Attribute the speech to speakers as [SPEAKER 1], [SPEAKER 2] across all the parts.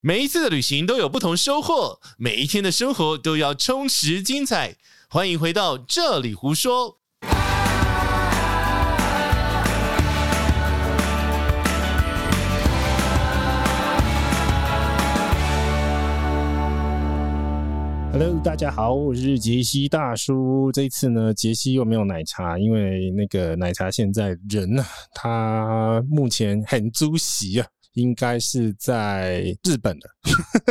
[SPEAKER 1] 每一次的旅行都有不同收获，每一天的生活都要充实精彩。欢迎回到这里胡说。
[SPEAKER 2] Hello，大家好，我是杰西大叔。这一次呢，杰西又没有奶茶，因为那个奶茶现在人啊，他目前很足席啊，应该是在日本的。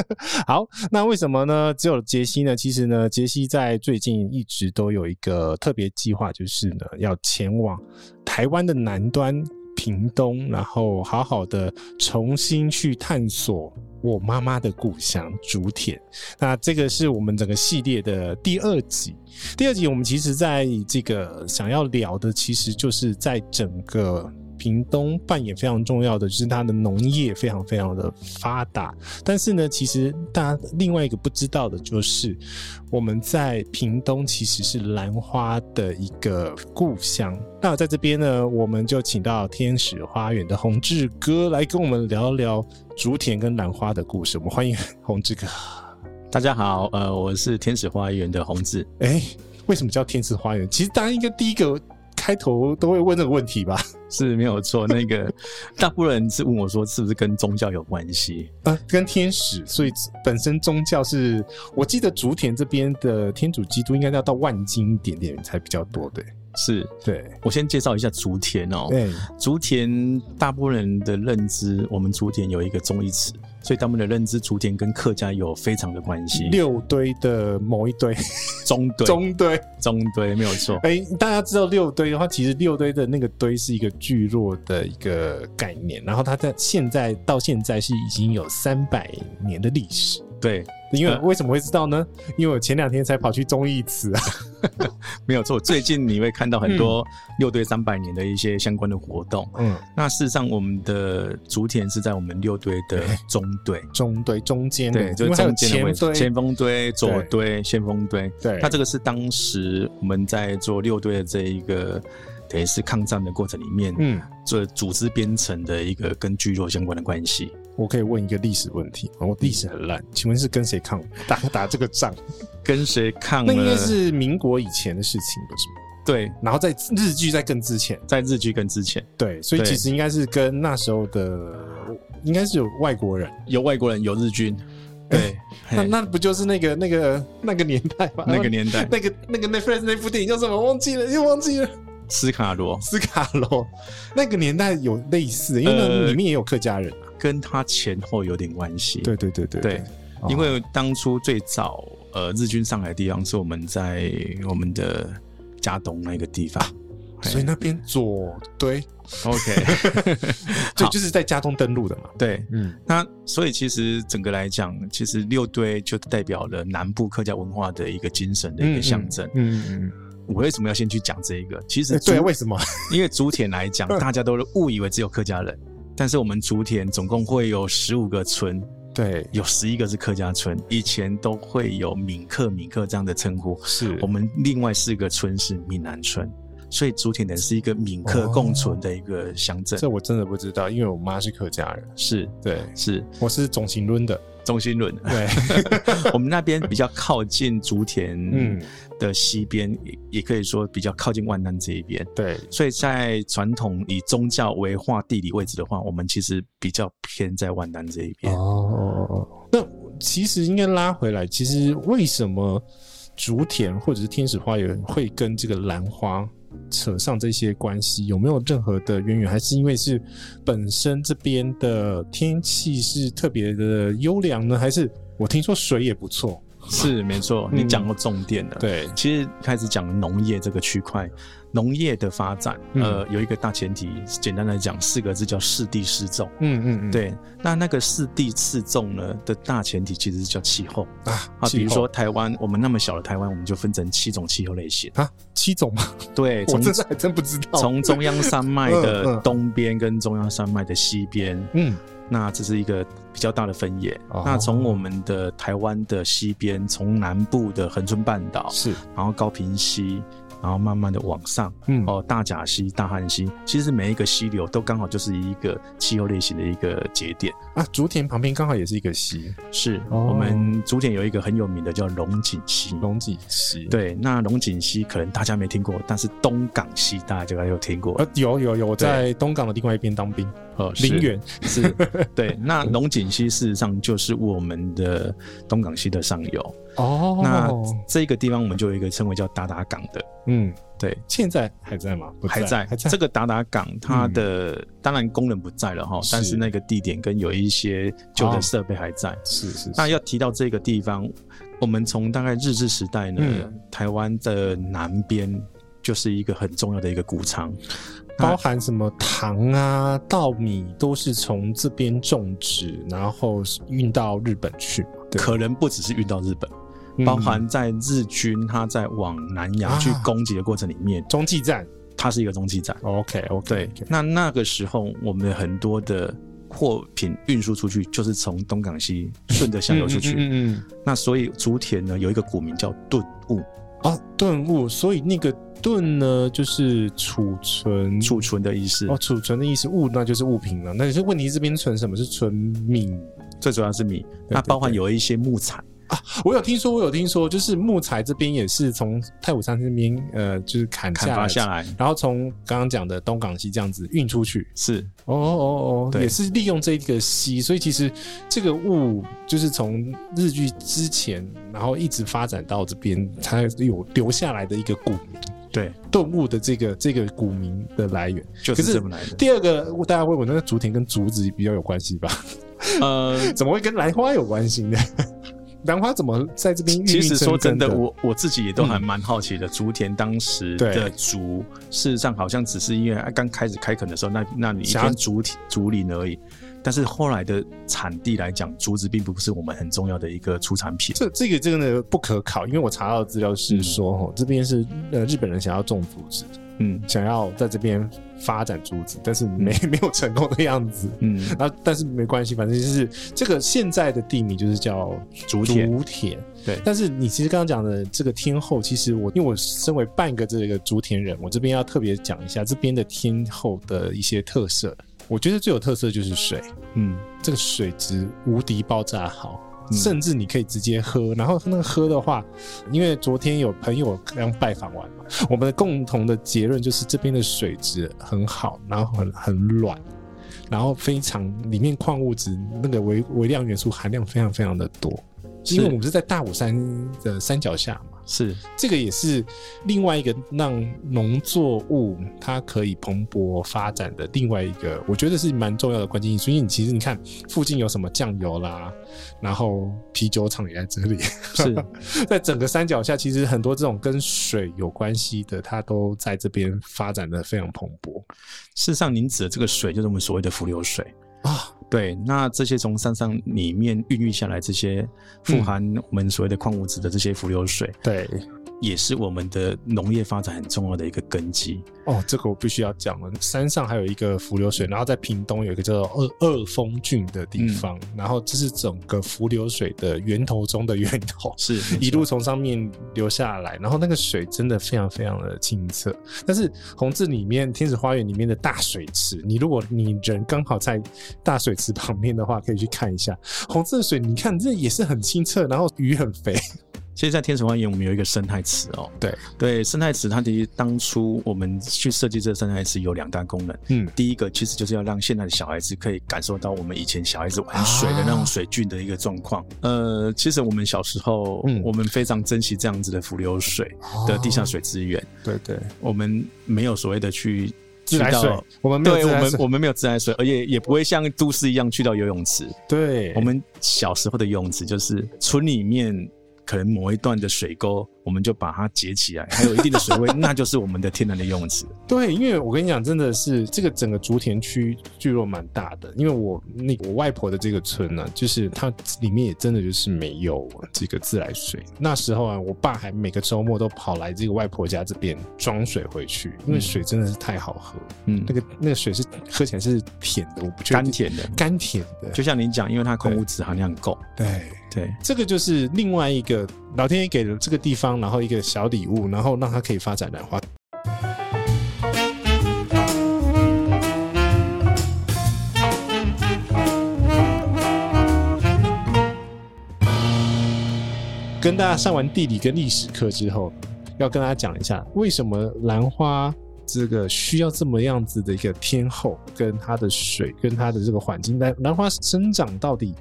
[SPEAKER 2] 好，那为什么呢？只有杰西呢？其实呢，杰西在最近一直都有一个特别计划，就是呢要前往台湾的南端屏东，然后好好的重新去探索我妈妈的故乡竹田。那这个是我们整个系列的第二集。第二集我们其实在这个想要聊的，其实就是在整个。屏东扮演非常重要的，就是它的农业非常非常的发达。但是呢，其实大家另外一个不知道的就是，我们在屏东其实是兰花的一个故乡。那在这边呢，我们就请到天使花园的宏志哥来跟我们聊聊竹田跟兰花的故事。我们欢迎宏志哥。
[SPEAKER 3] 大家好，呃，我是天使花园的宏志。
[SPEAKER 2] 哎、欸，为什么叫天使花园？其实大家应该第一个开头都会问这个问题吧？
[SPEAKER 3] 是没有错，那个大部分人是问我说，是不是跟宗教有关系？
[SPEAKER 2] 啊，跟天使，所以本身宗教是我记得竹田这边的天主基督应该要到万金一点点才比较多，对。
[SPEAKER 3] 是
[SPEAKER 2] 对，哎
[SPEAKER 3] 我先介绍一下竹田哦。
[SPEAKER 2] 对，
[SPEAKER 3] 竹田大部分人的认知，我们竹田有一个中义祠，所以他们的认知竹田跟客家有非常的关系。
[SPEAKER 2] 六堆的某一堆，
[SPEAKER 3] 中堆，
[SPEAKER 2] 中堆，
[SPEAKER 3] 中堆，没有错。
[SPEAKER 2] 哎、欸，大家知道六堆的话，其实六堆的那个堆是一个聚落的一个概念，然后它在现在到现在是已经有三百年的历史。
[SPEAKER 3] 对，
[SPEAKER 2] 因
[SPEAKER 3] 嗯
[SPEAKER 2] 为为什么会知道呢？呃、因为我前两天才跑去中义祠啊，
[SPEAKER 3] 没有错。最近你会看到很
[SPEAKER 2] 嗯
[SPEAKER 3] 多六堆三百年的一些相关的活动。嗯，那事实上我们的竹田是在我们六堆的中队、
[SPEAKER 2] 中队中间，
[SPEAKER 3] 对，就是中间的位
[SPEAKER 2] 置，
[SPEAKER 3] 前锋堆、左堆、先锋堆。
[SPEAKER 2] 对，
[SPEAKER 3] 它这个是当时我们在做六队的这一个。等于是抗战的过程里面，嗯，这组织编成的一个跟聚落相关的关系。
[SPEAKER 2] 我可以问一个历史问题，我历史很烂，请问是跟谁抗打 打这个仗？
[SPEAKER 3] 嗯跟谁抗？
[SPEAKER 2] 那应该是民国以前的事情，不是吗？
[SPEAKER 3] 对，
[SPEAKER 2] 然后在日剧在更之前，
[SPEAKER 3] 在日剧更之前，
[SPEAKER 2] 对，所以其实应该是跟那时候的，应该是有外国人，
[SPEAKER 3] 有外国人，有日 军。对，
[SPEAKER 2] 那那不就是那个那个那个年代吗？
[SPEAKER 3] 那个年代，
[SPEAKER 2] 那个那个那 f r 那部电影叫什么？忘记了，又忘记了。
[SPEAKER 3] 斯卡罗，
[SPEAKER 2] 斯卡罗，那个年代有类似，因为那里面也有客家人、啊
[SPEAKER 3] 呃，跟他前后有点关系。
[SPEAKER 2] 对对对对
[SPEAKER 3] 对，哦、因为当初最早呃日军上来的地方是我们在我们的家东那个地 方，
[SPEAKER 2] 啊、所以那边左堆
[SPEAKER 3] ，OK，
[SPEAKER 2] 对，就是在家中登陆的嘛。
[SPEAKER 3] 对，嗯，那所以其实整个来讲，其实六堆就代表了南部客家文化的一个精神的一个象征、嗯。嗯嗯。嗯我为什么要先去讲这一个？其 实、欸、
[SPEAKER 2] 对，啊为什么？
[SPEAKER 3] 因为竹田来讲，大家都误以为只有客家人，但是我们竹田总共会有十五个村，
[SPEAKER 2] 对，
[SPEAKER 3] 有十一个是客家村，以前都会有闽客、闽客这样的称呼。
[SPEAKER 2] 是
[SPEAKER 3] 我们另外四个村是闽南村，所以竹田人是一个闽客共存的一个乡镇、哦。
[SPEAKER 2] 这我真的不知道，因为我妈是客家人。
[SPEAKER 3] 是，
[SPEAKER 2] 对，
[SPEAKER 3] 是，
[SPEAKER 2] 我是总行论的。
[SPEAKER 3] 中心轮，
[SPEAKER 2] 对，
[SPEAKER 3] 我们那边比较靠近竹田， 嗯，的西边，也也可以说比较靠近万丹这一边，
[SPEAKER 2] 对，
[SPEAKER 3] 所以在传统以宗教为划地理位置的话，我们其实比较偏在万丹这一边。
[SPEAKER 2] 哦，那其实应该拉回来，其实为什么竹田或者是天使花园会跟这个兰花？扯上这些关系有没有任何的渊源？还是因为是本身这边的天气是特别的优良呢？还是我听说水也不错？
[SPEAKER 3] 是没错，你讲过重点了。嗯、
[SPEAKER 2] 对，
[SPEAKER 3] 其实开始讲农业这个区块，农业的发展，
[SPEAKER 2] 嗯
[SPEAKER 3] 呃，有一个大前提，简单来讲四个字叫适地适种。
[SPEAKER 2] 嗯嗯嗯，
[SPEAKER 3] 对。那那个适地适种呢的大前提其实是叫气候
[SPEAKER 2] 啊
[SPEAKER 3] 啊，比如说台湾，我们那么小的台湾，我们就分成七种气候类型
[SPEAKER 2] 啊，七种吗？
[SPEAKER 3] 对，
[SPEAKER 2] 我真的还真不知道。 嗯
[SPEAKER 3] 从中央山脉的东边跟中央山脉的西边，嗯。那这是一个比较大的分野。哦、那从我们的台湾的西边，从南部的恒春半岛，
[SPEAKER 2] 是，
[SPEAKER 3] 然后高平溪，然后慢慢的往上，
[SPEAKER 2] 嗯
[SPEAKER 3] 哦，大甲溪、大汉溪，其实每一个溪流都刚好就是一个气候类型的一个节点。
[SPEAKER 2] 啊，竹田旁边刚好也是一个溪，
[SPEAKER 3] 是、
[SPEAKER 2] 哦
[SPEAKER 3] 我们竹田有一个很有名的叫龙井溪，
[SPEAKER 2] 龙脊溪。，
[SPEAKER 3] 对，那龙井溪可能大家没听过，但是东港溪大家就有听过。
[SPEAKER 2] 啊，有有有，我在东港的另外一边当兵，
[SPEAKER 3] 呃，是
[SPEAKER 2] 林园。
[SPEAKER 3] 是，对。那龙井溪事实上就是我们的东港溪的上游。
[SPEAKER 2] 哦
[SPEAKER 3] 那这个地方我们就有一个称为叫达达港的，
[SPEAKER 2] 嗯，
[SPEAKER 3] 对，
[SPEAKER 2] 现在还在吗？不
[SPEAKER 3] 还在
[SPEAKER 2] 还在。嗯
[SPEAKER 3] 这个达达港，它的、当然功能不在了哈，
[SPEAKER 2] 是
[SPEAKER 3] 但是那个地点跟有一些旧的设备还在。
[SPEAKER 2] 是是，
[SPEAKER 3] 那要提到这个地方，我们从大概日治时代呢，
[SPEAKER 2] 嗯
[SPEAKER 3] 台湾的南边就是一个很重要的一个谷仓，
[SPEAKER 2] 包含什么糖啊、稻米都是从这边种植，然后运到日本去嘛，对
[SPEAKER 3] 可能不只是运到日本，
[SPEAKER 2] 嗯
[SPEAKER 3] 包含在日军他在往南洋去
[SPEAKER 2] 啊
[SPEAKER 3] 攻击的过程里面，
[SPEAKER 2] 中继站。
[SPEAKER 3] 它是一个中继站。
[SPEAKER 2] OK OK，
[SPEAKER 3] 对，那那个时候我们很多的货品运输出去，就是从东港西顺着下游出去。
[SPEAKER 2] 嗯嗯
[SPEAKER 3] 那所以竹田呢有一个古名叫顿悟，
[SPEAKER 2] 嗯啊，顿悟，所以那个顿呢，就是储存
[SPEAKER 3] 储存的意思。
[SPEAKER 2] 哦，储存的意思，物那就是物品了。那是问题这边存什么是存米？
[SPEAKER 3] 最主要是米，
[SPEAKER 2] 对
[SPEAKER 3] 那
[SPEAKER 2] 对
[SPEAKER 3] 包含
[SPEAKER 2] 对
[SPEAKER 3] 有一些木材，
[SPEAKER 2] 我有听说，我有听说，就是木材这边也是从太武山这边呃，就是砍
[SPEAKER 3] 砍
[SPEAKER 2] 下
[SPEAKER 3] 伐
[SPEAKER 2] 来，
[SPEAKER 3] 下来
[SPEAKER 2] 然后从刚刚讲的东港西这样子运出去。
[SPEAKER 3] 是
[SPEAKER 2] 哦哦哦，
[SPEAKER 3] 对
[SPEAKER 2] 也是利用这一个溪，所以其实这个物就是从日剧之前，然后一直发展到这边，它有留下来的一个古名。
[SPEAKER 3] 对，
[SPEAKER 2] 动物的这个这个古名的来源，
[SPEAKER 3] 就
[SPEAKER 2] 可
[SPEAKER 3] 是
[SPEAKER 2] 是
[SPEAKER 3] 这么来的。
[SPEAKER 2] 第二个大家会问，那竹田跟竹子比较有关系吧？
[SPEAKER 3] 呃，
[SPEAKER 2] 怎么会跟兰花有关系呢？ 兰花怎么在这边孕育
[SPEAKER 3] 其实说真
[SPEAKER 2] 生
[SPEAKER 3] 的，
[SPEAKER 2] 根
[SPEAKER 3] 我我自己也都还蛮好奇的。竹田当时的
[SPEAKER 2] 嗯对
[SPEAKER 3] 竹，事实上好像只是因为啊刚开始开垦的时候，那那里一
[SPEAKER 2] 想要
[SPEAKER 3] 片竹体竹林而已。但是后来的产地来讲，竹子并不是我们很重要的一个出产品。
[SPEAKER 2] 这这个真的不可考，因为我查到的资料是说，哦、这边是呃日本人想要种竹子，
[SPEAKER 3] 嗯
[SPEAKER 2] 想要在这边发展竹子，但是没、没有成功的样子。
[SPEAKER 3] 嗯，
[SPEAKER 2] 然后但是没关系，反正就是这个现在的地名就是叫
[SPEAKER 3] 竹田
[SPEAKER 2] 竹田，
[SPEAKER 3] 对
[SPEAKER 2] 但是你其实刚刚讲的这个天后，其实我因为我身为半个这个竹田人，我这边要特别讲一下这边的天后的一些特色。我觉得最有特色就是水，
[SPEAKER 3] 嗯，
[SPEAKER 2] 这个水质无敌爆炸好。
[SPEAKER 3] 嗯
[SPEAKER 2] 甚至你可以直接喝，然后那个喝的话，因为昨天有朋友刚拜访完嘛，我们的共同的结论就是这边的水质很好，然后很很软，然后非常里面矿物质那个微微量元素含量非常非常的多，
[SPEAKER 3] 是
[SPEAKER 2] 因为我们是在大武山的山脚下嘛，
[SPEAKER 3] 是
[SPEAKER 2] 这个也是另外一个让农作物它可以蓬勃发展的另外一个，我觉得是蛮重要的关键因素。因为你其实你看附近有什么酱油啦，然后啤酒厂也在这里，
[SPEAKER 3] 是，
[SPEAKER 2] 在整个山脚下，其实很多这种跟水有关系的，它都在这边发展的非常蓬勃
[SPEAKER 3] 事实上，您指的这个水就是我们所谓的浮流水。
[SPEAKER 2] 啊。
[SPEAKER 3] 对，那这些从山上里面孕育下来这些
[SPEAKER 2] 嗯
[SPEAKER 3] 富含我们所谓的矿物质的这些浮流水，
[SPEAKER 2] 对，
[SPEAKER 3] 也是我们的农业发展很重要的一个根基。
[SPEAKER 2] 哦，这个我必须要讲了。山上还有一个伏流水，然后在屏东有一个叫做二二峰郡的地方，然后这是整个伏流水的源头中的源头。
[SPEAKER 3] 是
[SPEAKER 2] 一路从上面流下来，然后那个水真的非常非常的清澈。但是红字里面天使花园里面的大水池，你如果你人刚好在大水池旁边的话，可以去看一下红字的水。你看这也是很清澈，然后鱼很肥。
[SPEAKER 3] 其实，在天使花园，我们有一个生态池哦。
[SPEAKER 2] 对
[SPEAKER 3] 对，生态池它其实当初我们去设计这个生态池有两大功能。
[SPEAKER 2] 嗯，
[SPEAKER 3] 第一个其实就是要让现在的小孩子可以感受到我们以前小孩子玩水的那
[SPEAKER 2] 啊
[SPEAKER 3] 种水菌的一个状况。呃，其实我们小时候，
[SPEAKER 2] 嗯
[SPEAKER 3] 我们非常珍惜这样子的浮流水
[SPEAKER 2] 哦
[SPEAKER 3] 的地下水资源，
[SPEAKER 2] 对对，
[SPEAKER 3] 我们没有所谓的去
[SPEAKER 2] 自来
[SPEAKER 3] 去到
[SPEAKER 2] 水，我们没有
[SPEAKER 3] 对
[SPEAKER 2] 自
[SPEAKER 3] 我
[SPEAKER 2] 来
[SPEAKER 3] 们
[SPEAKER 2] 水，
[SPEAKER 3] 我们没有自来水，而且也不会像都市一样去到游泳池。
[SPEAKER 2] 对
[SPEAKER 3] 我们小时候的游泳池就是村里面可能某一段的水沟，我们就把它截起来， 还有一定的水位，那就是我们的天然的游 泳池。
[SPEAKER 2] 对，因为我跟你讲，真的是这个整个竹田区聚落蛮大的，因为我那我外婆的这个村呢、就是它里面也真的就是没有这个自来水。那时候啊，我爸还每个周末都跑来这个外婆家这边装水回去，因为
[SPEAKER 3] 嗯
[SPEAKER 2] 水真的是太好喝，
[SPEAKER 3] 嗯
[SPEAKER 2] 那，个那个水是喝起来是甜的，我不确定
[SPEAKER 3] 甘甜的。
[SPEAKER 2] 甘甜的，
[SPEAKER 3] 就像您讲，因为它矿物质含量够，
[SPEAKER 2] 对，
[SPEAKER 3] 对，
[SPEAKER 2] 这个就是另外一个老天爷给了这个地方，然后一个小礼物，然后让它可以发展兰花。跟大家上完地理跟历史课之后，要跟大家讲一下为什么兰花这个需要这么样子的一个天候，跟它的水，跟它的这个环境，兰兰花生长到底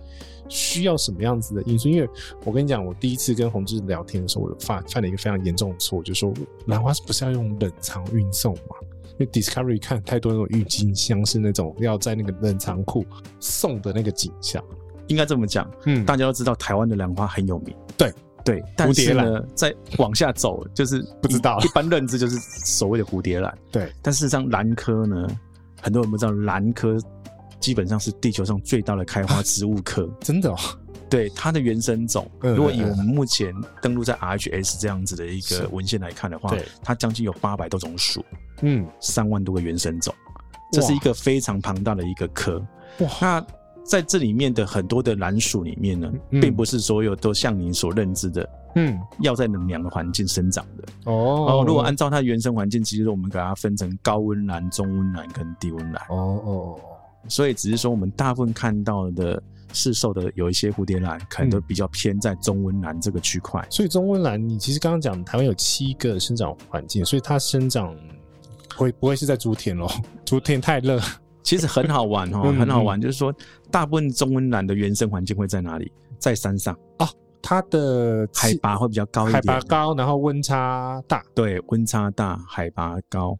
[SPEAKER 2] 需要什么样子的因素？因为我跟你讲，我第一次跟洪志聊天的时候，我犯犯了一个非常严重的错，我就说兰花是不是要用冷藏运送嘛？因为 Discovery 看太多那种郁金香是那种要在那个冷藏库送的那个景象，
[SPEAKER 3] 应该这么讲，
[SPEAKER 2] 嗯
[SPEAKER 3] 大家都知道台湾的兰花很有名，
[SPEAKER 2] 对
[SPEAKER 3] 对，但
[SPEAKER 2] 蝶
[SPEAKER 3] 是
[SPEAKER 2] 兰
[SPEAKER 3] 呢，再往下走就是
[SPEAKER 2] 不知道
[SPEAKER 3] 一一般认知就是所谓的蝴蝶兰，
[SPEAKER 2] 对，
[SPEAKER 3] 但事实上兰科呢，很多人不知道兰科基本上是地球上最大的开花植物科，
[SPEAKER 2] 真的哦，
[SPEAKER 3] 对它的原生种，
[SPEAKER 2] 嗯
[SPEAKER 3] 如果以
[SPEAKER 2] 嗯
[SPEAKER 3] 我们目前登录在 RHS 这样子的一
[SPEAKER 2] 是
[SPEAKER 3] 个文献来看的话
[SPEAKER 2] 对，
[SPEAKER 3] 它将近有八百多种属，
[SPEAKER 2] 嗯，
[SPEAKER 3] 三万多个原生种，这是一个非常庞大的一个科。
[SPEAKER 2] 哇
[SPEAKER 3] 那在这里面的很多的蓝属里面呢，
[SPEAKER 2] 嗯
[SPEAKER 3] 并不是所有都像你所认知的。
[SPEAKER 2] 嗯，
[SPEAKER 3] 要在冷凉的环境生长的
[SPEAKER 2] 哦
[SPEAKER 3] 哦。如果按照它的原生环境，其实我们给它分成高温蓝、中温蓝跟低温蓝。
[SPEAKER 2] 哦哦哦，
[SPEAKER 3] 所以只是说我们大部分看到的市售的有一些蝴蝶兰，可能
[SPEAKER 2] 嗯
[SPEAKER 3] 都比较偏在中温蓝这个区块。
[SPEAKER 2] 所以中温兰，你其实刚刚讲台湾有七个生长环境，所以它生长不会不会是在竹田咯？ 竹田太热，
[SPEAKER 3] 其实很好玩哦，
[SPEAKER 2] 嗯
[SPEAKER 3] 很好玩，就是说大部分中温蓝的原生环境会在哪里？在山上，
[SPEAKER 2] 它的气
[SPEAKER 3] 海拔会比较高一
[SPEAKER 2] 海
[SPEAKER 3] 点，
[SPEAKER 2] 拔高，然后温差大，
[SPEAKER 3] 对，温差大，海拔高。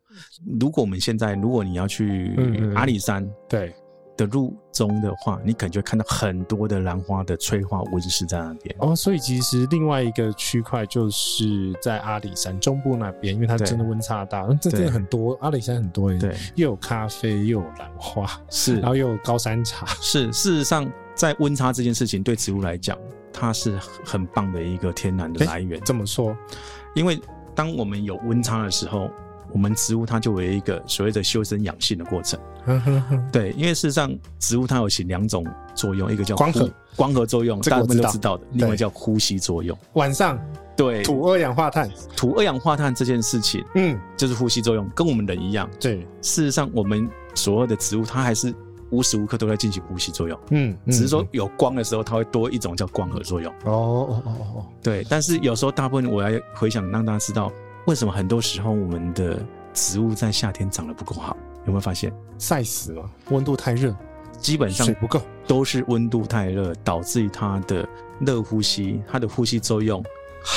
[SPEAKER 3] 如果我们现在，如果你要去
[SPEAKER 2] 嗯嗯嗯
[SPEAKER 3] 阿里山
[SPEAKER 2] 对，
[SPEAKER 3] 的路中的话，你可能就会看到很多的兰花的催化温室在那边。
[SPEAKER 2] 哦，所以其实另外一个区块就是在阿里山中部那边，因为它
[SPEAKER 3] 对
[SPEAKER 2] 真的温差大，嗯这
[SPEAKER 3] 对
[SPEAKER 2] 真的很多，阿里山很多耶，
[SPEAKER 3] 对，
[SPEAKER 2] 又有咖啡，又有兰花，
[SPEAKER 3] 是
[SPEAKER 2] 然后又有高山茶，
[SPEAKER 3] 是，事实上，在温差这件事情对植物来讲，它是很棒的一个天然的来源，
[SPEAKER 2] 这么 说，
[SPEAKER 3] 因为当我们有温差的时候，我们植物它就有一个所谓的修身养性的过程。
[SPEAKER 2] 呵呵呵
[SPEAKER 3] 对，因为事实上，植物它有起两种作用，一个叫
[SPEAKER 2] 光合
[SPEAKER 3] 呼光合作用，
[SPEAKER 2] 这个
[SPEAKER 3] 大
[SPEAKER 2] 我
[SPEAKER 3] 部分
[SPEAKER 2] 知
[SPEAKER 3] 都
[SPEAKER 2] 道
[SPEAKER 3] 知道的，另
[SPEAKER 2] 对
[SPEAKER 3] 外叫呼吸作用。
[SPEAKER 2] 晚上
[SPEAKER 3] 对，
[SPEAKER 2] 吐二氧化碳，
[SPEAKER 3] 吐二氧化碳这件事情
[SPEAKER 2] 嗯，
[SPEAKER 3] 就是呼吸作用，跟我们人一样。
[SPEAKER 2] 对，
[SPEAKER 3] 事实上，我们所有的植物它还是无时无刻都在进行呼吸作用，
[SPEAKER 2] 嗯，嗯
[SPEAKER 3] 只是说有光的时候它会多一种叫光合作用。
[SPEAKER 2] 哦哦哦哦哦，
[SPEAKER 3] 对，但是有时候大部分我来回想，让大家知道为什么很多时候我们的植物在夏天长得不够好，有没有发现？
[SPEAKER 2] 晒死了，温度太热，哎
[SPEAKER 3] 基本上
[SPEAKER 2] 水不够，
[SPEAKER 3] 都是温度太热，导致于它的热呼吸，它的呼吸作用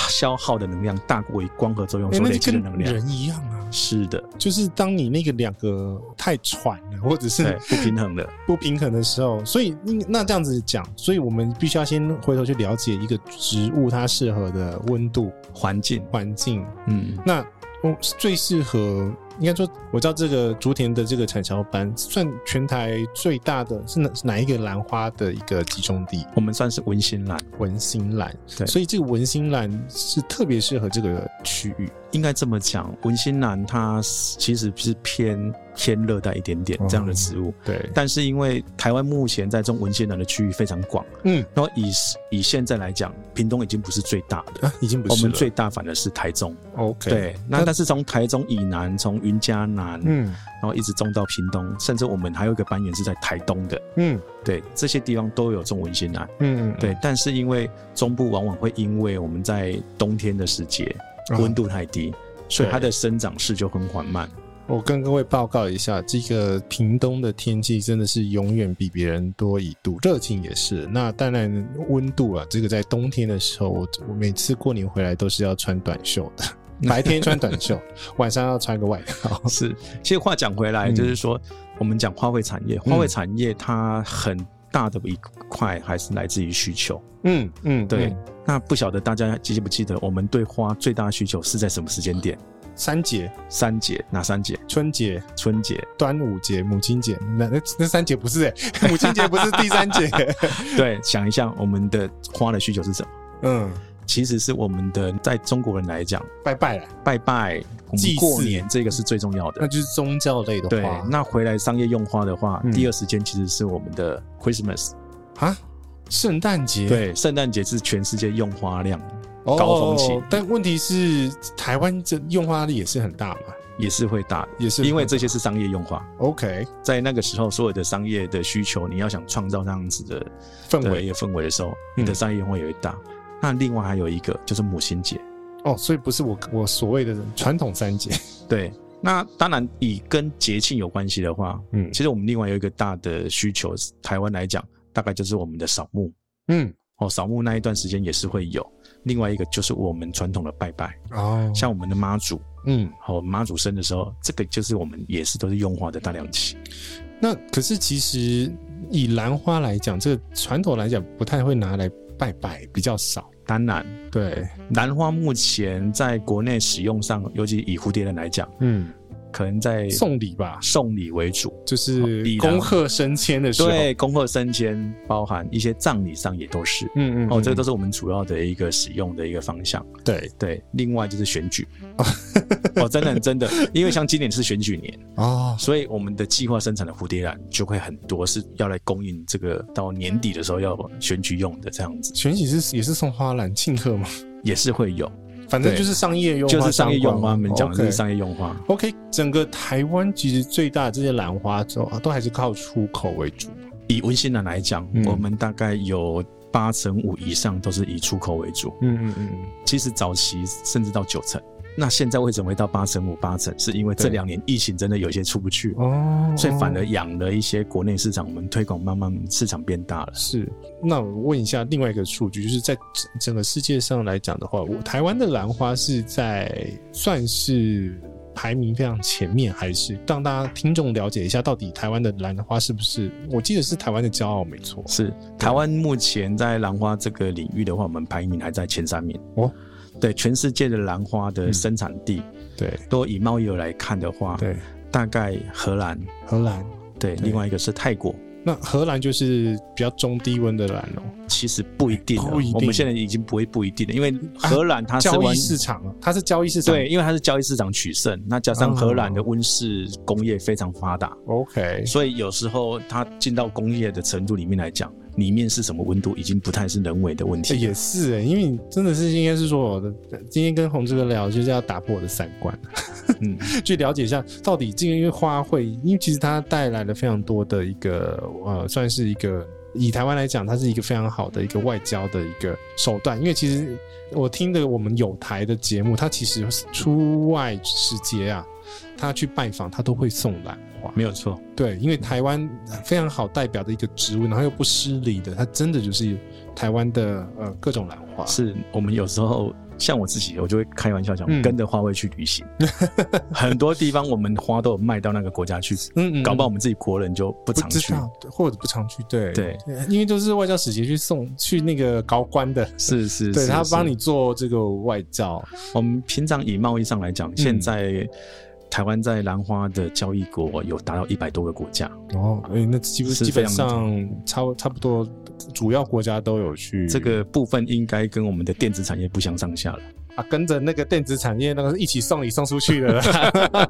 [SPEAKER 3] 消耗的能量大过于光合作用
[SPEAKER 2] 哎
[SPEAKER 3] 所
[SPEAKER 2] 那
[SPEAKER 3] 累
[SPEAKER 2] 就
[SPEAKER 3] 积的
[SPEAKER 2] 跟
[SPEAKER 3] 能量。
[SPEAKER 2] 人一样啊。
[SPEAKER 3] 是的，
[SPEAKER 2] 就是当你那个两个太喘了，或者
[SPEAKER 3] 对
[SPEAKER 2] 是，
[SPEAKER 3] 不平衡的。
[SPEAKER 2] 不平衡的时候，所以那那这样子讲，所以我们必须要先回头去了解一个植物它适合的温度
[SPEAKER 3] 环境，
[SPEAKER 2] 环境。
[SPEAKER 3] 嗯，
[SPEAKER 2] 那我最适合，应该说，我知道这个竹田的这个产销班算全台最大的是哪是哪一个兰花的一个集中地？
[SPEAKER 3] 我们算是文心兰，
[SPEAKER 2] 文心兰，
[SPEAKER 3] 对
[SPEAKER 2] 所以这个文心兰是特别适合这个区域。
[SPEAKER 3] 应该这么讲，文心兰它是其实是偏偏热带一点点
[SPEAKER 2] 哦
[SPEAKER 3] 这样的植物，
[SPEAKER 2] 对，
[SPEAKER 3] 但是因为台湾目前在种文心兰的区域非常广，
[SPEAKER 2] 嗯，
[SPEAKER 3] 然后以以现在来讲，屏东已经不是最大的。
[SPEAKER 2] 啊，已经不
[SPEAKER 3] 我
[SPEAKER 2] 是
[SPEAKER 3] 们
[SPEAKER 2] 了
[SPEAKER 3] 最大反的是台中，
[SPEAKER 2] OK，
[SPEAKER 3] 对，那但是从台中以南，从云嘉南，
[SPEAKER 2] 嗯
[SPEAKER 3] 然后一直种到屏东，甚至我们还有一个班园是在台东的，
[SPEAKER 2] 嗯
[SPEAKER 3] 对，这些地方都有种文心兰，
[SPEAKER 2] 嗯，
[SPEAKER 3] 对，但是因为中部往往会因为我们在冬天的时节
[SPEAKER 2] 啊
[SPEAKER 3] 温度太低，所以
[SPEAKER 2] 对
[SPEAKER 3] 它的生长势就很缓慢，
[SPEAKER 2] 我跟各位报告一下，这个屏东的天气真的是永远比别人多一度，热情也是。那当然温度啊，这个在冬天的时候，我我每次过年回来都是要穿短袖 的，白天穿短袖，晚上要穿个外 套。
[SPEAKER 3] 是，其实话讲回来，
[SPEAKER 2] 嗯
[SPEAKER 3] 就是说，我们讲花卉产业，花卉产业它很大的一块还是来自于需求。
[SPEAKER 2] 嗯嗯，
[SPEAKER 3] 对，
[SPEAKER 2] 嗯
[SPEAKER 3] 那不晓得大家记不记得，我们对花最大的需求是在什么时间点？
[SPEAKER 2] 三节、
[SPEAKER 3] 三节，哪三节？
[SPEAKER 2] 春节、
[SPEAKER 3] 春节，
[SPEAKER 2] 端午节、母亲节，那那那三节不是、欸， 母亲节不是第三 节。
[SPEAKER 3] 对，想一下我们的花的需求是什么？
[SPEAKER 2] 嗯，
[SPEAKER 3] 其实是我们的，在中国人来讲，
[SPEAKER 2] 拜拜了，
[SPEAKER 3] 拜拜、我
[SPEAKER 2] 祭
[SPEAKER 3] 们
[SPEAKER 2] 祀
[SPEAKER 3] 过年这个是最重要
[SPEAKER 2] 那
[SPEAKER 3] 的。
[SPEAKER 2] 就是宗教类的
[SPEAKER 3] 对
[SPEAKER 2] 话，
[SPEAKER 3] 那回来商业用花的话，
[SPEAKER 2] 嗯
[SPEAKER 3] 第二时间其实是我们的 Christmas，
[SPEAKER 2] 啊。圣诞节
[SPEAKER 3] 对，圣诞节是全世界用花量高峰期
[SPEAKER 2] 哦但问题是台湾这用花力也是很大嘛，
[SPEAKER 3] 也是会大，
[SPEAKER 2] 也是
[SPEAKER 3] 因为这些是商业用花，
[SPEAKER 2] OK
[SPEAKER 3] 在那个时候所有的商业的需求，你要想创造那样子的
[SPEAKER 2] 氛
[SPEAKER 3] 的一
[SPEAKER 2] 围
[SPEAKER 3] 个氛围的时候，
[SPEAKER 2] 嗯
[SPEAKER 3] 你的商业用花也会大。那另外还有一个就是母亲节，
[SPEAKER 2] 哦，所以不是我我所谓的传统三节，
[SPEAKER 3] 对。那当然，以跟节庆有关系的话，
[SPEAKER 2] 嗯
[SPEAKER 3] 其实我们另外有一个大的需求，台湾来讲，大概就是我们的扫墓
[SPEAKER 2] 嗯
[SPEAKER 3] 哦，扫墓那一段时间也是会有。另外一个就是我们传统的拜拜，
[SPEAKER 2] 哦，
[SPEAKER 3] 像我们的妈祖，
[SPEAKER 2] 嗯，
[SPEAKER 3] 哦，妈祖生的时候，这个就是我们也是都是用花的大量期。
[SPEAKER 2] 那可是其实以兰花来讲，这个传统来讲不太会拿来拜拜，比较少，
[SPEAKER 3] 当然，
[SPEAKER 2] 对，
[SPEAKER 3] 兰花目前在国内使用上，尤其以蝴蝶兰来讲，
[SPEAKER 2] 嗯，
[SPEAKER 3] 可能在
[SPEAKER 2] 送礼吧，
[SPEAKER 3] 送礼为主。
[SPEAKER 2] 就是
[SPEAKER 3] 礼
[SPEAKER 2] 恭
[SPEAKER 3] 郎
[SPEAKER 2] 贺升迁的时候，
[SPEAKER 3] 对，恭贺升迁，包含一些葬礼上也都是。
[SPEAKER 2] 嗯，嗯嗯，
[SPEAKER 3] 哦，这个都是我们主要的一个使用的一个方向。
[SPEAKER 2] 对
[SPEAKER 3] 对，另外就是 选举。哦，真的真的，因为像今年是选举年，
[SPEAKER 2] 哦，
[SPEAKER 3] 所以我们的计划生产的蝴蝶兰就会很多是要来供应这个到年底的时候要选举用的这样子，
[SPEAKER 2] 选举是也是送花篮庆贺嘛，
[SPEAKER 3] 也是会有。
[SPEAKER 2] 反正
[SPEAKER 3] 对
[SPEAKER 2] 就是商业用花，
[SPEAKER 3] 就是商业用花，
[SPEAKER 2] 相
[SPEAKER 3] 我
[SPEAKER 2] 关
[SPEAKER 3] 们讲的就是。
[SPEAKER 2] OK
[SPEAKER 3] 商业用花。
[SPEAKER 2] OK，整个台湾其实最大的这些兰花都都还是靠出口为主。
[SPEAKER 3] 以温馨兰来讲，
[SPEAKER 2] 嗯
[SPEAKER 3] 我们大概有八成五以上都是以出口为主，
[SPEAKER 2] 嗯嗯嗯，
[SPEAKER 3] 其实早期甚至到九成。那现在为什么会到八成五、八成？是因为这
[SPEAKER 2] 对
[SPEAKER 3] 两年疫情真的有些出不去，
[SPEAKER 2] 哦，
[SPEAKER 3] 所以反而养了一些国内市场，我们推广慢慢市场变大了。
[SPEAKER 2] 是。那我问一下另外一个数据，就是在整整个世界上来讲的话，
[SPEAKER 3] 嗯
[SPEAKER 2] 我台湾的兰花是在算是排名非常前面，还是让大家听众了解一下，到底台湾的兰花是不是？我记得是台湾的骄傲，没错。
[SPEAKER 3] 是台湾目前在兰花这个领域的话，我们排名还在前三名
[SPEAKER 2] 哦。
[SPEAKER 3] 对，全世界的兰花的
[SPEAKER 2] 嗯
[SPEAKER 3] 生产地，
[SPEAKER 2] 对
[SPEAKER 3] 都以贸易额来看的话，
[SPEAKER 2] 对，
[SPEAKER 3] 大概荷兰，
[SPEAKER 2] 荷兰。
[SPEAKER 3] 对，
[SPEAKER 2] 对
[SPEAKER 3] 另外一个是泰国，
[SPEAKER 2] 那荷兰就是比较中低温的兰哦，
[SPEAKER 3] 其实不一定了，
[SPEAKER 2] 哎不一定啊
[SPEAKER 3] 我们现在已经不会不一定了，因为荷兰它是
[SPEAKER 2] 交易
[SPEAKER 3] 完
[SPEAKER 2] 市场啊，它是交易市场。
[SPEAKER 3] 对，因为它是交易市场取胜，那加
[SPEAKER 2] 嗯
[SPEAKER 3] 上荷兰的温室工业非常发达，
[SPEAKER 2] ，OK，
[SPEAKER 3] 所以有时候它进到工业的程度里面来讲，里面是什么温度已经不太是人为的问
[SPEAKER 2] 欸
[SPEAKER 3] 题。啊
[SPEAKER 2] 也是、欸，因为你真的是应该是说，我的今天跟洪志哥聊，就是要打破我的三观，啊
[SPEAKER 3] 嗯，
[SPEAKER 2] 去了解一下到底这个因为花卉，因为其实它带来了非常多的一个呃，算是一个以台湾来讲，它是一个非常好的一个外交的一个手段。因为其实我听的我们有台的节目，它其实出外时节啊，他去拜访，他都会送兰花。
[SPEAKER 3] 没有错，
[SPEAKER 2] 对，因为台湾非常好代表的一个植物，然后又不失礼的，它真的就是台湾的呃各种兰花。
[SPEAKER 3] 是我们有时候像我自己，我就会开玩笑讲，
[SPEAKER 2] 嗯
[SPEAKER 3] 跟着花卉去 旅行，很多地方我们花都有卖到那个国家去，
[SPEAKER 2] 嗯嗯
[SPEAKER 3] 搞不好我们自己国人就
[SPEAKER 2] 不
[SPEAKER 3] 不常
[SPEAKER 2] 知
[SPEAKER 3] 去。
[SPEAKER 2] 道，或者不常去，对
[SPEAKER 3] 对，
[SPEAKER 2] 因为都是外交使节去送去那个高官的，
[SPEAKER 3] 是是，
[SPEAKER 2] 对
[SPEAKER 3] 是
[SPEAKER 2] 他
[SPEAKER 3] 是
[SPEAKER 2] 帮你做这个外交，
[SPEAKER 3] 我们平常以贸易上来
[SPEAKER 2] 嗯
[SPEAKER 3] 讲，现在台湾在兰花的交易国有达到一百多个国家，
[SPEAKER 2] 然后哎，那基本
[SPEAKER 3] 是
[SPEAKER 2] 基本
[SPEAKER 3] 非常
[SPEAKER 2] 上差不差不多主要国家都有去
[SPEAKER 3] 这个部分应该跟我们的电子产业不相上 下了，
[SPEAKER 2] 啊，跟着那个电子产业那个一起送礼送出去的 啦。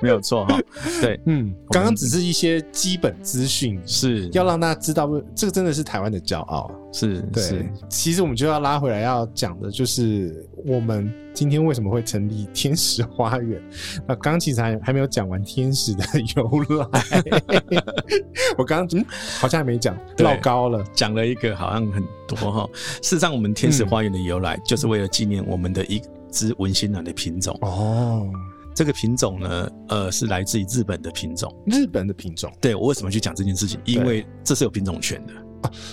[SPEAKER 3] 没有错哈。对，
[SPEAKER 2] 嗯，刚刚只是一些基本资讯，
[SPEAKER 3] 是
[SPEAKER 2] 要让大家知道，这个真的是台湾的骄傲。啊
[SPEAKER 3] 是
[SPEAKER 2] 对
[SPEAKER 3] 是，
[SPEAKER 2] 其实我们就要拉回来要讲的，就是我们今天为什么会成立 天使花园。那刚刚其实还还没有讲完天使的 由来，我刚刚、嗯、好像还没讲，
[SPEAKER 3] 对
[SPEAKER 2] 绕高了。
[SPEAKER 3] 讲了一个好像很多哈。事实上，我们天使花园的由
[SPEAKER 2] 嗯
[SPEAKER 3] 来就是为了纪念我们的一只文心兰的品种。
[SPEAKER 2] 哦，
[SPEAKER 3] 这个品种呢，呃，是来自于日本的品种。
[SPEAKER 2] 日本的品种
[SPEAKER 3] 对我为什么去讲这件事情？因
[SPEAKER 2] 对
[SPEAKER 3] 为这是有品种权的。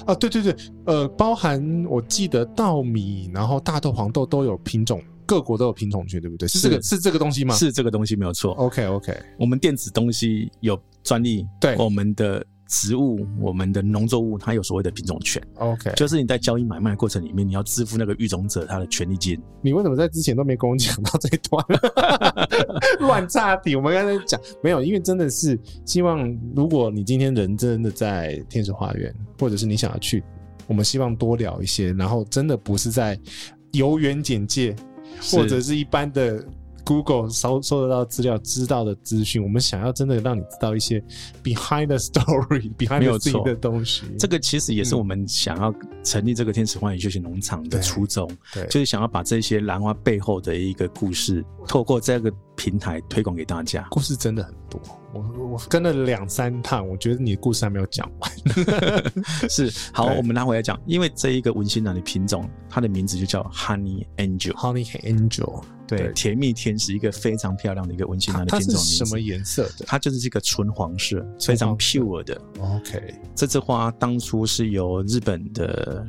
[SPEAKER 2] 啊，对对对，呃，包含我记得稻米，然后大豆、黄豆都有品种，各国都有品种权，对不对？是这个
[SPEAKER 3] 是
[SPEAKER 2] 是这个东西吗？
[SPEAKER 3] 是这个东西没有错。
[SPEAKER 2] OK OK，
[SPEAKER 3] 我们电子东西有专利，
[SPEAKER 2] 对
[SPEAKER 3] 我们的植物、我们的农作物，它有所谓的品种权，
[SPEAKER 2] OK，
[SPEAKER 3] 就是你在交易买卖的过程里面，你要支付那个育种者他的权利金。
[SPEAKER 2] 你为什么在之前都没跟我讲到这一段？ 乱岔题，我们刚才讲没有，因为真的是希望，如果你今天人真的在天使花园，或者是你想要去，我们希望多聊一些，然后真的不是在游园简介
[SPEAKER 3] 是
[SPEAKER 2] 或者是一般的。 Google 搜搜得到资料、知道的资讯，我们想要真的让你知道一些 behind the story、behind
[SPEAKER 3] 没有
[SPEAKER 2] the scene
[SPEAKER 3] 错
[SPEAKER 2] 的东西。
[SPEAKER 3] 这个其实也是
[SPEAKER 2] 嗯
[SPEAKER 3] 我们想要成立这个天使欢迎休息农场的
[SPEAKER 2] 对
[SPEAKER 3] 初衷，
[SPEAKER 2] 对
[SPEAKER 3] 就是想要把这些兰花背后的一个故事，透过这个平台推广给大家。
[SPEAKER 2] 故事真的很多，我我跟了两三趟，我觉得你的故事还没有讲完。
[SPEAKER 3] 是，好，
[SPEAKER 2] 对
[SPEAKER 3] 我们拿回来讲，因为这一个文心兰的品种，它的名字就叫 Honey Angel，
[SPEAKER 2] Honey Angel，
[SPEAKER 3] 对，甜蜜天使，一个非常漂亮的一个文心兰的
[SPEAKER 2] 它
[SPEAKER 3] 品
[SPEAKER 2] 是
[SPEAKER 3] 种
[SPEAKER 2] 什么
[SPEAKER 3] 名字
[SPEAKER 2] 颜色的
[SPEAKER 3] 它就是这个纯黄色，非常 pure 的。
[SPEAKER 2] ？OK，
[SPEAKER 3] 这支花当初是由日本的，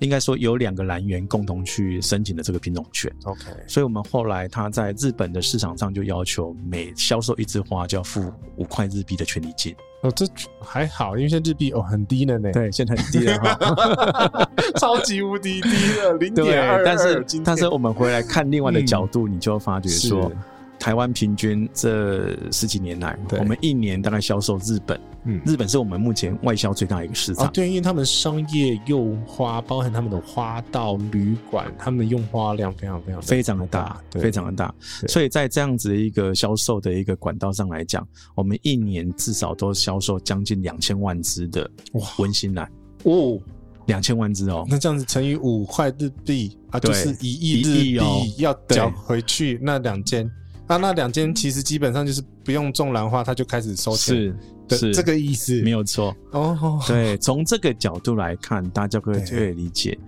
[SPEAKER 3] 应该说有两个兰园共同去申请的这个品种权，
[SPEAKER 2] OK，
[SPEAKER 3] 所以我们后来它在日本的市场上就要求每销售一枝花就要付五块日币的权利金。
[SPEAKER 2] 哦，这还好，因为现在日币哦很低了呢，
[SPEAKER 3] 对，现在很低了 哈。
[SPEAKER 2] 超级无敌低 了，零
[SPEAKER 3] 对
[SPEAKER 2] 点二，
[SPEAKER 3] 但是
[SPEAKER 2] 今天
[SPEAKER 3] 但是我们回来看另外的角度，你就发觉说
[SPEAKER 2] 是，
[SPEAKER 3] 台湾平均这十几年来，
[SPEAKER 2] 对
[SPEAKER 3] 我们一年大概销售日本，
[SPEAKER 2] 嗯
[SPEAKER 3] 日本是我们目前外销最大的一个市
[SPEAKER 2] 啊，
[SPEAKER 3] 场。
[SPEAKER 2] 对，因为他们商业用花，包含他们的花道、旅馆，他们的用花量非常非常
[SPEAKER 3] 非常的大，
[SPEAKER 2] 对，
[SPEAKER 3] 非常的大。
[SPEAKER 2] 对
[SPEAKER 3] 所以在这样子一个销售的一个管道上来讲，我们一年至少都销售将近两千万只的
[SPEAKER 2] 哇
[SPEAKER 3] 温馨兰，
[SPEAKER 2] 哦。
[SPEAKER 3] 两千万只哦。
[SPEAKER 2] 那这样子乘以五块日币啊，
[SPEAKER 3] 对
[SPEAKER 2] 就是一亿日
[SPEAKER 3] 一亿
[SPEAKER 2] 币
[SPEAKER 3] 哦
[SPEAKER 2] 要缴
[SPEAKER 3] 对
[SPEAKER 2] 回去那两间。啊，那两间其实基本上就是不用种兰花，他就开始收钱
[SPEAKER 3] 是
[SPEAKER 2] 的
[SPEAKER 3] 是
[SPEAKER 2] 这个意思。
[SPEAKER 3] 没
[SPEAKER 2] 有
[SPEAKER 3] 有错。
[SPEAKER 2] 哦，
[SPEAKER 3] 对，从这个角度来看，大家可以
[SPEAKER 2] 对
[SPEAKER 3] 可以理解。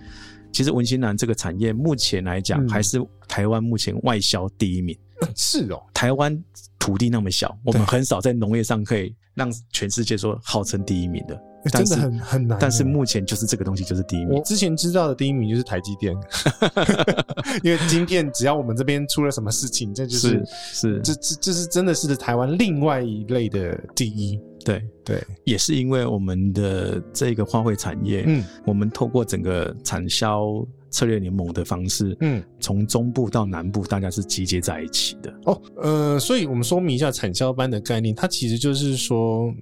[SPEAKER 3] 其实文心兰这个产业目前来讲，
[SPEAKER 2] 嗯
[SPEAKER 3] 还是台湾目前外销第一名。
[SPEAKER 2] 是哦，
[SPEAKER 3] 台湾土地那么小，我们很少在农业上可以让全世界说号称第一名的。
[SPEAKER 2] 欸
[SPEAKER 3] 但
[SPEAKER 2] 真
[SPEAKER 3] 是
[SPEAKER 2] 的很很难欸。
[SPEAKER 3] 但是目前就是这个东西就是第一名
[SPEAKER 2] 我，之前知道的第一名就是台积 电，因为晶片只要我们这边出了什么事情，这就是
[SPEAKER 3] 是
[SPEAKER 2] 这这这是真的是台湾另外一类的第一。
[SPEAKER 3] 对，
[SPEAKER 2] 对，
[SPEAKER 3] 也是因为我们的这个花卉产业，
[SPEAKER 2] 嗯
[SPEAKER 3] 我们透过整个产销策略联盟的方式，
[SPEAKER 2] 嗯，
[SPEAKER 3] 从中部到南部，大家是集结在一起的。
[SPEAKER 2] 哦，呃，所以我们说明一下产销班的概念，它其实就是说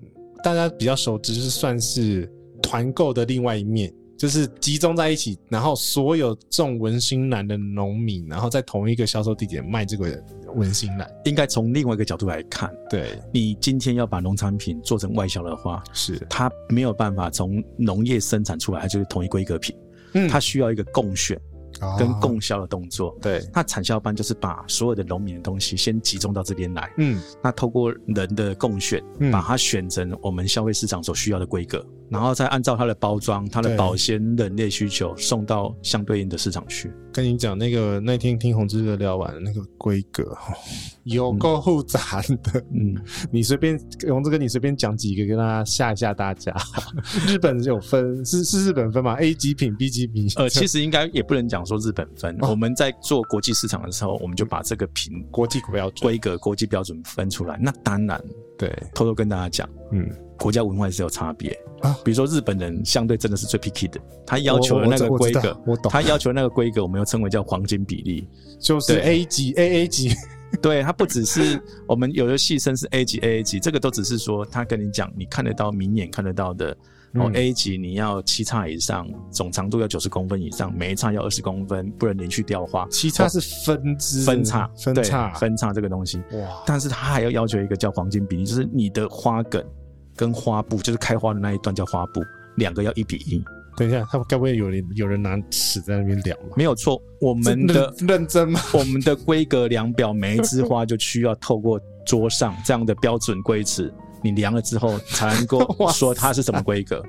[SPEAKER 2] 大家比较熟知，就是算是团购的另外一面。就是集中在一起，然后所有种文心兰的农民，然后在同一个销售地点卖这个文心兰。
[SPEAKER 3] 应该从另外一个角度来看，
[SPEAKER 2] 对，
[SPEAKER 3] 你今天要把农产品做成外销的话，
[SPEAKER 2] 是，
[SPEAKER 3] 它没有办法从农业生产出来，它就是同一规格品，
[SPEAKER 2] 嗯
[SPEAKER 3] 它需要一个共选跟
[SPEAKER 2] 哦
[SPEAKER 3] 共销的动作。
[SPEAKER 2] 对，
[SPEAKER 3] 那产销班就是把所有的农民的东西先集中到这边来，
[SPEAKER 2] 嗯
[SPEAKER 3] 那透过人的共选，
[SPEAKER 2] 嗯
[SPEAKER 3] 把它选成我们消费市场所需要的规格，然后再按照它的包装、它的
[SPEAKER 2] 对
[SPEAKER 3] 保鲜、冷链需求送到相对应的市场去。
[SPEAKER 2] 跟你讲，那个那天听红之哥聊完那个规格， 哦有够复杂的。
[SPEAKER 3] 嗯，
[SPEAKER 2] 你随便红之哥，你随便讲几个，跟大家吓一吓大家。 日本有分，是是日本分嘛？A 级品、B 级品，
[SPEAKER 3] 呃，其实应该也不能讲说日本分，
[SPEAKER 2] 哦
[SPEAKER 3] 我们在做国际市场的时候，我们就把这个品
[SPEAKER 2] 国际标准。
[SPEAKER 3] 规格、国际标准分出来。那当然，
[SPEAKER 2] 对，
[SPEAKER 3] 偷偷跟大家讲，
[SPEAKER 2] 嗯，
[SPEAKER 3] 国家文化也是有差别
[SPEAKER 2] 啊
[SPEAKER 3] 比如说日本人相对真的是最 picky 的，他要求的那个
[SPEAKER 2] 我我
[SPEAKER 3] 规
[SPEAKER 2] 知道
[SPEAKER 3] 格，
[SPEAKER 2] 我懂
[SPEAKER 3] 他要求的那个规格，我们又称为叫黄金比例。
[SPEAKER 2] 就是
[SPEAKER 3] 对
[SPEAKER 2] A 级、AA 级。
[SPEAKER 3] 对，它不只是我们有的戏称是 A 级、AA 级，这个都只是说他跟你讲，你看得到、明眼看得到的。哦、
[SPEAKER 2] 嗯
[SPEAKER 3] a 级你要七叉以上，总长度要九十公分以上，每一叉要二十公分，不能连续掉花。
[SPEAKER 2] 其他是分支、
[SPEAKER 3] 分叉，
[SPEAKER 2] 分
[SPEAKER 3] 对
[SPEAKER 2] 叉、
[SPEAKER 3] 分叉这个东西。
[SPEAKER 2] 哇，
[SPEAKER 3] 但是它还要要求一个叫黄金比例，就是你的花梗跟花布，就是开花的那一段叫花布，两个要一比一，
[SPEAKER 2] 等一下，他们该不会有人有人拿尺在那边量吧？
[SPEAKER 3] 没有错。我们
[SPEAKER 2] 这
[SPEAKER 3] 的
[SPEAKER 2] 认认真吗？
[SPEAKER 3] 我们的规格量表，每一枝花就需要透过桌上这样的标准规尺， 你量了之后才能够
[SPEAKER 2] 哇塞
[SPEAKER 3] 说它是什么规 格。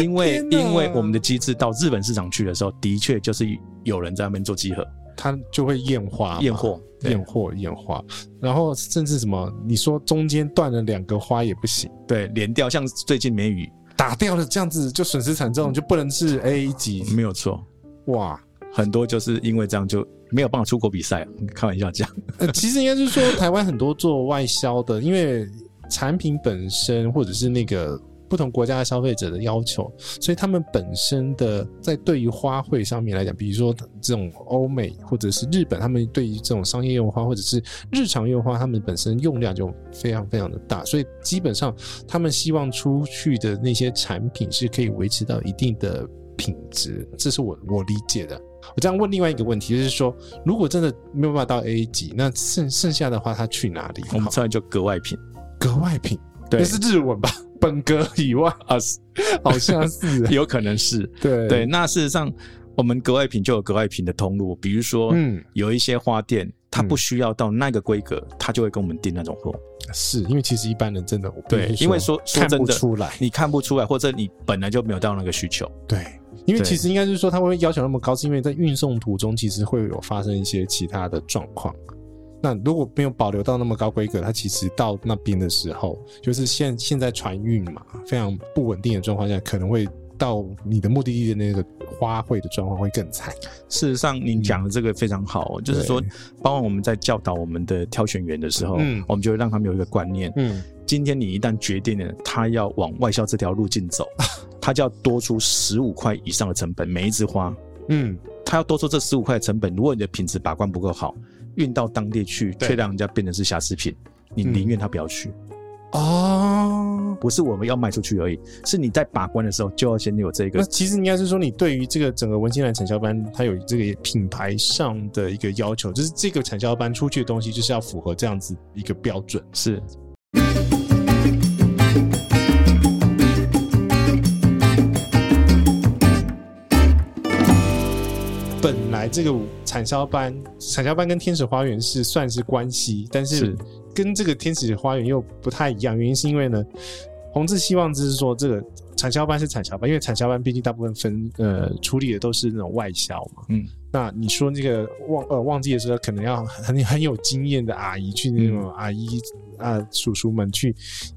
[SPEAKER 3] 因为
[SPEAKER 2] 天哪
[SPEAKER 3] 因为我们的机制到日本市场去的时候，的确就是有人在那边做集合
[SPEAKER 2] 他就会验花嘛，
[SPEAKER 3] 验货，对
[SPEAKER 2] 验货验花，然后甚至什么，你说中间断了两个花也不行，
[SPEAKER 3] 对连掉，像最近梅雨
[SPEAKER 2] 打掉了这样子就损失惨重，就不能是 A 级
[SPEAKER 3] 没有错，
[SPEAKER 2] 哇。
[SPEAKER 3] 很多就是因为这样就没有办法出国比赛，啊开玩笑讲。
[SPEAKER 2] 呃，其实应该是说台湾很多做外销的，因为产品本身或者是那个。不同国家的消费者的要求，所以他们本身的在对于花卉上面来讲，比如说这种欧美或者是日本，他们对于这种商业用花或者是日常用花，他们本身用量就非常非常的大，所以基本上他们希望出去的那些产品是可以维持到一定的品质，这是我我理解的。我这样问另外一个问题，就是说，如果真的没有办法到 A 级，那剩剩下的话，他去哪里？
[SPEAKER 3] 我们
[SPEAKER 2] 好
[SPEAKER 3] 这样就格外品，
[SPEAKER 2] 格外品，
[SPEAKER 3] 对
[SPEAKER 2] 那是日文吧？本格以外，
[SPEAKER 3] 啊，是
[SPEAKER 2] 好像是
[SPEAKER 3] 有可能是
[SPEAKER 2] 对
[SPEAKER 3] 对。，那事实上，我们格外品就有格外品的通路，比如说，
[SPEAKER 2] 嗯，
[SPEAKER 3] 有一些花店，它
[SPEAKER 2] 嗯
[SPEAKER 3] 不需要到那个规格，它就会跟我们订那种货。
[SPEAKER 2] 是因为其实一般人真的我必须
[SPEAKER 3] 对，因为说说
[SPEAKER 2] 看
[SPEAKER 3] 真
[SPEAKER 2] 不
[SPEAKER 3] 的，
[SPEAKER 2] 出来，
[SPEAKER 3] 你看不出来，或者你本来就没有到那个需求。
[SPEAKER 2] 对。因为
[SPEAKER 3] 对
[SPEAKER 2] 其实应该是说，他会要求那么高，是因为在运送途中其实会有发生一些其他的状况。那如果没有保留到那么高规格，它其实到那边的时候，就是现现在船运嘛，非常不稳定的状况下，可能会到你的目的地的那个花卉的状况会更惨。
[SPEAKER 3] 事实上，您讲的这个非常好哦，就是说
[SPEAKER 2] 嗯对，
[SPEAKER 3] 包括我们在教导我们的挑选员的时候，
[SPEAKER 2] 嗯
[SPEAKER 3] 我们就会让他们有一个观念：
[SPEAKER 2] 嗯，
[SPEAKER 3] 今天你一旦决定了他要往外销这条路径 走，他就要多出十五块以上的成本，每一枝花，
[SPEAKER 2] 嗯，
[SPEAKER 3] 他要多出这十五块的成本。如果你的品质把关不够好，运到当地去，
[SPEAKER 2] 对
[SPEAKER 3] 却让人家变成是瑕疵品，你
[SPEAKER 2] 嗯
[SPEAKER 3] 宁愿他不要去。
[SPEAKER 2] 哦，
[SPEAKER 3] 不是我们要卖出去而已，是你在把关的时候就要先有这
[SPEAKER 2] 那
[SPEAKER 3] 个。
[SPEAKER 2] 其实应该是说，你对于这个整个文心兰产销班，它有这个品牌上的一个要求，就是这个产销班出去的东西就是要符合这样子一个标准。
[SPEAKER 3] 是，
[SPEAKER 2] 本来这个产销班，产销班跟天使花园是算是关系，但是
[SPEAKER 3] 是
[SPEAKER 2] 跟这个天使花园又不太一样。原因是因为呢，宏志希望就是说，这个产销班是产销班，因为产销班毕竟大部分分呃处理的都是那种外销嘛。
[SPEAKER 3] 嗯，
[SPEAKER 2] 那你说那个旺呃旺季的时候，可能要很很有经验的阿姨去那种阿姨啊、叔叔们去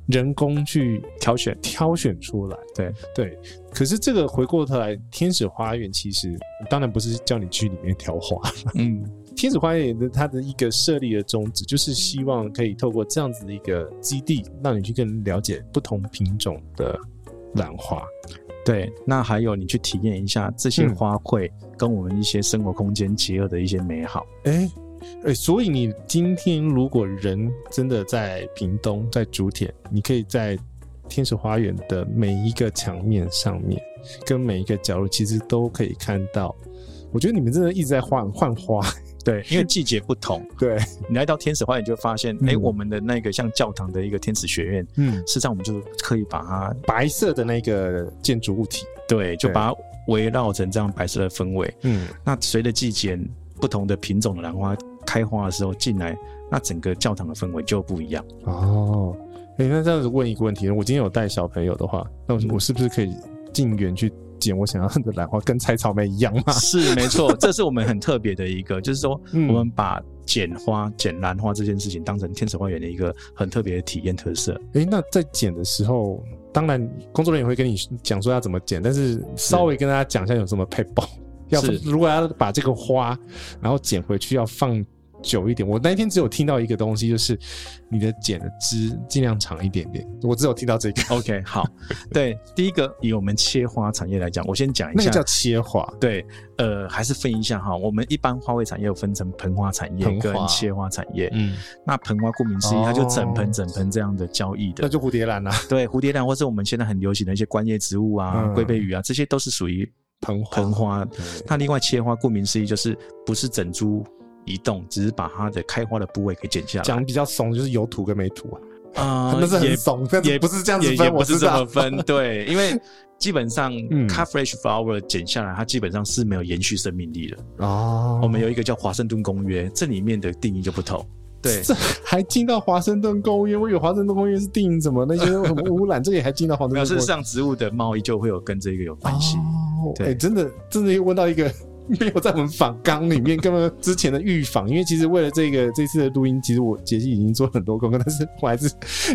[SPEAKER 2] 人工去
[SPEAKER 3] 挑选
[SPEAKER 2] 挑选出来。
[SPEAKER 3] 对
[SPEAKER 2] 对，可是这个回过头来，天使花园其实呃当然不是叫你去里面挑花，
[SPEAKER 3] 嗯，
[SPEAKER 2] 天使花园的它的一个设立的宗旨，就是希望可以透过这样子的一个基地，让你去更了解不同品种的兰花。
[SPEAKER 3] 对。那还有，你去体验一下这些
[SPEAKER 2] 嗯
[SPEAKER 3] 花卉跟我们一些生活空间结合的一些美好。
[SPEAKER 2] 哎、哎、所以你今天如果人真的在屏东，在竹田，你可以在天使花园的每一个墙面上面，跟每一个角落，其实都可以看到。我觉得你们真的一直在换换花，
[SPEAKER 3] 对，因为季节不同，
[SPEAKER 2] 对，
[SPEAKER 3] 你来到天使花园就会发现，
[SPEAKER 2] 嗯
[SPEAKER 3] 哎、我们的那个像教堂的一个天使学院，
[SPEAKER 2] 嗯，
[SPEAKER 3] 事实上我们就可以把它，
[SPEAKER 2] 白色的那个建筑物体，
[SPEAKER 3] 对，就
[SPEAKER 2] 对
[SPEAKER 3] 把它围绕成这样白色的氛围。
[SPEAKER 2] 嗯，
[SPEAKER 3] 那随着季节不同的品种的兰花开花的时候进来，那整个教堂的氛围就不一样。
[SPEAKER 2] 哦，哎、那这样子问一个问题，我今天有带小朋友的话，那我我是不是可以进园去捡我想要的兰花，跟采草莓一样吗？
[SPEAKER 3] 是没错，这是我们很特别的一 个，就是说
[SPEAKER 2] 嗯
[SPEAKER 3] 我们把剪花、剪兰花这件事情当成天使花园的一个很特别的体验 特色。
[SPEAKER 2] 哎、那在剪的时候，当然工作人员会跟你讲说要怎么剪，但是稍微跟大家讲一下有什么配包。 要
[SPEAKER 3] 是
[SPEAKER 2] 如果要把这个花，然后剪回去要放久一点。我那天只有听到一个东西，就是你的剪的枝尽量长一点点。我只有听到这个，
[SPEAKER 3] OK，好，对，第一个以我们切花产业来讲，我先讲一
[SPEAKER 2] 那
[SPEAKER 3] 下
[SPEAKER 2] 个，叫切花。
[SPEAKER 3] 对，呃，还是分一下哈。我们一般花卉产业有分成盆花产业
[SPEAKER 2] 盆花
[SPEAKER 3] 跟切花产业。
[SPEAKER 2] 嗯，
[SPEAKER 3] 那盆花顾名思义，
[SPEAKER 2] 哦
[SPEAKER 3] 它就整盆整盆这样的交易的。
[SPEAKER 2] 那就蝴蝶兰啦、啊
[SPEAKER 3] 对，蝴蝶兰或是我们现在很流行的一些观叶植物啊、
[SPEAKER 2] 嗯
[SPEAKER 3] 龟背鱼啊，这些都是属于
[SPEAKER 2] 盆花。
[SPEAKER 3] 盆花
[SPEAKER 2] 对，
[SPEAKER 3] 那另外切花，顾名思义就是不是整株移动，只是把它的开花的部位给剪下来。
[SPEAKER 2] 讲比较怂，就是有土跟没土啊，
[SPEAKER 3] 啊
[SPEAKER 2] 那是很怂，但是
[SPEAKER 3] 也
[SPEAKER 2] 不是这样
[SPEAKER 3] 也
[SPEAKER 2] 子
[SPEAKER 3] 也
[SPEAKER 2] 分，
[SPEAKER 3] 不
[SPEAKER 2] 我
[SPEAKER 3] 是
[SPEAKER 2] 知
[SPEAKER 3] 这么
[SPEAKER 2] 道。
[SPEAKER 3] 分，对，因为基本上
[SPEAKER 2] 嗯
[SPEAKER 3] c a f r e s h flower 剪下来，它基本上是没有延续生命力的。
[SPEAKER 2] 哦
[SPEAKER 3] 我们有一个叫华盛顿公约，这里面的定义就不同。对，
[SPEAKER 2] 这还进到华盛顿公约，我以为华盛顿公约是定什么那些什么污染，这里还进到华盛
[SPEAKER 3] 没
[SPEAKER 2] 顿公
[SPEAKER 3] 有，事
[SPEAKER 2] 约
[SPEAKER 3] 实。上植物的贸易就会有跟这个有关系。
[SPEAKER 2] 哦，哎、
[SPEAKER 3] 对
[SPEAKER 2] 真的真的又问到一个没有在我们访纲里面，根本之前的预防，因为其实为了这个这次的录音，其实我杰西已经做了很多功课，但是我还是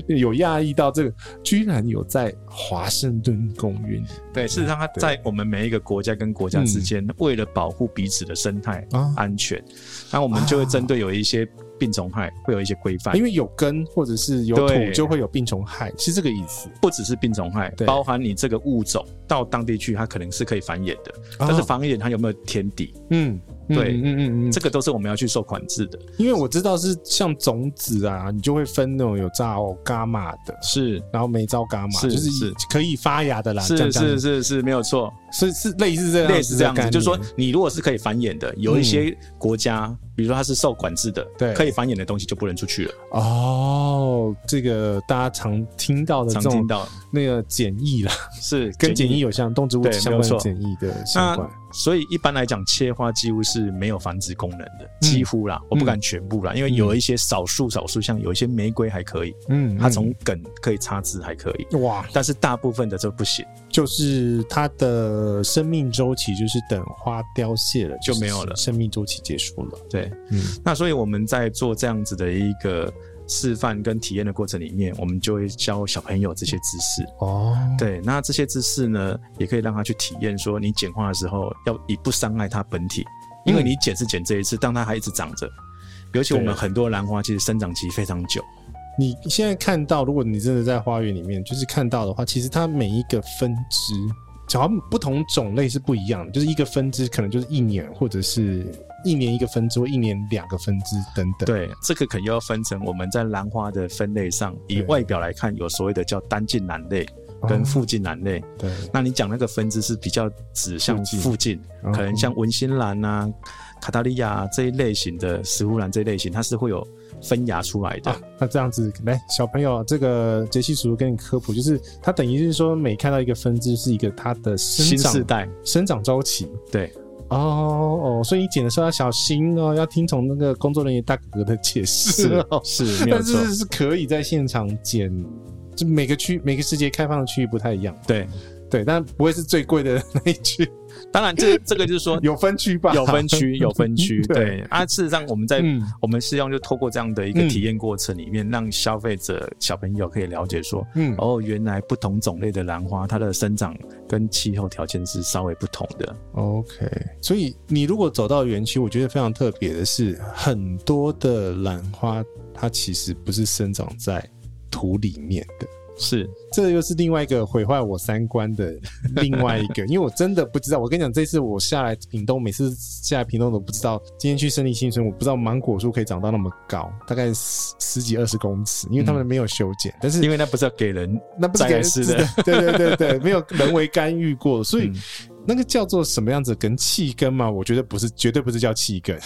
[SPEAKER 2] 有讶异到这个居然有在华盛顿公约里
[SPEAKER 3] 对，事实上它在我们每一个国家跟国家
[SPEAKER 2] 嗯
[SPEAKER 3] 之间，为了保护彼此的生态
[SPEAKER 2] 啊
[SPEAKER 3] 安全，那我们就会针对有一些病虫害会有一些规范
[SPEAKER 2] 因。为有根或者是有土
[SPEAKER 3] 对
[SPEAKER 2] 就会有病虫害，是这个意思。
[SPEAKER 3] 不只是病虫害
[SPEAKER 2] 对，
[SPEAKER 3] 包含你这
[SPEAKER 2] 哦
[SPEAKER 3] 个物种到当地去，它可能是可以繁衍的，但是繁衍它有没有天敌？
[SPEAKER 2] 啊嗯，
[SPEAKER 3] 对
[SPEAKER 2] 嗯嗯嗯嗯，
[SPEAKER 3] 这个都是我们要去受管制的。
[SPEAKER 2] 因为我知道是像种子啊，你就会分那种有造伽马的，
[SPEAKER 3] 是
[SPEAKER 2] 然后没造伽马，
[SPEAKER 3] 是
[SPEAKER 2] 就是可以发芽的啦，啊这样
[SPEAKER 3] 是
[SPEAKER 2] 讲
[SPEAKER 3] 是是是，没有错，
[SPEAKER 2] 所以是类似这样
[SPEAKER 3] 类似这样
[SPEAKER 2] 的概
[SPEAKER 3] 子，
[SPEAKER 2] 念
[SPEAKER 3] 就是说你如果是可以繁衍的，有一些国家，比如说它是受管制的，
[SPEAKER 2] 嗯对
[SPEAKER 3] 可以繁衍的东西就不能出去了，
[SPEAKER 2] 哦，这个大家常听到的这
[SPEAKER 3] 常听
[SPEAKER 2] 种
[SPEAKER 3] 到
[SPEAKER 2] 那个简易啦，
[SPEAKER 3] 是
[SPEAKER 2] 跟
[SPEAKER 3] 简
[SPEAKER 2] 简易
[SPEAKER 3] 易。
[SPEAKER 2] 有相动植物
[SPEAKER 3] 对
[SPEAKER 2] 相
[SPEAKER 3] 没有
[SPEAKER 2] 关嗯的
[SPEAKER 3] 错
[SPEAKER 2] 简易的相
[SPEAKER 3] 那
[SPEAKER 2] 关，
[SPEAKER 3] 所以一般来讲，切花几乎是没有繁殖功能的，
[SPEAKER 2] 嗯
[SPEAKER 3] 几乎啦，我不敢全部啦，因为有一些少数少数，像有一些玫瑰还可以，
[SPEAKER 2] 嗯，
[SPEAKER 3] 它从梗可以插枝还可以，
[SPEAKER 2] 嗯哇，
[SPEAKER 3] 但是大部分的这不行，
[SPEAKER 2] 就是它的生命周期就是等花凋谢了
[SPEAKER 3] 就没有了
[SPEAKER 2] 是生命周期结束了，
[SPEAKER 3] 对，
[SPEAKER 2] 嗯
[SPEAKER 3] 那所以我们在做这样子的一个示范跟体验的过程里面，我们就会教小朋友这些知识。
[SPEAKER 2] 哦，
[SPEAKER 3] 对，那这些知识呢，也可以让他去体验，说你简化的时候要以不伤害它本体，因为
[SPEAKER 2] 嗯
[SPEAKER 3] 你剪是剪这一次，当它还一直长着。尤其我
[SPEAKER 2] 对
[SPEAKER 3] 们很多兰花其实生长期非常久，
[SPEAKER 2] 你现在看到，如果你真的在花园里面，就是看到的话，其实它每一个分支，只要不同种类是不一样的，就是一个分支可能就是一年，或者是一年一个分支，或一年两个分支等等。，
[SPEAKER 3] 对，这个可能要分成我们在兰花的分类上，以
[SPEAKER 2] 对
[SPEAKER 3] 外表来看，有所谓的叫单茎兰类跟
[SPEAKER 2] 哦
[SPEAKER 3] 复茎兰类。
[SPEAKER 2] 对，
[SPEAKER 3] 那你讲那个分支是比较指向附近，
[SPEAKER 2] 哦
[SPEAKER 3] 可能像文心兰啊、卡达利亚、啊这一类型的石斛兰这一类型，它是会有分芽出来的。
[SPEAKER 2] 啊，那这样子，来小朋友，这个杰西叔叔跟你科普，就是它等于是说每看到一个分支是一个它的生
[SPEAKER 3] 新世
[SPEAKER 2] 长
[SPEAKER 3] 代，
[SPEAKER 2] 生长周期。
[SPEAKER 3] 对，
[SPEAKER 2] 哦哦，所以你剪的时候要小心哦，要听从那个工作人员大哥的解释
[SPEAKER 3] 是
[SPEAKER 2] 哦。
[SPEAKER 3] 是没有
[SPEAKER 2] 但
[SPEAKER 3] 错，
[SPEAKER 2] 是是可以在现场剪，就每个区每个世界开放的区域不太一样，
[SPEAKER 3] 对。
[SPEAKER 2] 对，但不会是最贵的那一区，
[SPEAKER 3] 当 然这，这个就是说
[SPEAKER 2] 有分区吧？
[SPEAKER 3] 有分 区，有分区。
[SPEAKER 2] 对
[SPEAKER 3] 对啊，事实上我们在、
[SPEAKER 2] 嗯
[SPEAKER 3] 我们是用就透过这样的一个
[SPEAKER 2] 嗯
[SPEAKER 3] 体验过程里面，让消费者小朋友可以了解说，
[SPEAKER 2] 嗯
[SPEAKER 3] 哦，原来不同种类的兰花，它的生长跟气候条件是稍微不同的。
[SPEAKER 2] ，OK。所以你如果走到园区，我觉得非常特别的是，很多的兰花它其实不是生长在土里面的。
[SPEAKER 3] 是，
[SPEAKER 2] 这又是另外一个毁坏我三观的另外 一个，因为我真的不知道。我跟你讲，这次我下来屏东，每次下来屏东都不知道。今天去胜利新村，我不知道芒果树可以长到那么高，大概十十几二十公尺，因为他们没有修剪，但是
[SPEAKER 3] 因为那不是要给人
[SPEAKER 2] 嗯那不是给人
[SPEAKER 3] 摘
[SPEAKER 2] 吃
[SPEAKER 3] 了吃
[SPEAKER 2] 的
[SPEAKER 3] 的，
[SPEAKER 2] 对对对对，没有人为干预 过，所以
[SPEAKER 3] 嗯
[SPEAKER 2] 那个叫做什么样子跟气根嘛？我觉得不是，绝对不是叫气根，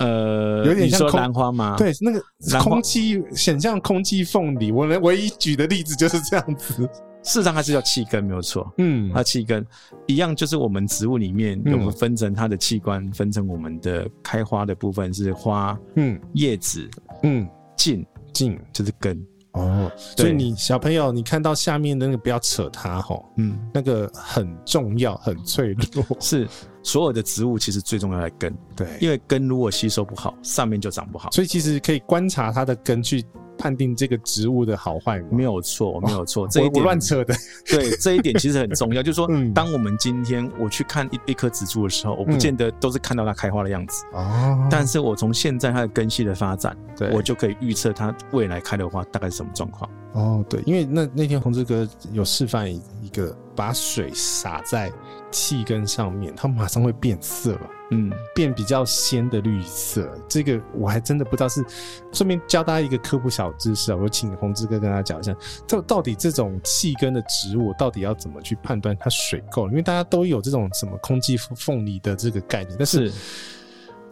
[SPEAKER 3] 呃，
[SPEAKER 2] 有点
[SPEAKER 3] 你
[SPEAKER 2] 像
[SPEAKER 3] 说
[SPEAKER 2] 空
[SPEAKER 3] 兰花吗？
[SPEAKER 2] 对，那个
[SPEAKER 3] 兰花
[SPEAKER 2] 空气很像空气凤梨。我能唯一举的例子就是这样子，
[SPEAKER 3] 事实上它是叫气根，没有错。
[SPEAKER 2] 嗯
[SPEAKER 3] 它气根一样，就是我们植物里面，
[SPEAKER 2] 嗯
[SPEAKER 3] 我们分成它的器官，分成我们的开花的部分是花、
[SPEAKER 2] 嗯
[SPEAKER 3] 叶子、
[SPEAKER 2] 嗯，
[SPEAKER 3] 茎，
[SPEAKER 2] 进。
[SPEAKER 3] 就是根。
[SPEAKER 2] 哦，所以
[SPEAKER 3] 对
[SPEAKER 2] 你小朋友，你看到下面的那个不要扯它吼，
[SPEAKER 3] 嗯，
[SPEAKER 2] 那个很重要，很脆弱。
[SPEAKER 3] 是所有的植物其实最重要的根，
[SPEAKER 2] 对，
[SPEAKER 3] 因为根如果吸收不好，上面就长不好。
[SPEAKER 2] 所以其实可以观察它的根去判定这个植物的好坏嘛。
[SPEAKER 3] 没有错，没有错，这一
[SPEAKER 2] 哦我我
[SPEAKER 3] 点
[SPEAKER 2] 乱扯的。
[SPEAKER 3] 对这一点其实很重要。就是说
[SPEAKER 2] 嗯，
[SPEAKER 3] 当我们今天我去看一一棵植株的时候，我不
[SPEAKER 2] 嗯
[SPEAKER 3] 见得都是看到它开花的样子，
[SPEAKER 2] 哦
[SPEAKER 3] 但是我从现在它的根系的发展，
[SPEAKER 2] 对
[SPEAKER 3] 我就可以预测它未来开的花大概是什么状况。
[SPEAKER 2] 哦，对，因为那那天宏志哥有示范一一个，把水洒在气根上面，它马上会变色了。
[SPEAKER 3] 嗯，
[SPEAKER 2] 变比较鲜的绿色，这个我还真的不知道是。顺便教大家一个科普小知识啊，我请宏志哥跟大家讲一下，到到底这种气根的植物到底要怎么去判断它水够？因为大家都有这种什么空气凤梨的这个概念，但是
[SPEAKER 3] 是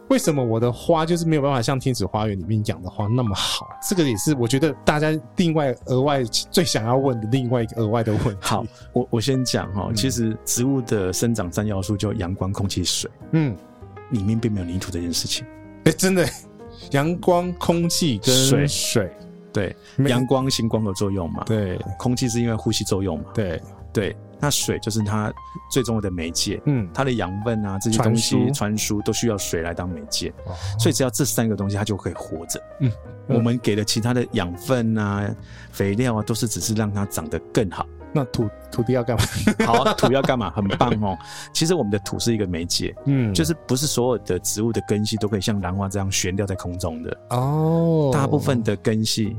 [SPEAKER 2] 为什么我的花就是没有办法像天使花园里面养的花那么好？这个也是我觉得大家另外额外最想要问的另外一个额外的问题。
[SPEAKER 3] 好，，我我先讲
[SPEAKER 2] 嗯
[SPEAKER 3] 哈、其实植物的生长三要素就阳光、空气、水，
[SPEAKER 2] 嗯，
[SPEAKER 3] 里面并没有泥土这件事情。
[SPEAKER 2] 哎、真的，阳光、空气跟
[SPEAKER 3] 水
[SPEAKER 2] 水
[SPEAKER 3] 对，
[SPEAKER 2] 没
[SPEAKER 3] 阳光、星光合作用嘛，，
[SPEAKER 2] 对
[SPEAKER 3] 空气是因为呼吸作用嘛，
[SPEAKER 2] 对，
[SPEAKER 3] 对，那水就是它最重要的媒介，
[SPEAKER 2] 嗯。
[SPEAKER 3] 它的养分啊这些
[SPEAKER 2] 传
[SPEAKER 3] 东
[SPEAKER 2] 输
[SPEAKER 3] 西传输都需要水来当媒介，
[SPEAKER 2] 哦
[SPEAKER 3] 所以只要这三个东西，它就可以活着。
[SPEAKER 2] 嗯，
[SPEAKER 3] 我们给的其他的养分啊、肥料啊，都是只是让它长得更好。
[SPEAKER 2] 那土土地要干嘛？
[SPEAKER 3] 好，
[SPEAKER 2] 啊
[SPEAKER 3] 土要干嘛？很棒哦。其实我们的土是一个媒介，
[SPEAKER 2] 嗯
[SPEAKER 3] 就是是不是所有的植物的根系都可以像兰花这样悬吊在空中的，
[SPEAKER 2] 哦，
[SPEAKER 3] 大部分的根系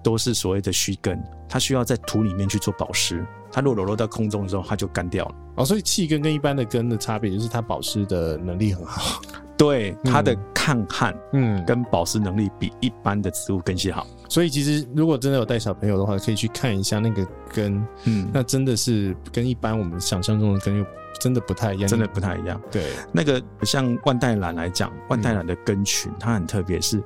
[SPEAKER 3] 都是所谓的须根，它需要在土里面去做保湿。它如果裸露到空中的时候，它就干掉了。
[SPEAKER 2] 哦，所以气根跟一般的根的差别就是它保湿的能力很好。
[SPEAKER 3] 对它的抗旱
[SPEAKER 2] 嗯，
[SPEAKER 3] 跟保湿能力比一般的植物根系好。
[SPEAKER 2] 所以其实如果真的有带小朋友的话，可以去看一下那个根，
[SPEAKER 3] 嗯，
[SPEAKER 2] 那真的是跟一般我们想象中的根又真的不太一样，
[SPEAKER 3] 真的不太一样。
[SPEAKER 2] 对，
[SPEAKER 3] 那个像万代兰来讲，
[SPEAKER 2] 嗯
[SPEAKER 3] 万代兰的根群它很特别，是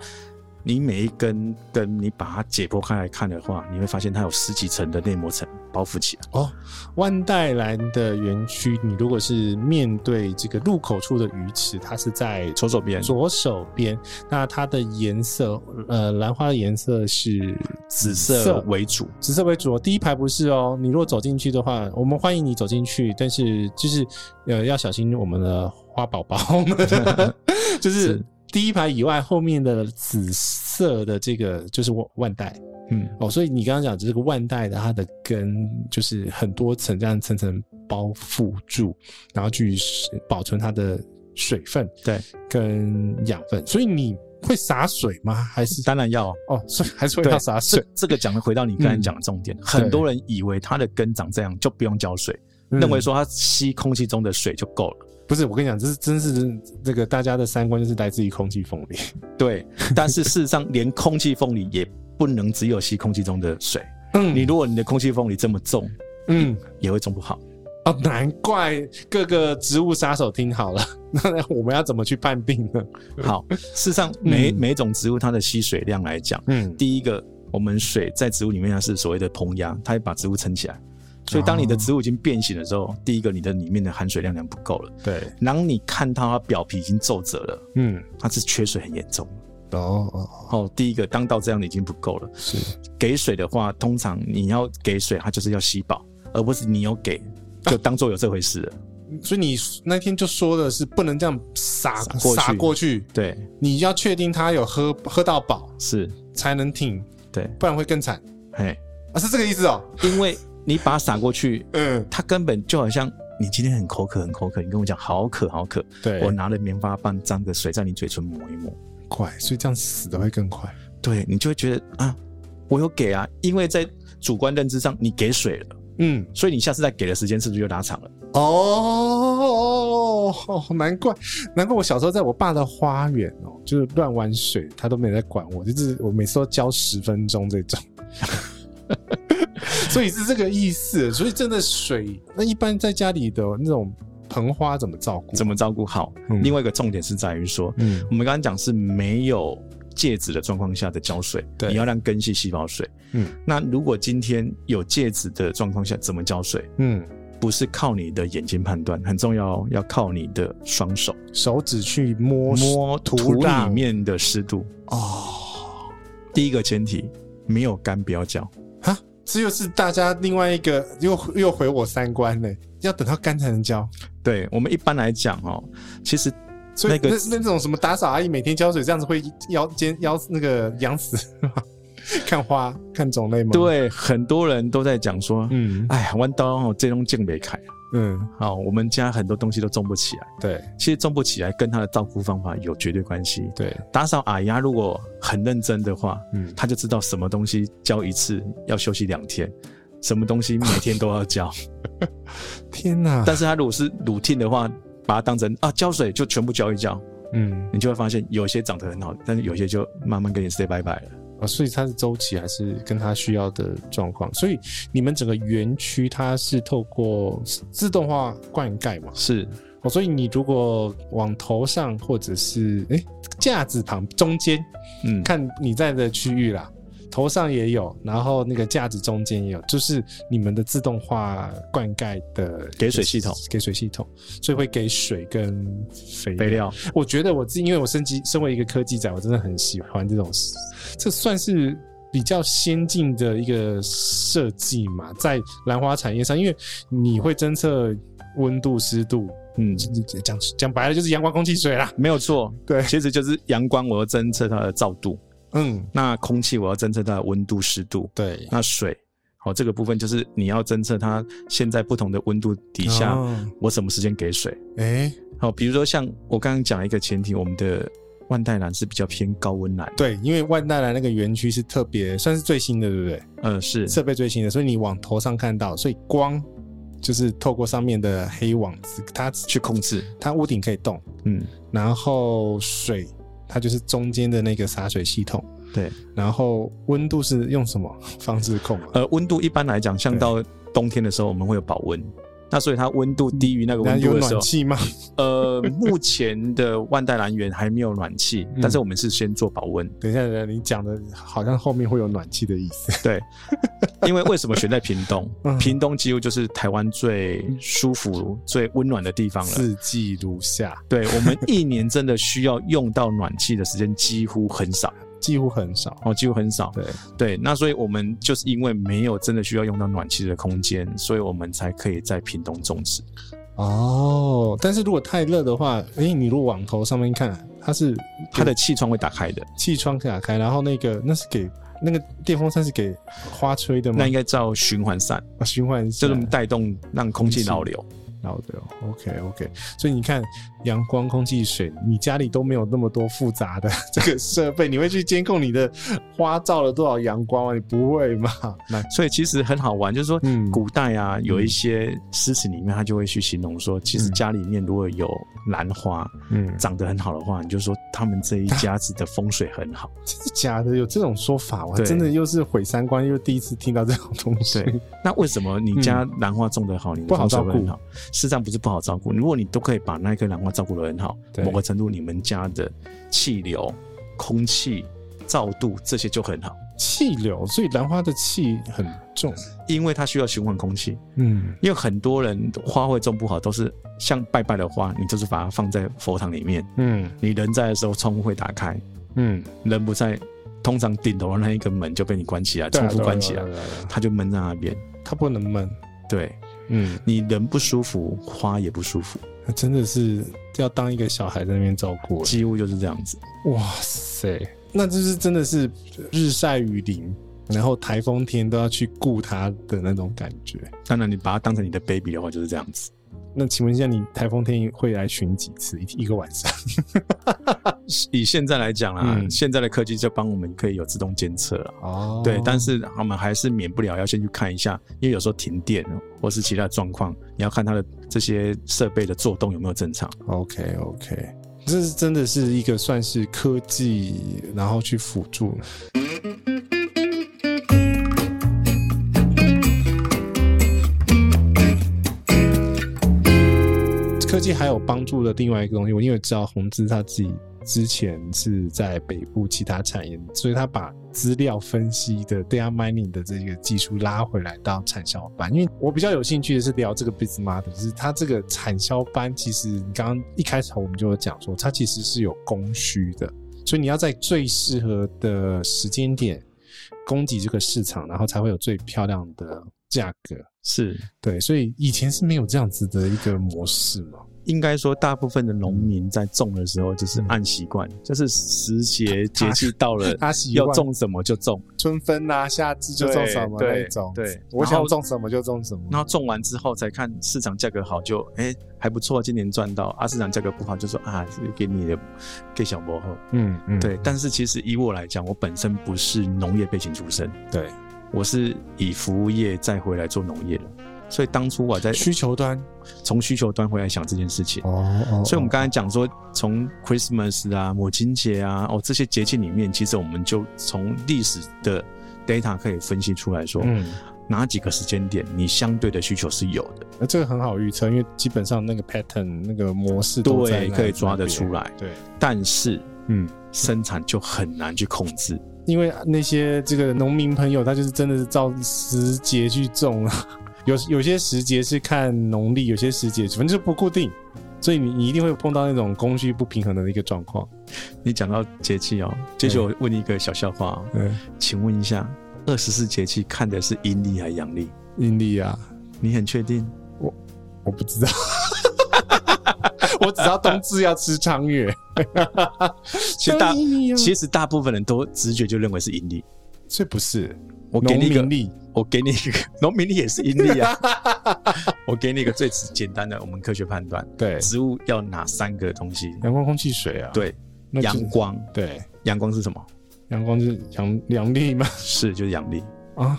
[SPEAKER 3] 你每一根根你把它解剖开来看的话，你会发现它有十几层的内膜层包覆起来。
[SPEAKER 2] 万代兰的园区，你如果是面对这个入口处的鱼池，它是在
[SPEAKER 3] 左手边
[SPEAKER 2] 左手边，那它的颜色，呃，兰花的颜色是
[SPEAKER 3] 紫色为主，
[SPEAKER 2] 紫色为主哦。第一排不是哦，你如果走进去的话，我们欢迎你走进去，但是就是呃要小心我们的花宝 宝们，就是
[SPEAKER 3] 是
[SPEAKER 2] 第一排以外，后面的紫色的这个就是万万代。
[SPEAKER 3] 嗯，
[SPEAKER 2] 哦，所以你刚刚讲这个万代的它的根就是很多层这样层层包覆住，然后去保存它的水分
[SPEAKER 3] 对，
[SPEAKER 2] 跟养分。所以你会洒水吗？还是
[SPEAKER 3] 当然要。
[SPEAKER 2] 哦，所以还是会
[SPEAKER 3] 对
[SPEAKER 2] 要洒水
[SPEAKER 3] 这？这个讲的回到你刚才讲的重点，很多人以为它的根长这样就不用浇水，
[SPEAKER 2] 嗯
[SPEAKER 3] 认为说它吸空气中的水就够了。
[SPEAKER 2] 不是？我跟你讲，这是真是这个大家的三观就是来自于空气缝里。
[SPEAKER 3] 对，但是事实上，连空气缝里也不能只有吸空气中的水。
[SPEAKER 2] 嗯
[SPEAKER 3] 你如果你的空气缝里这么重，
[SPEAKER 2] 嗯。
[SPEAKER 3] 也会种不好。
[SPEAKER 2] 哦，难怪各个植物杀手听好了，那我们要怎么去判定呢？
[SPEAKER 3] 好，事实上每、
[SPEAKER 2] 嗯
[SPEAKER 3] 每种植物它的吸水量来讲，
[SPEAKER 2] 嗯，
[SPEAKER 3] 第一个，我们水在植物里面它是所谓的膨压，它会把植物撑起来。所以当你的植物已经变形的时候，第一个你的里面的含水量量不够了。
[SPEAKER 2] 对，
[SPEAKER 3] 当你看到它表皮已经皱褶了，
[SPEAKER 2] 嗯，
[SPEAKER 3] 它是缺水很严重。
[SPEAKER 2] 哦哦，
[SPEAKER 3] 哦，第一个当到这样的已经不够了。
[SPEAKER 2] 是，
[SPEAKER 3] 给水的话，通常你要给水，它就是要吸饱，而不是你有给就当做有这回事了。
[SPEAKER 2] 所以你那天就说的是不能这样撒
[SPEAKER 3] 撒过去
[SPEAKER 2] 撒过去，
[SPEAKER 3] 对，
[SPEAKER 2] 你要确定他有喝喝到饱
[SPEAKER 3] 是，
[SPEAKER 2] 才能停，
[SPEAKER 3] 对，
[SPEAKER 2] 不然会更惨
[SPEAKER 3] 嘿，
[SPEAKER 2] 啊！是这个意思哦。
[SPEAKER 3] 因为你把它撒过去，
[SPEAKER 2] 嗯，
[SPEAKER 3] 它根本就好像你今天很口渴，很口渴，你跟我讲好渴好渴，
[SPEAKER 2] 对
[SPEAKER 3] 我拿了棉花棒沾个水在你嘴唇抹一抹，
[SPEAKER 2] 快，所以这样死的会更快。
[SPEAKER 3] 对你就会觉得啊，我有给啊，因为在主观认知上你给水了，
[SPEAKER 2] 嗯，
[SPEAKER 3] 所以你下次再给的时间是不是就拉长了？
[SPEAKER 2] 哦，难怪，难怪我小时候在我爸的花园哦，就是乱玩水，他都没在管我，就是我每次都浇十分钟这种。 所以是这个意思，所以真的水，那一般在家里的那种盆花怎么照顾？
[SPEAKER 3] 怎么照顾好？
[SPEAKER 2] 嗯
[SPEAKER 3] 另外一个重点是在于说，
[SPEAKER 2] 嗯
[SPEAKER 3] 我们刚刚讲是没有介质的状况下的浇水，
[SPEAKER 2] 对
[SPEAKER 3] 你要让根系吸饱水。
[SPEAKER 2] 嗯
[SPEAKER 3] 那如果今天有介质的状况下，怎么浇水？
[SPEAKER 2] 嗯，
[SPEAKER 3] 不是靠你的眼睛判断，很重要哦，要靠你的双手
[SPEAKER 2] 手指去摸
[SPEAKER 3] 摸土
[SPEAKER 2] 壤
[SPEAKER 3] 里面的湿度。
[SPEAKER 2] 哦，
[SPEAKER 3] 第一个前提，没有干不要浇。
[SPEAKER 2] 哈，这又是大家另外一个又又回我三观嘞，要等到干才能浇，
[SPEAKER 3] 对我们一般来讲哦，其实
[SPEAKER 2] 所以
[SPEAKER 3] 那个
[SPEAKER 2] 那那种什么打扫阿姨每天浇水这样子会腰间腰那个养死 吗？看花看种类吗？，
[SPEAKER 3] 对很多人都在讲说，
[SPEAKER 2] 嗯
[SPEAKER 3] 哎呀，弯刀哦，这种种没开，
[SPEAKER 2] 嗯，
[SPEAKER 3] 好、我们家很多东西都种不起来。
[SPEAKER 2] 对
[SPEAKER 3] 其实种不起来跟它的照顾方法有绝对关系。
[SPEAKER 2] 对，
[SPEAKER 3] 打扫阿姨她如果很认真的话，
[SPEAKER 2] 嗯，
[SPEAKER 3] 她就知道什么东西浇一次要休息两天，什么东西每天都要 浇。
[SPEAKER 2] 天哪，
[SPEAKER 3] 但是她如果是 routine 的话，把它当成啊浇水就全部浇一浇，
[SPEAKER 2] 嗯，
[SPEAKER 3] 你就会发现有些长得很好，但是有些就慢慢跟你 say 拜拜了。
[SPEAKER 2] 啊，所以它的周期还是跟它需要的状况，所以你们整个园区它是透过自动化灌溉嘛？
[SPEAKER 3] 是
[SPEAKER 2] 哦，所以你如果往头上或者是哎架子旁中间，
[SPEAKER 3] 嗯，
[SPEAKER 2] 看你在的区域啦，头上也有，然后那个架子中间也有，就是你们的自动化灌溉的
[SPEAKER 3] 给水系统，
[SPEAKER 2] 给水系统，所以会给水跟肥
[SPEAKER 3] 肥。料
[SPEAKER 2] 我觉得我自己，因为我升级身为一个科技仔，我真的很喜欢这种，这算是比较先进的一个设计嘛，在兰花产业上，因为你会侦测温度、湿度，
[SPEAKER 3] 嗯。
[SPEAKER 2] 讲讲白了就是阳光、空气、水啦。
[SPEAKER 3] 没有错，
[SPEAKER 2] 对
[SPEAKER 3] 其实就是阳光，我要侦测它的照度；
[SPEAKER 2] 嗯，
[SPEAKER 3] 那空气，我要侦测它的温度、湿度。
[SPEAKER 2] 对，
[SPEAKER 3] 那水，好、这个部分就是你要侦测它现在不同的温度底下，
[SPEAKER 2] 哦
[SPEAKER 3] 我什么时间给水。
[SPEAKER 2] 哎、
[SPEAKER 3] 好、比如说像我刚刚讲一个前提，我们的万代兰是比较偏高温兰，
[SPEAKER 2] 对，因为万代兰那个园区是特别算是最新的，对不对？
[SPEAKER 3] 嗯、是
[SPEAKER 2] 设备最新的，所以你往头上看到，所以光就是透过上面的黑网子，它
[SPEAKER 3] 去控制。
[SPEAKER 2] 它屋顶可以动，
[SPEAKER 3] 嗯，
[SPEAKER 2] 然后水它就是中间的那个洒水系统，
[SPEAKER 3] 对。
[SPEAKER 2] 然后温度是用什么方式 控嘛？
[SPEAKER 3] 呃，温度一般来讲，像到冬天的时候，我们会有保温。那所以它温度低于那个
[SPEAKER 2] 那
[SPEAKER 3] 温
[SPEAKER 2] 有
[SPEAKER 3] 度的时
[SPEAKER 2] 暖
[SPEAKER 3] 候，
[SPEAKER 2] 气 吗？
[SPEAKER 3] 呃，目前的万代兰园还没有暖气，
[SPEAKER 2] 嗯
[SPEAKER 3] 但是我们是先做保温。
[SPEAKER 2] 等一下，等一下，你讲的好像后面会有暖气的意思。
[SPEAKER 3] 对，因为为什么选在屏东
[SPEAKER 2] 嗯？
[SPEAKER 3] 屏东几乎就是台湾最舒服、最温暖的地方 了。
[SPEAKER 2] 四季如夏，
[SPEAKER 3] 对我们一年真的需要用到暖气的时间几乎很少，
[SPEAKER 2] 几乎很少。
[SPEAKER 3] 哦，几乎很少。
[SPEAKER 2] 对，
[SPEAKER 3] 对，那所以我们就是因为没有真的需要用到暖气的空间，所以我们才可以在屏东种植。
[SPEAKER 2] 哦，但是如果太热的话，诶，你如果往头上面看，它是
[SPEAKER 3] 它的气窗会打开的，
[SPEAKER 2] 气窗打开，然后那个那是给那个电风扇是给花吹的吗
[SPEAKER 3] 那？应该叫循环扇，
[SPEAKER 2] 啊 循环一下
[SPEAKER 3] 就是带动让空气导流。
[SPEAKER 2] 老的哦，OK OK，所以你看，阳光、空气、水，你家里都没有那么多复杂的这个设备，你会去监控你的花照了多少阳光吗？你不会 嘛？那
[SPEAKER 3] 所以其实很好玩，就是说
[SPEAKER 2] 嗯
[SPEAKER 3] 古代啊，有一些诗词里面，他就会去形容说，其实
[SPEAKER 2] 嗯
[SPEAKER 3] 家里面如果有兰花
[SPEAKER 2] 嗯，
[SPEAKER 3] 长得很好的话，你就说他们这一家子的风水很好。
[SPEAKER 2] 真的假的？有这种说法，我还
[SPEAKER 3] 对
[SPEAKER 2] 真的又是毁三观，又第一次听到这种东西。
[SPEAKER 3] 对，那为什么你家兰花种得好，你
[SPEAKER 2] 嗯
[SPEAKER 3] 的
[SPEAKER 2] 不好
[SPEAKER 3] 风水
[SPEAKER 2] 照
[SPEAKER 3] 会
[SPEAKER 2] 顾
[SPEAKER 3] 很好？事实上不是不好照顾，如果你都可以把那一棵兰花照顾得很好，
[SPEAKER 2] 对
[SPEAKER 3] 某个程度你们家的气流、空气、照度这些就很好，
[SPEAKER 2] 气流，所以兰花的气很重。
[SPEAKER 3] 因为它需要循环空气。
[SPEAKER 2] 嗯，
[SPEAKER 3] 因为很多人花卉种不好，都是像拜拜的花，你就是把它放在佛堂里面，
[SPEAKER 2] 嗯
[SPEAKER 3] 你人在的时候窗户会打开，
[SPEAKER 2] 嗯，
[SPEAKER 3] 人不在，通常顶头的那一个门就被你关起来，
[SPEAKER 2] 对
[SPEAKER 3] 重
[SPEAKER 2] 啊
[SPEAKER 3] 复
[SPEAKER 2] 对啊
[SPEAKER 3] 关起来
[SPEAKER 2] 对啊，对啊对啊
[SPEAKER 3] 它就闷在那边。
[SPEAKER 2] 它不能闷。
[SPEAKER 3] 对
[SPEAKER 2] 嗯，
[SPEAKER 3] 你人不舒服，花也不舒服，
[SPEAKER 2] 那真的是要当一个小孩在那边照顾。
[SPEAKER 3] 几乎就是这样子。
[SPEAKER 2] 哇塞，那就是真的是日晒雨淋，然后台风天都要去顾它的那种感觉。
[SPEAKER 3] 当然，你把它当成你的 baby 的话，就是这样子。
[SPEAKER 2] 那请问一下，你台风天会来巡几次？一一个晚上？
[SPEAKER 3] 以现在来讲啦，
[SPEAKER 2] 嗯
[SPEAKER 3] 现在的科技就帮我们可以有自动监测了。
[SPEAKER 2] 哦
[SPEAKER 3] 对，但是我们还是免不了要先去看一下，因为有时候停电或是其他的状况，你要看它的这些设备的作动有没有正常。
[SPEAKER 2] OK OK，这是真的是一个算是科技，然后去辅助。科技还有帮助的另外一个东西，我因为知道红资他自己之前是在北部其他产业，所以他把资料分析的 data mining 的这个技术拉回来到产销班。因为我比较有兴趣的是聊这个 business model，就是它这个产销班，其实你刚刚一开始我们就有讲说，它其实是有供需的，所以你要在最适合的时间点供给这个市场，然后才会有最漂亮的价格。
[SPEAKER 3] 是，
[SPEAKER 2] 对，所以以前是没有这样子的一个模式嘛。
[SPEAKER 3] 应该说大部分的农民在种的时候就是
[SPEAKER 2] 嗯啊
[SPEAKER 3] 按习惯，就是时节节气到了
[SPEAKER 2] 他习
[SPEAKER 3] 要
[SPEAKER 2] 惯嗯
[SPEAKER 3] 种什么就种，
[SPEAKER 2] 春分呐、夏至就种什么那
[SPEAKER 3] 对
[SPEAKER 2] 一种，
[SPEAKER 3] 对对
[SPEAKER 2] 我
[SPEAKER 3] 然
[SPEAKER 2] 想
[SPEAKER 3] 后
[SPEAKER 2] 种什么就种什么。
[SPEAKER 3] 然后种完之后才看市场价格好就哎、还不错，今年赚到啊；市场价格不好就说啊给你的给小薄后。
[SPEAKER 2] 嗯嗯，
[SPEAKER 3] 对，但是其实以我来讲，我本身不是农业背景出身，
[SPEAKER 2] 对，
[SPEAKER 3] 我是以服务业再回来做农业的，所以当初我在
[SPEAKER 2] 需求端
[SPEAKER 3] 从需求端回来想这件事情。
[SPEAKER 2] 哦哦
[SPEAKER 3] 所以，我们刚才讲说，从 Christmas 啊、母亲节啊，哦，这些节庆里面，其实我们就从历史的 data 可以分析出来说，
[SPEAKER 2] 嗯，
[SPEAKER 3] 哪几个时间点你相对的需求是有的，
[SPEAKER 2] 那这个很好预测，因为基本上那个 pattern 那个模式都在
[SPEAKER 3] 对，
[SPEAKER 2] 那
[SPEAKER 3] 可以抓得
[SPEAKER 2] 那边
[SPEAKER 3] 出来。
[SPEAKER 2] 对，
[SPEAKER 3] 但是
[SPEAKER 2] 嗯，
[SPEAKER 3] 生产就很难去控制，
[SPEAKER 2] 因为那些这个农民朋友，他就是真的是照时节去种啊。有有些时节是看农历，有些时节反正就不固定，所以你你一定会碰到那种供需不平衡的一个状况。
[SPEAKER 3] 你讲到节气哦，这就我问你一个小笑话哦，
[SPEAKER 2] 嗯，
[SPEAKER 3] 请问一下，二十四节气看的是阴历还是阳历？
[SPEAKER 2] 阴历啊，
[SPEAKER 3] 你很确定？
[SPEAKER 2] 我不知道， 我只知道冬至要吃长月。
[SPEAKER 3] 其实大
[SPEAKER 2] 都一样
[SPEAKER 3] 其实大部分人都直觉就认为是阴历。
[SPEAKER 2] 所以不是
[SPEAKER 3] 我给
[SPEAKER 2] 农
[SPEAKER 3] 你一个
[SPEAKER 2] 民，历，
[SPEAKER 3] 我给你一个 农民历也是阴历啊。 我给你一个最简单的，我们科学判断，
[SPEAKER 2] 对，
[SPEAKER 3] 植物要哪三个东西？
[SPEAKER 2] 阳光、空气、水啊，，
[SPEAKER 3] 对，
[SPEAKER 2] 那就
[SPEAKER 3] 阳
[SPEAKER 2] 是，
[SPEAKER 3] 光，
[SPEAKER 2] 对，
[SPEAKER 3] 阳光是什么？
[SPEAKER 2] 阳光就是阳阳历嘛，
[SPEAKER 3] 是就是阳历。
[SPEAKER 2] 啊，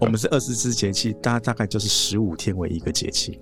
[SPEAKER 3] 我们是二十四节气，大大概就是十五天为一个节气，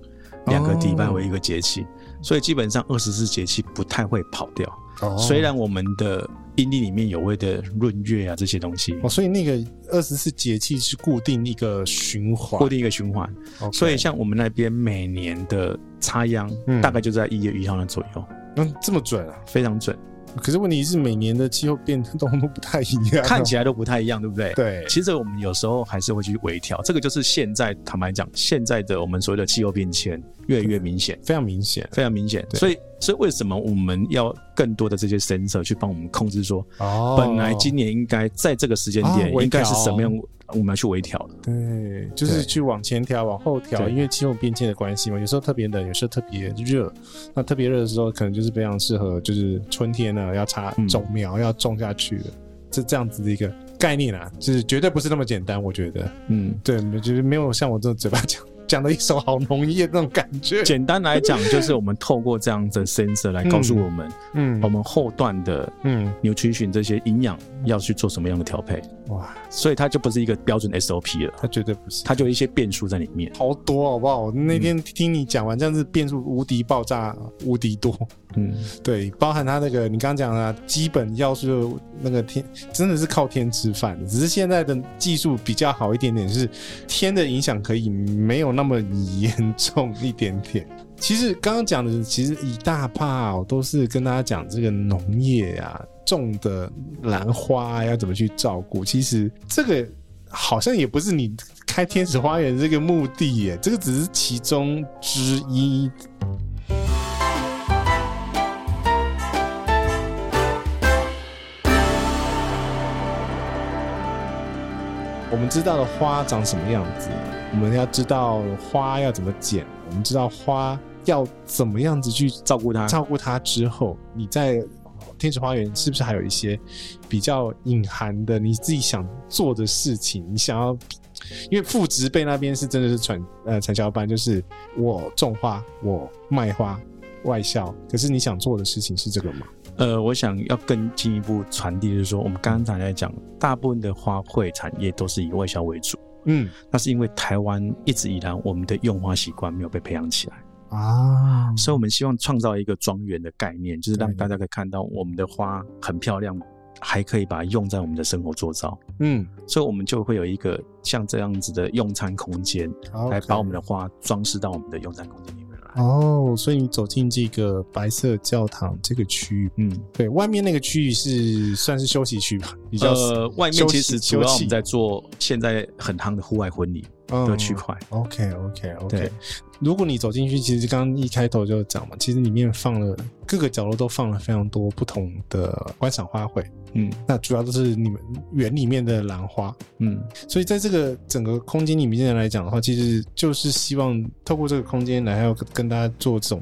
[SPEAKER 3] 两个礼拜为一个节气，所以基本上二十四节气不太会跑掉。
[SPEAKER 2] 哦
[SPEAKER 3] 虽然我们的阴历里面有谓的闰月啊这些东西，
[SPEAKER 2] 哦，所以那个二十四节气是固定一个循环，
[SPEAKER 3] 固定一个循环，
[SPEAKER 2] OK。
[SPEAKER 3] 所以像我们那边每年的插秧
[SPEAKER 2] 嗯
[SPEAKER 3] 大概就在一月一号那左右，
[SPEAKER 2] 嗯这么准啊？
[SPEAKER 3] 非常准，
[SPEAKER 2] 可是问题是每年的气候变动都不太一样啊，
[SPEAKER 3] 看起来都不太一样，对不对？。
[SPEAKER 2] 对
[SPEAKER 3] 其实我们有时候还是会去微调，这个就是现在坦白讲，现在的我们所谓的气候变迁越来越明显。
[SPEAKER 2] 非常明显
[SPEAKER 3] 非常明显。
[SPEAKER 2] 对
[SPEAKER 3] 所以，所以为什么我们要更多的这些 sensor 去帮我们控制说，
[SPEAKER 2] 哦
[SPEAKER 3] 本来今年应该在这个时间点
[SPEAKER 2] 哦微
[SPEAKER 3] 应
[SPEAKER 2] 调
[SPEAKER 3] 该是什么样，我们要去微调的。
[SPEAKER 2] 对，就是
[SPEAKER 3] 对
[SPEAKER 2] 去往前调、往后调，
[SPEAKER 3] 对
[SPEAKER 2] 因为气候变迁的关系嘛，有时候特别冷，有时候特别热。那特别热的时候，可能就是非常适合，就是春天呢，要插
[SPEAKER 3] 嗯
[SPEAKER 2] 种苗，要种下去的，这这样子的一个概念啊，就是绝对不是那么简单，我觉得。
[SPEAKER 3] 嗯，
[SPEAKER 2] 对，就是没有像我这种嘴巴讲讲的一手好农业那种感觉。
[SPEAKER 3] 简单来讲，就是我们透过这样的 sensor 来告诉我们，
[SPEAKER 2] 嗯
[SPEAKER 3] 我们后段的
[SPEAKER 2] 嗯，
[SPEAKER 3] nutrition 这些营养要去做什么样的调配，
[SPEAKER 2] 哇，
[SPEAKER 3] 所以它就不是一个标准 SOP 了，
[SPEAKER 2] 他绝对不是。
[SPEAKER 3] 它就有一些变数在里面。
[SPEAKER 2] 好多好不好？那
[SPEAKER 3] 嗯
[SPEAKER 2] 天听你讲完，这样子变数无敌爆炸，无敌多。
[SPEAKER 3] 嗯，
[SPEAKER 2] 对，包含他那个你刚刚讲的啊、基本要素，那个天真的是靠天吃饭的，只是现在的技术比较好一点点，是天的影响可以没有那么严重一点点。其实刚刚讲的，其实一大怕、哦、都是跟大家讲这个农业啊，种的兰花、啊、要怎么去照顾。其实这个好像也不是你开天使花园这个目的耶，这个只是其中之一。我们知道了花长什么样子，我们要知道花要怎么剪，我们知道花要怎么样子去
[SPEAKER 3] 照顾它，
[SPEAKER 2] 照顾它之后，你在天使花园是不是还有一些比较隐含的你自己想做的事情？你想要，因为副职辈那边是真的是传呃传销班，就是我种花，我卖花。外销，可是你想做的事情是这个吗？
[SPEAKER 3] 呃，我想要更进一步传递，就是说，我们刚才在讲，大部分的花卉产业都是以外销为主。
[SPEAKER 2] 嗯
[SPEAKER 3] 那是因为台湾一直以来我们的用花习惯没有被培养起来，
[SPEAKER 2] 啊，
[SPEAKER 3] 所以我们希望创造一个庄园的概念，就是让
[SPEAKER 2] 对
[SPEAKER 3] 大家可以看到我们的花很漂亮，还可以把它用在我们的生活做造，
[SPEAKER 2] 嗯，
[SPEAKER 3] 所以我们就会有一个像这样子的用餐空间，
[SPEAKER 2] 好
[SPEAKER 3] 来把我们的花装饰到我们的用餐空间里面来。
[SPEAKER 2] 哦，所以你走进这个白色教堂这个区域，
[SPEAKER 3] 嗯，
[SPEAKER 2] 对，外面那个区域是算是休息区吧，比较
[SPEAKER 3] 呃，外面
[SPEAKER 2] 休息
[SPEAKER 3] 其实主要我
[SPEAKER 2] 休息
[SPEAKER 3] 们在做现在很夯的户外婚礼
[SPEAKER 2] 嗯
[SPEAKER 3] 的区块，
[SPEAKER 2] OK OK OK
[SPEAKER 3] 对。
[SPEAKER 2] 如果你走进去，其实刚刚一开头就讲嘛，其实里面放了各个角落都放了非常多不同的观赏花卉，
[SPEAKER 3] 嗯
[SPEAKER 2] 那主要都是你们园里面的兰花。
[SPEAKER 3] 嗯，
[SPEAKER 2] 所以在这个整个空间里面来讲的话，其实就是希望透过这个空间来，还要跟大家做这种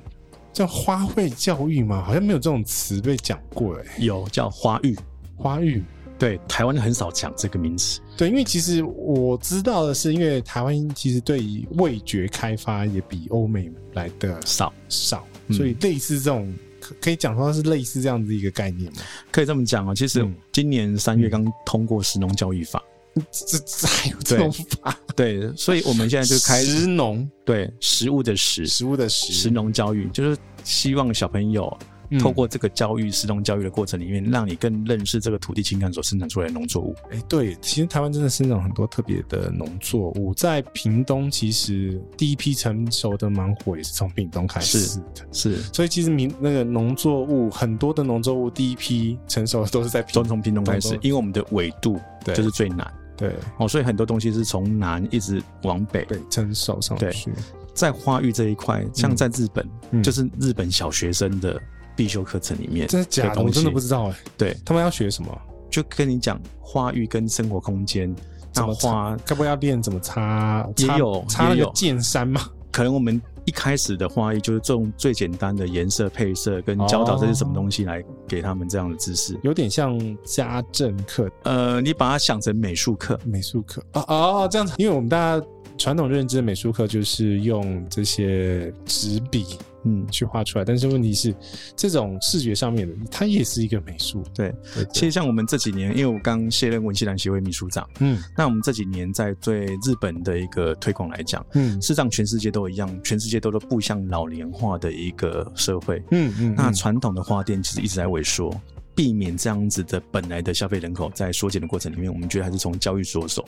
[SPEAKER 2] 叫花卉教育嘛，好像没有这种词被讲过哎、
[SPEAKER 3] 有叫花浴，
[SPEAKER 2] 花育。
[SPEAKER 3] 对，台湾很少讲这个名词，
[SPEAKER 2] 对，因为其实我知道的是，因为台湾其实对于味觉开发也比欧美来的
[SPEAKER 3] 少。
[SPEAKER 2] 少，
[SPEAKER 3] 嗯
[SPEAKER 2] 所以类似这种可可以讲说是类似这样子一个概念嘛？
[SPEAKER 3] 可以这么讲哦，其实
[SPEAKER 2] 嗯
[SPEAKER 3] 今年三月刚通过食农教育法，
[SPEAKER 2] 这这还有这种法？
[SPEAKER 3] 对，所以我们现在就开
[SPEAKER 2] 食农
[SPEAKER 3] 对食物的食
[SPEAKER 2] 食物的食，
[SPEAKER 3] 食农教育，就是希望小朋友
[SPEAKER 2] 嗯
[SPEAKER 3] 透过这个教育食农教育的过程里面，让你更认识这个土地情感所生产出来的农作物。
[SPEAKER 2] 哎、对，其实台湾真的生长很多特别的农作物，在屏东其实第一批成熟的芒果也是从屏东开始
[SPEAKER 3] 是
[SPEAKER 2] 的。
[SPEAKER 3] 是
[SPEAKER 2] 所以其实民那个农作物很多的农作物，第一批成熟的都是在屏
[SPEAKER 3] 从从屏东开始
[SPEAKER 2] 屏，东
[SPEAKER 3] 因为我们的纬度
[SPEAKER 2] 对
[SPEAKER 3] 就是最南
[SPEAKER 2] 对
[SPEAKER 3] 哦，所以很多东西是从南一直往北。
[SPEAKER 2] 对成熟上
[SPEAKER 3] 对
[SPEAKER 2] 去，
[SPEAKER 3] 在花育这一块，像在日本，
[SPEAKER 2] 嗯
[SPEAKER 3] 就是日本小学生的必修课程里面，
[SPEAKER 2] 真的假的？
[SPEAKER 3] 东
[SPEAKER 2] 我
[SPEAKER 3] 西
[SPEAKER 2] 真的不知道哎、
[SPEAKER 3] 对，
[SPEAKER 2] 他们要学什么？
[SPEAKER 3] 就跟你讲花育跟生活空间，
[SPEAKER 2] 怎
[SPEAKER 3] 那
[SPEAKER 2] 么
[SPEAKER 3] 花
[SPEAKER 2] 该不会要练怎么擦？
[SPEAKER 3] 也
[SPEAKER 2] 擦
[SPEAKER 3] 有
[SPEAKER 2] 擦那
[SPEAKER 3] 也
[SPEAKER 2] 个
[SPEAKER 3] 有
[SPEAKER 2] 剑山吗？
[SPEAKER 3] 可能我们一开始的花艺就是用最简单的颜色配色跟教导这是什么东西来给他们这样的知识。
[SPEAKER 2] 有点像家政课、
[SPEAKER 3] 呃，你把它想成美术课，
[SPEAKER 2] 美术课哦哦，这样子，因为我们大家传统认知的美术课就是用这些纸笔
[SPEAKER 3] 嗯，
[SPEAKER 2] 去画出来。但是问题是，这种视觉上面的，它也是一个美术。
[SPEAKER 3] 对，
[SPEAKER 2] 对
[SPEAKER 3] 其实像我们这几年，因为我刚卸任文西兰协会秘书长，
[SPEAKER 2] 嗯
[SPEAKER 3] 那我们这几年在对日本的一个推广来讲，
[SPEAKER 2] 嗯
[SPEAKER 3] 事实上全世界都一样，全世界都都步向老年化的一个社会。
[SPEAKER 2] 嗯嗯，
[SPEAKER 3] 那
[SPEAKER 2] 嗯
[SPEAKER 3] 传统的花店其实一直在萎缩，避免这样子的本来的消费人口在缩减的过程里面，我们觉得还是从教育着手，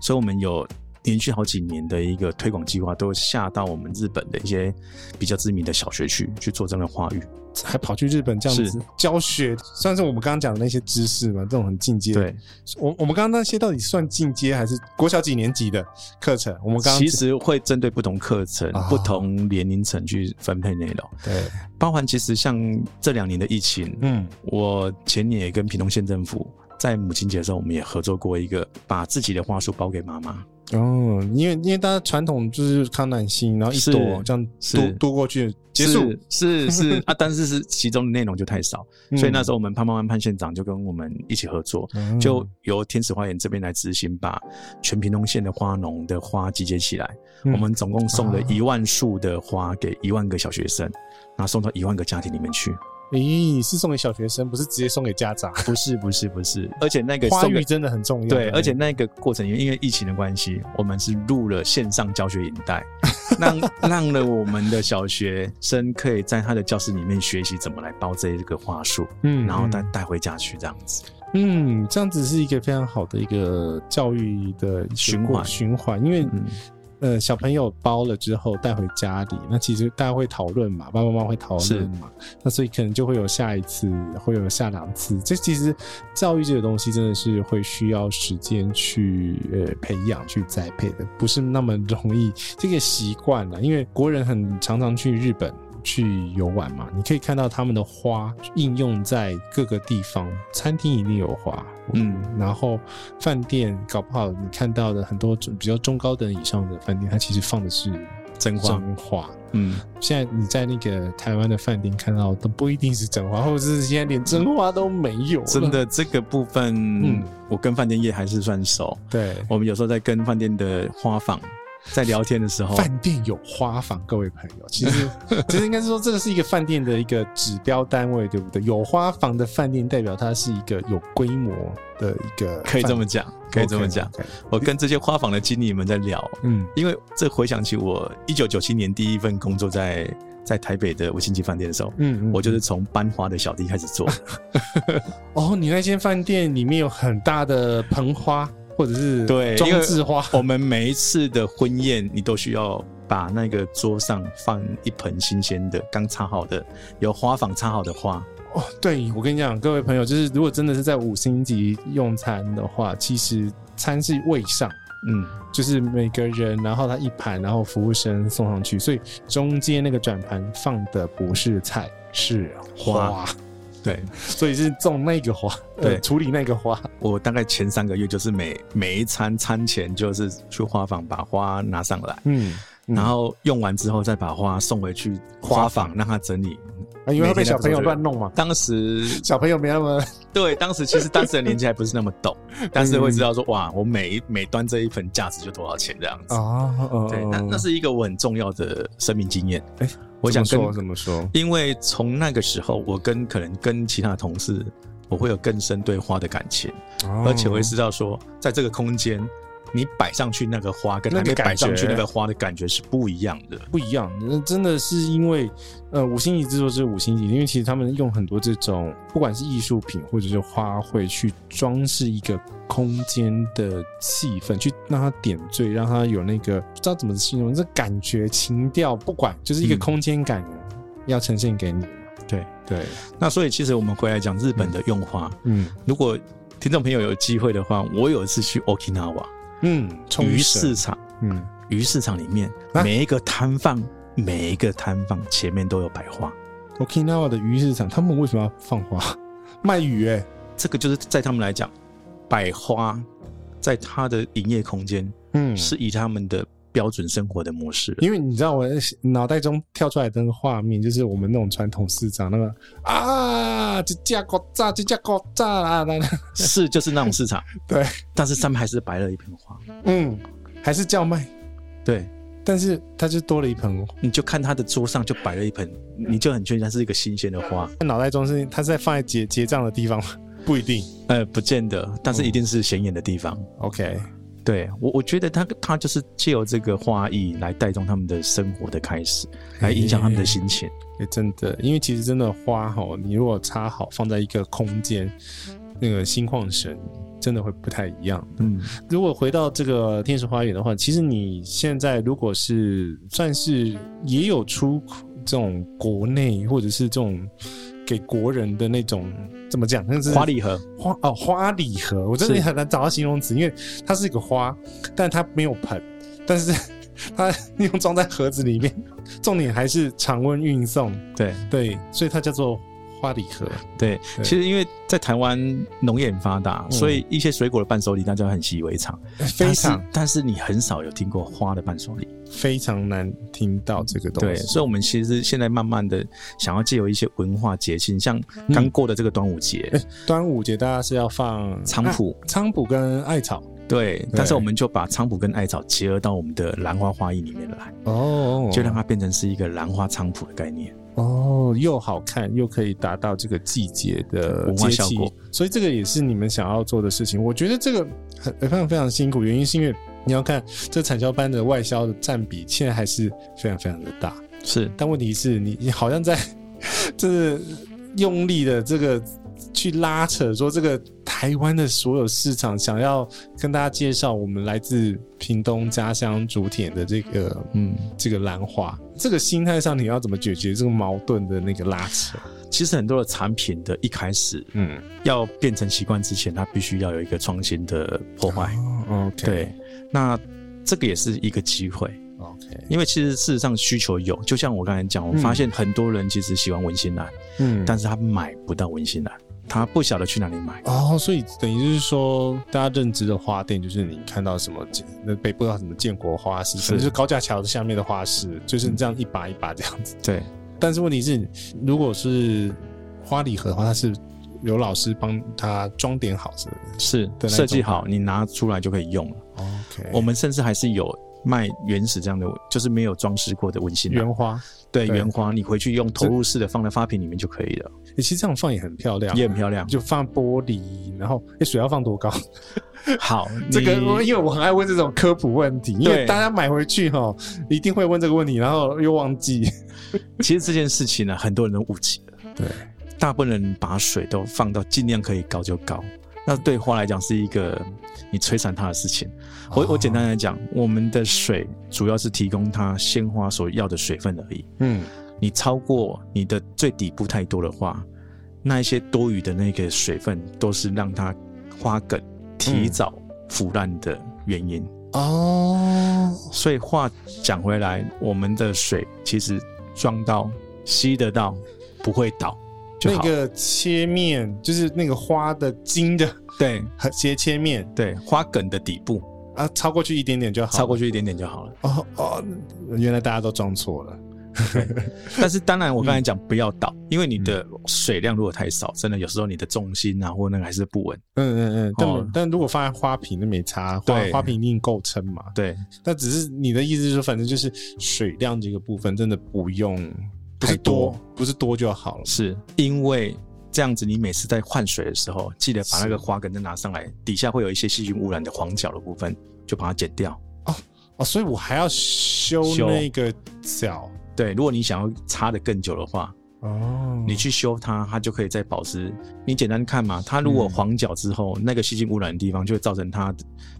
[SPEAKER 3] 所以我们有。连续好几年的一个推广计划，都下到我们日本的一些比较知名的小学去去做这样的花语。
[SPEAKER 2] 还跑去日本这样子
[SPEAKER 3] 是
[SPEAKER 2] 教学，算是我们刚刚讲的那些知识嘛，这种很进阶。，
[SPEAKER 3] 对，
[SPEAKER 2] 我我们刚刚那些到底算进阶还是国小几年级的课程？我们刚刚
[SPEAKER 3] 其实会针对不同课程、
[SPEAKER 2] 啊
[SPEAKER 3] 不同年龄层去分配内容，
[SPEAKER 2] 对，
[SPEAKER 3] 包含其实像这两年的疫情，
[SPEAKER 2] 嗯
[SPEAKER 3] 我前年也跟屏东县政府在母亲节的时候，我们也合作过一个把自己的花束包给妈妈。
[SPEAKER 2] 哦，因为因为大家传统就是康乃馨，然后一
[SPEAKER 3] 是
[SPEAKER 2] 朵这样
[SPEAKER 3] 是
[SPEAKER 2] 多多过去结束，
[SPEAKER 3] 是是是啊，但是是其中的内容就太少，所以那时
[SPEAKER 2] 候
[SPEAKER 3] 候我们潘潘潘潘县长就跟我们一起合作，
[SPEAKER 2] 哦
[SPEAKER 3] 就由天使花园这边来执行，把全屏东县的花农的花集结起来，
[SPEAKER 2] 嗯
[SPEAKER 3] 我们总共送了
[SPEAKER 2] 啊
[SPEAKER 3] 一万束的花给一万个小学生，然后送到一万个家庭里面去。
[SPEAKER 2] 咦是送给小学生，不是直接送给家长。
[SPEAKER 3] 不是不是不是，而且那个
[SPEAKER 2] 花
[SPEAKER 3] 送 给
[SPEAKER 2] 语真的很重要，
[SPEAKER 3] 对，而且那个过程因为因为疫情的关系，我们是录了线上教学影 带，让让了我们的小学生可以在他的教室里面学习怎么来包这一个花束，
[SPEAKER 2] 嗯
[SPEAKER 3] 然后带带回家去这样子。
[SPEAKER 2] 嗯，这样子是一个非常好的一个教育的一个
[SPEAKER 3] 循
[SPEAKER 2] 过
[SPEAKER 3] 环
[SPEAKER 2] 循环，因为
[SPEAKER 3] 嗯，
[SPEAKER 2] 呃，小朋友包了之后带回家里，那其实大家会讨论嘛，爸爸妈妈会讨论嘛，那所以可能就会有下一次，会有下两次。这其实教育这个东西真的是会需要时间去呃培养、去栽培的，不是那么容易。这个习惯了，因为国人很常常去日本。去游玩嘛，你可以看到他们的花应用在各个地方，餐厅一定有花，
[SPEAKER 3] 嗯
[SPEAKER 2] 然后饭店搞不好你看到的很多中比较中高等以上的饭店，它其实放的是
[SPEAKER 3] 真花，
[SPEAKER 2] 真花。
[SPEAKER 3] 嗯，
[SPEAKER 2] 现在你在那个台湾的饭店看到的不一定是真花，或者是现在连真花都没有了。
[SPEAKER 3] 真的这个部分，
[SPEAKER 2] 嗯
[SPEAKER 3] 我跟饭店业还是算熟。
[SPEAKER 2] 对，
[SPEAKER 3] 我们有时候在跟饭店的花坊在聊天的时候，
[SPEAKER 2] 饭店有花房，各位朋友，其实 其实应该是说这个是一个饭店的一个指标单位，对不对？有花房的饭店代表它是一个有规模的一个饭店，
[SPEAKER 3] 可以这么讲，可以这么讲。
[SPEAKER 2] OK，OK，
[SPEAKER 3] 我跟这些花坊的经理们在聊，
[SPEAKER 2] 嗯
[SPEAKER 3] 因为这回想起我一九九七年第一份工作在在台北的五星级饭店的时候，
[SPEAKER 2] 嗯，嗯
[SPEAKER 3] 我就是从搬花的小弟开始做。
[SPEAKER 2] 哦，你那间饭店里面有很大的盆花，或者是
[SPEAKER 3] 对
[SPEAKER 2] 装
[SPEAKER 3] 因为哦
[SPEAKER 2] 置花，
[SPEAKER 3] 我们每一次的婚宴，你都需要把那个桌上放一盆新鲜的、刚插好的、有花坊插好的花。
[SPEAKER 2] 哦，对，我跟你讲，各位朋友，就是如果真的是在五星级用餐的话，其实餐是位上，
[SPEAKER 3] 嗯，
[SPEAKER 2] 就是每个人，然后他一盘，然后服务生送上去，所以中间那个转盘放的不是菜，是花，
[SPEAKER 3] 对
[SPEAKER 2] 所以是种那个花，呃
[SPEAKER 3] 对
[SPEAKER 2] 处理那个花，
[SPEAKER 3] 我大概前三个月就是每每一餐餐前就是去花坊把花拿上来。
[SPEAKER 2] 嗯，嗯
[SPEAKER 3] 然后用完之后再把花送回去花坊，让它整理。
[SPEAKER 2] 啊因为会被
[SPEAKER 3] 每天那
[SPEAKER 2] 小
[SPEAKER 3] 个
[SPEAKER 2] 朋友
[SPEAKER 3] 都是
[SPEAKER 2] 乱弄嘛，
[SPEAKER 3] 当时
[SPEAKER 2] 小朋友没那么，
[SPEAKER 3] 对，当时其实当时的年纪还不是那么 懂，但是会知道说，哇，我每一每端这一盆价值就多少钱这样子。
[SPEAKER 2] 啊，哦
[SPEAKER 3] 对，那那是一个我很重要的生命经验。
[SPEAKER 2] 哎
[SPEAKER 3] 我想
[SPEAKER 2] 怎
[SPEAKER 3] 跟
[SPEAKER 2] 么说，怎么说？
[SPEAKER 3] 因为从那个时候，我跟可能跟其他同事，我会有更深对花的感情，
[SPEAKER 2] 哦
[SPEAKER 3] 而且我会
[SPEAKER 2] 是。
[SPEAKER 3] 知道说，在这个空间，你摆上去那个花跟还
[SPEAKER 2] 那个
[SPEAKER 3] 没摆
[SPEAKER 2] 感觉
[SPEAKER 3] 上去那个花的感觉是不一样的。
[SPEAKER 2] 不一样，那真的是因为，呃，五星级制作是五星级，因为其实他们用很多这种，不管是艺术品或者是花卉，去装饰一个空间的气氛，去让它点缀，让它有那个不知道怎么形容，这感觉、情调，不管就是一个
[SPEAKER 3] 嗯
[SPEAKER 2] 空间感、要呈现给你。
[SPEAKER 3] 对
[SPEAKER 2] 对，
[SPEAKER 3] 那所以其实我们回来讲日本的用花，
[SPEAKER 2] 嗯
[SPEAKER 3] 如果听众朋友有机会的话，我有一次去 Okinawa
[SPEAKER 2] 嗯，冲
[SPEAKER 3] 鱼
[SPEAKER 2] 绳
[SPEAKER 3] 市场。
[SPEAKER 2] 嗯，
[SPEAKER 3] 鱼市场里面，
[SPEAKER 2] 啊
[SPEAKER 3] 每一个摊贩，每一个摊贩前面都有摆花，
[SPEAKER 2] ，Okinawa 的鱼市场，他们为什么要放花？ 卖鱼哎、
[SPEAKER 3] 这个就是在他们来讲，摆花在他的营业空间
[SPEAKER 2] 嗯
[SPEAKER 3] 是以他们的标准生活的模式。
[SPEAKER 2] 因为你知道我脑袋中跳出来的那个画面，就是我们那种传统市场那个啊，这架高炸，这架高炸啊，那那
[SPEAKER 3] 是就是那种市场，
[SPEAKER 2] 对，
[SPEAKER 3] 但是上面还是摆了一盆花，
[SPEAKER 2] 嗯，还是叫卖，
[SPEAKER 3] 对，
[SPEAKER 2] 但是它就多了一盆，哦
[SPEAKER 3] 你就看他的桌上就摆了一盆，
[SPEAKER 2] 嗯
[SPEAKER 3] 你就很确定它是一个新鲜的花。
[SPEAKER 2] 它脑袋中是它是在放在结结账的地方吗？不一定。
[SPEAKER 3] 呃，不见得，但
[SPEAKER 2] 哦
[SPEAKER 3] 是一定是显眼的地方。
[SPEAKER 2] OK，
[SPEAKER 3] 对我，我觉得他他就是借由这个花艺来带动他们的生活的开始，来影响他们的心情。
[SPEAKER 2] 哎、真的，因为其实真的花哈，你如果插好放在一个空间，那个心旷神怡，真的会不太一样。
[SPEAKER 3] 嗯，
[SPEAKER 2] 如果回到这个天使花园的话，其实你现在如果是算是也有出这种国内或者是这种给国人的那种怎么讲，那是
[SPEAKER 3] 花礼盒，
[SPEAKER 2] 花哦花礼盒，我真的
[SPEAKER 3] 是
[SPEAKER 2] 很难找到形容词，因为它是一个花，但它没有盆，但是它用装在盒子里面，重点还是常温运送，
[SPEAKER 3] 对
[SPEAKER 2] 对，所以它叫做花礼盒。
[SPEAKER 3] 对。
[SPEAKER 2] 对
[SPEAKER 3] 其实因为在台湾农业很发达，
[SPEAKER 2] 嗯
[SPEAKER 3] 所以一些水果的伴手礼大家很习以为常，
[SPEAKER 2] 非常
[SPEAKER 3] 但是但是你很少有听过花的伴手礼。
[SPEAKER 2] 非常难听到这个东
[SPEAKER 3] 对，
[SPEAKER 2] 西。
[SPEAKER 3] 所以我们其实现在慢慢的想要借由一些文化节庆，像刚过的这个端午节，
[SPEAKER 2] 端午节大家是要放
[SPEAKER 3] 菖
[SPEAKER 2] 啊
[SPEAKER 3] 蒲，
[SPEAKER 2] 菖蒲跟艾草
[SPEAKER 3] 对，但是我们就把菖蒲跟艾草结合到我们的兰花花艺里面来，
[SPEAKER 2] 哦
[SPEAKER 3] 就让它变成是一个兰花菖蒲的概念。
[SPEAKER 2] 哦又好看又可以达到这个季节的
[SPEAKER 3] 文
[SPEAKER 2] 节
[SPEAKER 3] 化
[SPEAKER 2] 气
[SPEAKER 3] 效果，
[SPEAKER 2] 所以这个也是你们想要做的事情。我觉得这个很非常非常辛苦，原因是因为你要看这产销班的外销的占比现在还是非常非常的大，
[SPEAKER 3] 是，
[SPEAKER 2] 但问题是你你好像在 这用力的这个去拉扯，说这个台湾的所有市场想要跟大家介绍我们来自屏东家乡竹田的这个
[SPEAKER 3] 嗯，
[SPEAKER 2] 这个兰花，这个心态上你要怎么解决这个矛盾的那个拉扯？
[SPEAKER 3] 其实很多的产品的一开始
[SPEAKER 2] 嗯
[SPEAKER 3] 要变成习惯之前，它必须要有一个创新的破坏。
[SPEAKER 2] 嗯，OK，
[SPEAKER 3] 对，那这个也是一个机会，
[SPEAKER 2] ，OK，
[SPEAKER 3] 因为其实事实上需求有，就像我刚才讲，我发
[SPEAKER 2] 嗯
[SPEAKER 3] 现很多人其实喜欢文心兰，
[SPEAKER 2] 嗯，
[SPEAKER 3] 但是他买不到文心兰，他不晓得去哪里买。
[SPEAKER 2] 哦，所以等于就是说，大家认知的花店就是你看到什么建那北部叫什么建国花市，
[SPEAKER 3] 是
[SPEAKER 2] 可能就是高架桥的下面的花市，就是这样一把一把这样子。
[SPEAKER 3] 对，
[SPEAKER 2] 但是问题是，如果是花礼盒的话，它是有老师帮他装点好是
[SPEAKER 3] 是
[SPEAKER 2] 那
[SPEAKER 3] 设计
[SPEAKER 2] 种
[SPEAKER 3] 好，你拿出来就可以用了。
[SPEAKER 2] OK，
[SPEAKER 3] 我们甚至还是有卖原始这样的，就是没有装饰过的温馨兰
[SPEAKER 2] 原花、
[SPEAKER 3] 对
[SPEAKER 2] 对
[SPEAKER 3] 原花，你回去用投入式的放在花瓶里面就可以了，
[SPEAKER 2] 欸其实这样放也很漂亮，
[SPEAKER 3] 也很漂亮。
[SPEAKER 2] 嗯就放玻璃，然后诶水要放多高？
[SPEAKER 3] 好，
[SPEAKER 2] 这个
[SPEAKER 3] 你
[SPEAKER 2] 我因为我很爱问这种科普问题，因为
[SPEAKER 3] 对
[SPEAKER 2] 大家买回去哈一定会问这个问题，然后又忘记。
[SPEAKER 3] 其实这件事情呢，很多人都误解了。
[SPEAKER 2] 对，
[SPEAKER 3] 大部分人把水都放到尽量可以高就高，那对花来讲是一个你摧残它的事情。我、我简单来讲，我们的水主要是提供它鲜花所要的水分而已。
[SPEAKER 2] 嗯。
[SPEAKER 3] 你超过你的最底部太多的话，那一些多余的那个水分都是让它花梗提早腐烂的原因。
[SPEAKER 2] 哦，
[SPEAKER 3] 所以话讲回来，我们的水其实装到吸得到，不会倒就
[SPEAKER 2] 那
[SPEAKER 3] 好。
[SPEAKER 2] 个切面就是那个花的茎的
[SPEAKER 3] 对
[SPEAKER 2] 和斜切面
[SPEAKER 3] 对，花梗的底部
[SPEAKER 2] 啊，超过去一点点就好。
[SPEAKER 3] 超过去一点点就 好了。
[SPEAKER 2] 哦哦，原来大家都装错了。
[SPEAKER 3] 但是当然，我刚才讲不要倒，因为你的
[SPEAKER 2] 嗯
[SPEAKER 3] 水量如果太少，真的有时候你的重心啊或那个还是不稳。
[SPEAKER 2] 嗯嗯嗯，但、
[SPEAKER 3] 哦
[SPEAKER 2] 但如果放在花瓶那没差，花
[SPEAKER 3] 对
[SPEAKER 2] 花瓶一定够撑嘛。
[SPEAKER 3] 对，
[SPEAKER 2] 那只是你的意思是说，反正就是水量这个部分真的不用
[SPEAKER 3] 不
[SPEAKER 2] 太
[SPEAKER 3] 是多
[SPEAKER 2] 多，不是多就好了。
[SPEAKER 3] 是因为这样子，你每次在换水的时候，记得把那
[SPEAKER 2] 是
[SPEAKER 3] 个花梗再拿上来，底下会有一些细菌污染的黄角的部分，就把它剪掉。
[SPEAKER 2] 哦，所以我还要修
[SPEAKER 3] 修
[SPEAKER 2] 那个角
[SPEAKER 3] 对，如果你想要插的更久的话，
[SPEAKER 2] 哦
[SPEAKER 3] 你去修它，它就可以再保持。你简单看嘛，它如果
[SPEAKER 2] 嗯
[SPEAKER 3] 黄角之后，那个细菌污染的地方就会造成它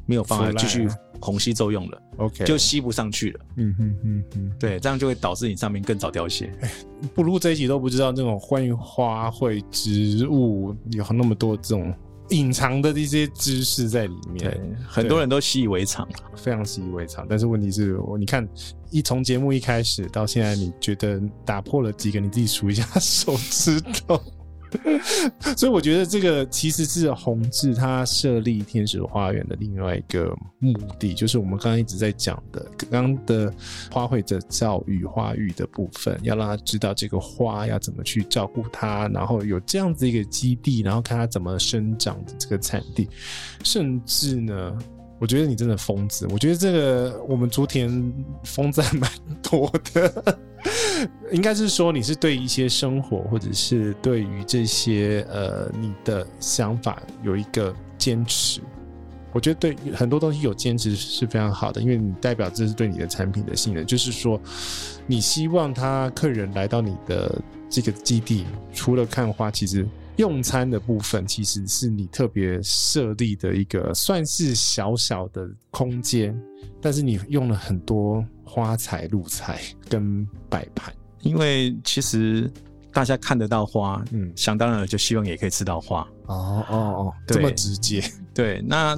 [SPEAKER 3] 没有办
[SPEAKER 2] 腐
[SPEAKER 3] 法
[SPEAKER 2] 烂
[SPEAKER 3] 继续虹吸作用了，
[SPEAKER 2] OK
[SPEAKER 3] 就吸不上去了。
[SPEAKER 2] 嗯嗯嗯嗯。
[SPEAKER 3] 对，这样就会导致你上面更早凋谢。
[SPEAKER 2] 不如这一集都不知道这种关于花卉植物有那么多这种隐藏的一些知识在里
[SPEAKER 3] 对
[SPEAKER 2] 面，，
[SPEAKER 3] 很多人都习以为常。啊
[SPEAKER 2] 非常习以为常。但是问题是，我你看，一从节目一开始到现在，你觉得打破了几个？你自己数一下手指头。 所以我觉得这个其实是宏志他设立天使花园的另外一个目的，就是我们刚刚一直在讲的，刚刚的花卉的教育、花育的部分，要让他知道这个花要怎么去照顾它，然后有这样子一个基地，然后看它怎么生长的这个产地，甚至呢，我觉得你真的疯子。我觉得这个我们竹田疯子还蛮多的， 应该是说你是对一些生活，或者是对于这些呃你的想法有一个坚持。我觉得对很多东西有坚持是非常好的，因为你代表这是对你的产品的信任，就是说你希望他客人来到你的这个基地，除了看花，其实用餐的部分其实是你特别设立的一个算是小小的空间，但是你用了很多花材、露材跟摆盘，
[SPEAKER 3] 因为其实大家看得到花，
[SPEAKER 2] 嗯，
[SPEAKER 3] 想当然了就希望也可以吃到花。
[SPEAKER 2] 哦哦哦，
[SPEAKER 3] 对
[SPEAKER 2] 这么直接，
[SPEAKER 3] 对，那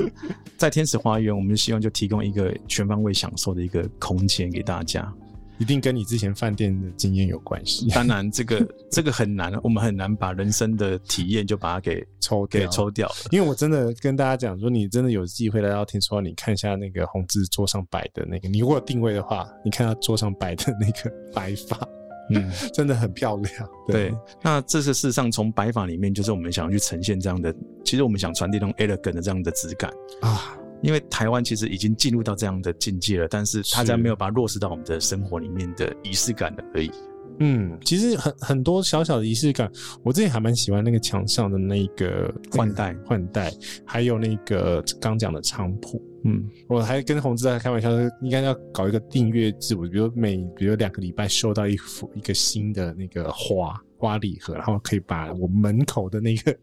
[SPEAKER 3] 在天使花园，我们就希望就提供一个全方位享受的一个空间给大家。
[SPEAKER 2] 一定跟你之前饭店的经验有关系，
[SPEAKER 3] 当然，这个这个很难，我们很难把人生的体验就把它给
[SPEAKER 2] 抽
[SPEAKER 3] 给
[SPEAKER 2] 掉
[SPEAKER 3] 抽掉了。
[SPEAKER 2] 因为我真的跟大家讲说，你真的有机会来到天说，你看一下那个红字桌上摆的那个，你如果有定位的话，你看他桌上摆的那个白发，
[SPEAKER 3] 嗯，
[SPEAKER 2] 真的很漂亮。
[SPEAKER 3] 对，。那这是事实上从摆法里面，就是我们想要去呈现这样的，其实我们想传递那种 elegant 的这样的质感。
[SPEAKER 2] 啊，
[SPEAKER 3] 因为台湾其实已经进入到这样的境界了，但是大家
[SPEAKER 2] 是
[SPEAKER 3] 没有把它落实到我们的生活里面的仪式感的而已。
[SPEAKER 2] 嗯，其实很很多小小的仪式感，我自己还蛮喜欢那个墙上的那个
[SPEAKER 3] 换代
[SPEAKER 2] 换代，还有那个刚讲的菖蒲。
[SPEAKER 3] 嗯，
[SPEAKER 2] 我还跟洪志在开玩笑说，应该要搞一个订阅制，我比如每比如两个礼拜收到一幅一个新的那个花花礼盒，然后可以把我门口的那个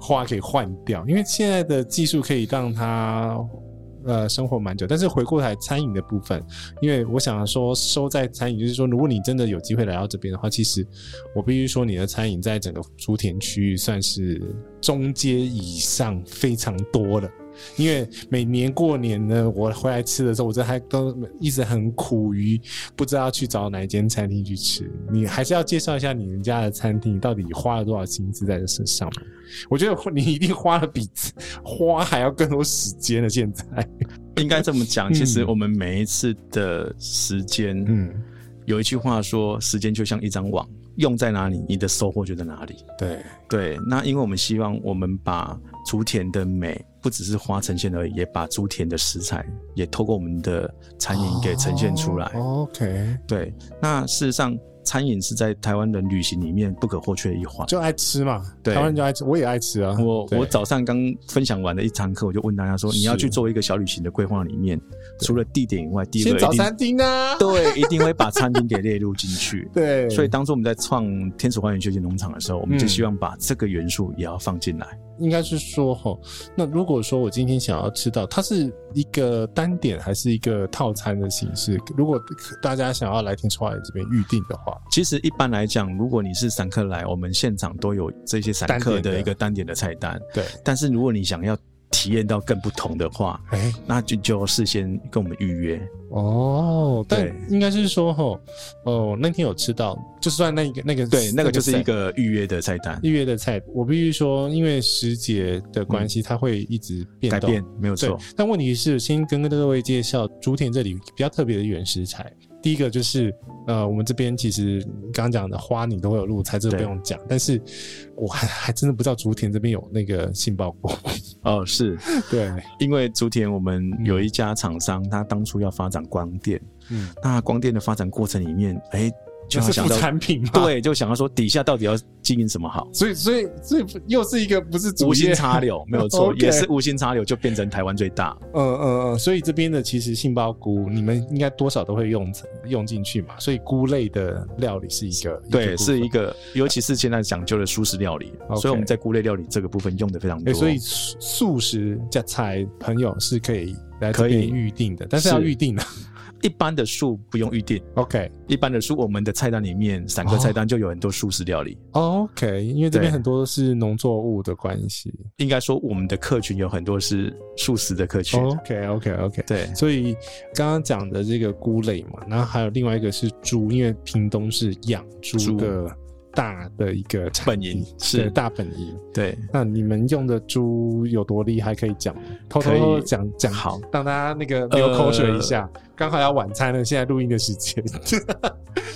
[SPEAKER 2] 花给换掉，因为现在的技术可以让它。呃，生活蛮久，但是回过来餐饮的部分，因为我想说收在餐饮，就是说，如果你真的有机会来到这边的话，其实我必须说，你的餐饮在整个竹田区域算是中阶以上非常多了。因为每年过年呢，我回来吃的时候，我这还都一直很苦于不知道去找哪一间餐厅去吃。你还是要介绍一下你们家的餐厅，到底花了多少心思在这身上面？我觉得你一定花了比花还要更多时间了。现在，
[SPEAKER 3] 应该这么讲，
[SPEAKER 2] 嗯
[SPEAKER 3] 其实我们每一次的时间，
[SPEAKER 2] 嗯，
[SPEAKER 3] 有一句话说，时间就像一张网，用在哪里，你的收获就在哪里。
[SPEAKER 2] 对，
[SPEAKER 3] 对，那因为我们希望我们把竹田的美，不只是花呈现而已，也把竹田的食材也透过我们的餐饮给呈现出来。
[SPEAKER 2] 哦 OK，
[SPEAKER 3] 对，那事实上，餐饮是在台湾人旅行里面不可或缺的一环。
[SPEAKER 2] 就爱吃嘛，
[SPEAKER 3] 对
[SPEAKER 2] 台湾人就爱吃，我也爱吃啊。
[SPEAKER 3] 我
[SPEAKER 2] 对
[SPEAKER 3] 我早上刚分享完的一堂课，我就问大家说，
[SPEAKER 2] 是
[SPEAKER 3] 你要去做一个小旅行的规划，里面除了地点以外，第一
[SPEAKER 2] 先
[SPEAKER 3] 个一
[SPEAKER 2] 找
[SPEAKER 3] 定
[SPEAKER 2] 餐厅啊，。
[SPEAKER 3] 对，一定会把餐厅给列入进去
[SPEAKER 2] 对，
[SPEAKER 3] 所以当初我们在创天使花园休闲农场的时候，我们就
[SPEAKER 2] 嗯
[SPEAKER 3] 希望把这个元素也要放进来。
[SPEAKER 2] 应该是说哈，那如果说我今天想要吃到，它是一个单点还是一个套餐的形式？如果大家想要来天川这边预定的话，
[SPEAKER 3] 其实一般来讲，如果你是散客来，我们现场都有这些散客
[SPEAKER 2] 单点
[SPEAKER 3] 的
[SPEAKER 2] 的
[SPEAKER 3] 一个单点的菜单。
[SPEAKER 2] 对，
[SPEAKER 3] 但是如果你想要体验到更不同的话，
[SPEAKER 2] 哎、
[SPEAKER 3] 那就就事先跟我们预约。
[SPEAKER 2] 哦，但
[SPEAKER 3] 对
[SPEAKER 2] 应该是说哈，哦，那天有吃到，就算那个那个
[SPEAKER 3] 对，那个就是一
[SPEAKER 2] set
[SPEAKER 3] 个预约的菜单，
[SPEAKER 2] 预约的菜，我必须说，因为时节的关系，它会一直嗯变
[SPEAKER 3] 改
[SPEAKER 2] 动。
[SPEAKER 3] 变没有
[SPEAKER 2] 对
[SPEAKER 3] 错。，
[SPEAKER 2] 但问题是，先跟各位介绍竹田这里比较特别的原食材。第一个就是，呃，我们这边其实刚刚讲的花，你都会有露菜，这个不
[SPEAKER 3] 对
[SPEAKER 2] 用讲。但是我还还真的不知道竹田这边有那个杏鲍 菇。
[SPEAKER 3] 哦，是
[SPEAKER 2] 对，
[SPEAKER 3] 因为竹田我们有一家厂商，他当初要发展光电，
[SPEAKER 2] 嗯，
[SPEAKER 3] 那光电的发展过程里面，哎、就
[SPEAKER 2] 就
[SPEAKER 3] 要
[SPEAKER 2] 是
[SPEAKER 3] 想
[SPEAKER 2] 副
[SPEAKER 3] 到
[SPEAKER 2] 产品嘛。，
[SPEAKER 3] 对，就想要说底下到底要经营什么好，
[SPEAKER 2] 所以所以所以又是一个不是
[SPEAKER 3] 无
[SPEAKER 2] 主
[SPEAKER 3] 心
[SPEAKER 2] 业，
[SPEAKER 3] 插柳没有错，
[SPEAKER 2] OK
[SPEAKER 3] 也是无心插柳就变成台湾最大。
[SPEAKER 2] 嗯嗯嗯。所以这边的其实杏鲍菇，你们应该多少都会用用进去嘛。所以菇类的料理是一个
[SPEAKER 3] 对，是一
[SPEAKER 2] 个
[SPEAKER 3] 个，尤其是现在讲究的素食料理
[SPEAKER 2] OK
[SPEAKER 3] 所以我们在菇类料理这个部分用的非常
[SPEAKER 2] 哎、
[SPEAKER 3] 多。
[SPEAKER 2] 所以素素食加菜朋友是可以来这
[SPEAKER 3] 可以
[SPEAKER 2] 边预定的，但是要
[SPEAKER 3] 是
[SPEAKER 2] 预定的。
[SPEAKER 3] 一般的素不用预定，
[SPEAKER 2] OK
[SPEAKER 3] 一般的素我们的菜单里面，散客
[SPEAKER 2] 哦
[SPEAKER 3] 菜单就有很多素食料理。
[SPEAKER 2] OK，因为这边
[SPEAKER 3] 对
[SPEAKER 2] 很多是农作物的关系。
[SPEAKER 3] 应该说我们的客群有很多是素食的客群。
[SPEAKER 2] OK OK OK，
[SPEAKER 3] 对，
[SPEAKER 2] 所以刚刚讲的这个菇类嘛，然后还有另外一个是猪，因为屏东是养猪
[SPEAKER 3] 猪
[SPEAKER 2] 的大的一个产
[SPEAKER 3] 本营
[SPEAKER 2] 地对
[SPEAKER 3] 是，
[SPEAKER 2] 大本营。
[SPEAKER 3] 对，
[SPEAKER 2] 那你们用的猪有多厉害？可以讲吗偷偷
[SPEAKER 3] 可以
[SPEAKER 2] 讲讲
[SPEAKER 3] 好，呃
[SPEAKER 2] 让大家那个流口水一下。刚好要晚餐了，现在录音的时间。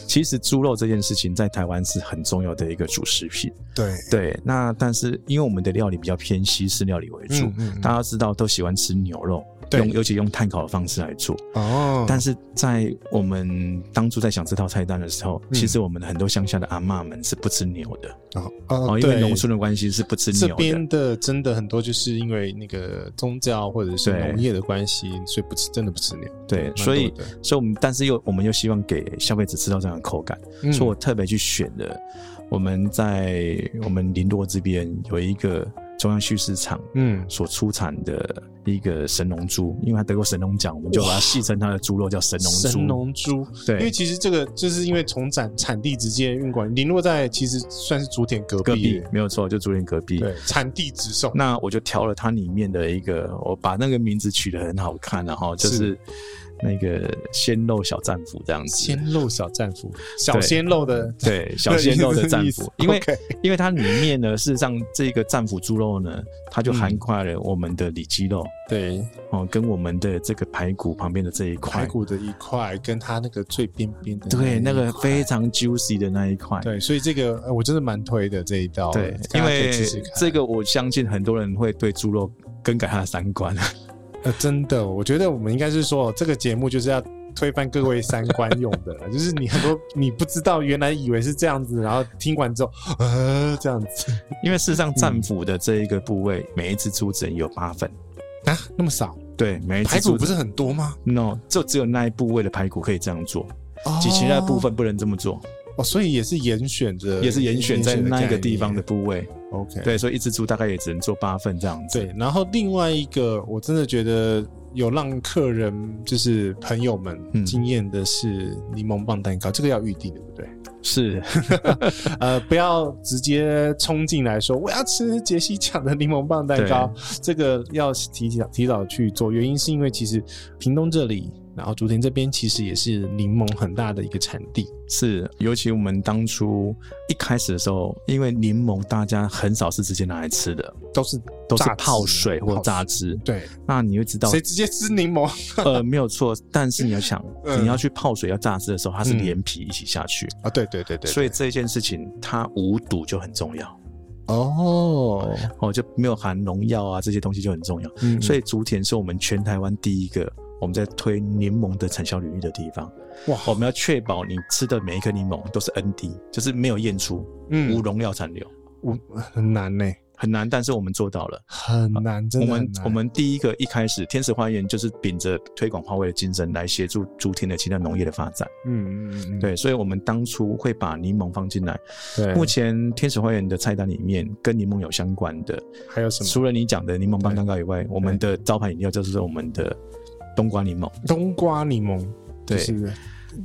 [SPEAKER 3] 其实猪肉这件事情在台湾是很重要的一个主食品。
[SPEAKER 2] 对，
[SPEAKER 3] 对，那但是因为我们的料理比较偏西式料理为主，
[SPEAKER 2] 嗯嗯嗯
[SPEAKER 3] 大家知道都喜欢吃牛肉，
[SPEAKER 2] 对
[SPEAKER 3] 用尤其用炭烤的方式来做。
[SPEAKER 2] 哦，
[SPEAKER 3] 但是在我们当初在想这套菜单的时候，
[SPEAKER 2] 嗯
[SPEAKER 3] 其实我们很多乡下的阿嬷们是不吃牛的，
[SPEAKER 2] 哦哦，
[SPEAKER 3] 哦，因为
[SPEAKER 2] 对，
[SPEAKER 3] 农村的关系是不吃
[SPEAKER 2] 这
[SPEAKER 3] 牛的。
[SPEAKER 2] 边的真的很多，就是因为那个宗教或者是
[SPEAKER 3] 对
[SPEAKER 2] 农业的关系，所以不吃真的不吃牛。
[SPEAKER 3] 对
[SPEAKER 2] 蛮
[SPEAKER 3] 所以
[SPEAKER 2] 多的
[SPEAKER 3] 所以，我们但是又我们又希望给消费者吃到这样的口感，
[SPEAKER 2] 嗯
[SPEAKER 3] 所以我特别去选了我们在我们林多这边有一个中央叙事场
[SPEAKER 2] 嗯，
[SPEAKER 3] 所出产的一个神农猪，因为它得过神农奖，我们就把它戏称它的猪肉叫神农猪。
[SPEAKER 2] 神农猪，因为
[SPEAKER 3] 对，
[SPEAKER 2] 其实这个就是因为从产产地直接运管，林落在其实算是竹田隔
[SPEAKER 3] 隔
[SPEAKER 2] 壁
[SPEAKER 3] 壁
[SPEAKER 2] 耶，
[SPEAKER 3] 没有错，就竹园隔壁。
[SPEAKER 2] 对，产地直送。
[SPEAKER 3] 那我就挑了它里面的一个，我把那个名字取得很好看，然后就是那个鲜肉小战俘这样子。
[SPEAKER 2] 鲜肉小战俘，小
[SPEAKER 3] 对
[SPEAKER 2] 鲜肉的
[SPEAKER 3] 对小鲜肉 的战
[SPEAKER 2] 意
[SPEAKER 3] 俘
[SPEAKER 2] 思，
[SPEAKER 3] 因为
[SPEAKER 2] OK
[SPEAKER 3] 因为它里面呢，事实上这个战俘猪肉呢，它
[SPEAKER 2] 嗯
[SPEAKER 3] 就涵盖了我们的里脊肉
[SPEAKER 2] 对
[SPEAKER 3] 哦，跟我们的这个排骨旁边的这一
[SPEAKER 2] 排
[SPEAKER 3] 块，
[SPEAKER 2] 骨的一块，跟它那个最边边的
[SPEAKER 3] 对，那
[SPEAKER 2] 一
[SPEAKER 3] 个
[SPEAKER 2] 块
[SPEAKER 3] 非常 juicy 的那一块，
[SPEAKER 2] 对，所以这个呃我真的蛮推的这一道，
[SPEAKER 3] 对，
[SPEAKER 2] 大家
[SPEAKER 3] 因
[SPEAKER 2] 可以
[SPEAKER 3] 为
[SPEAKER 2] 试试看
[SPEAKER 3] 这个我相信很多人会对猪肉更改他的三观。
[SPEAKER 2] 呃，真的，我觉得我们应该是说，这个节目就是要推翻各位三观用的啦，就是你很多你不知道，原来以为是这样子，然后听完之后，呃，这样子
[SPEAKER 3] 因为事实上，
[SPEAKER 2] 嗯
[SPEAKER 3] 战斧的这一个部位，每一只猪只能有八份。
[SPEAKER 2] 啊，那么少，
[SPEAKER 3] 对，每一只
[SPEAKER 2] 排骨
[SPEAKER 3] 猪
[SPEAKER 2] 不是很多吗？
[SPEAKER 3] no，就只有那一部位的排骨可以这样做，
[SPEAKER 2] 哦
[SPEAKER 3] 其其他部分不能这么做，
[SPEAKER 2] 哦，所以也是严选的，
[SPEAKER 3] 也是严选在那一个地方的
[SPEAKER 2] 概
[SPEAKER 3] 部位。
[SPEAKER 2] 念。OK，
[SPEAKER 3] 对，所以一只猪大概也只能做八份这样子。
[SPEAKER 2] 对，然后另外一个，我真的觉得有让客人就是朋友们
[SPEAKER 3] 嗯
[SPEAKER 2] 惊艳的是柠檬棒蛋糕，这个要预定，对不对？
[SPEAKER 3] 是，
[SPEAKER 2] 呃，不要直接冲进来说我要吃杰西讲的柠檬棒蛋糕，这个要提早提早去做。原因是因为其实屏东这里，然后竹田这边其实也是柠檬很大的一个产地。
[SPEAKER 3] 是，尤其我们当初一开始的时候，因为柠檬大家很少是直接拿来吃的，
[SPEAKER 2] 都是
[SPEAKER 3] 都是
[SPEAKER 2] 榨汁
[SPEAKER 3] 泡水或
[SPEAKER 2] 泡
[SPEAKER 3] 榨汁。
[SPEAKER 2] 对，
[SPEAKER 3] 那你会知 道
[SPEAKER 2] 谁直接吃柠檬？
[SPEAKER 3] 呃，没有错，但是你要想，
[SPEAKER 2] 嗯
[SPEAKER 3] 你要去泡水要榨汁的时候，它是连皮一起下去，
[SPEAKER 2] 啊，对对对对，
[SPEAKER 3] 所以这件事情它无毒就很重要
[SPEAKER 2] 哦，
[SPEAKER 3] 哦，就没有含农药啊这些东西就很重要。
[SPEAKER 2] 嗯
[SPEAKER 3] 所以竹田是我们全台湾第一个我们在推柠檬的产销履历的地方。
[SPEAKER 2] 哇
[SPEAKER 3] 我们要确保你吃的每一颗柠檬都是 ND，就是没有验出无
[SPEAKER 2] 嗯，
[SPEAKER 3] 农药残留，
[SPEAKER 2] 我很难呢、
[SPEAKER 3] 很难，但是我们做到了。
[SPEAKER 2] 很难，真
[SPEAKER 3] 我
[SPEAKER 2] 的很
[SPEAKER 3] 们
[SPEAKER 2] 难
[SPEAKER 3] 我们第一个一开始，天使花园就是秉着推广花卉的精神来协助竹田的其他农业的发展。
[SPEAKER 2] 嗯嗯嗯，嗯
[SPEAKER 3] 对，所以我们当初会把柠檬放进来。
[SPEAKER 2] 对，
[SPEAKER 3] 目
[SPEAKER 2] 目前
[SPEAKER 3] 前天使花园的菜单里面跟柠檬有相关的，
[SPEAKER 2] 还有什么？
[SPEAKER 3] 除了你讲的柠檬棒蛋糕以外，我们的招牌饮料就是我们的冬瓜柠檬，
[SPEAKER 2] 冬瓜柠檬，
[SPEAKER 3] 对
[SPEAKER 2] 就是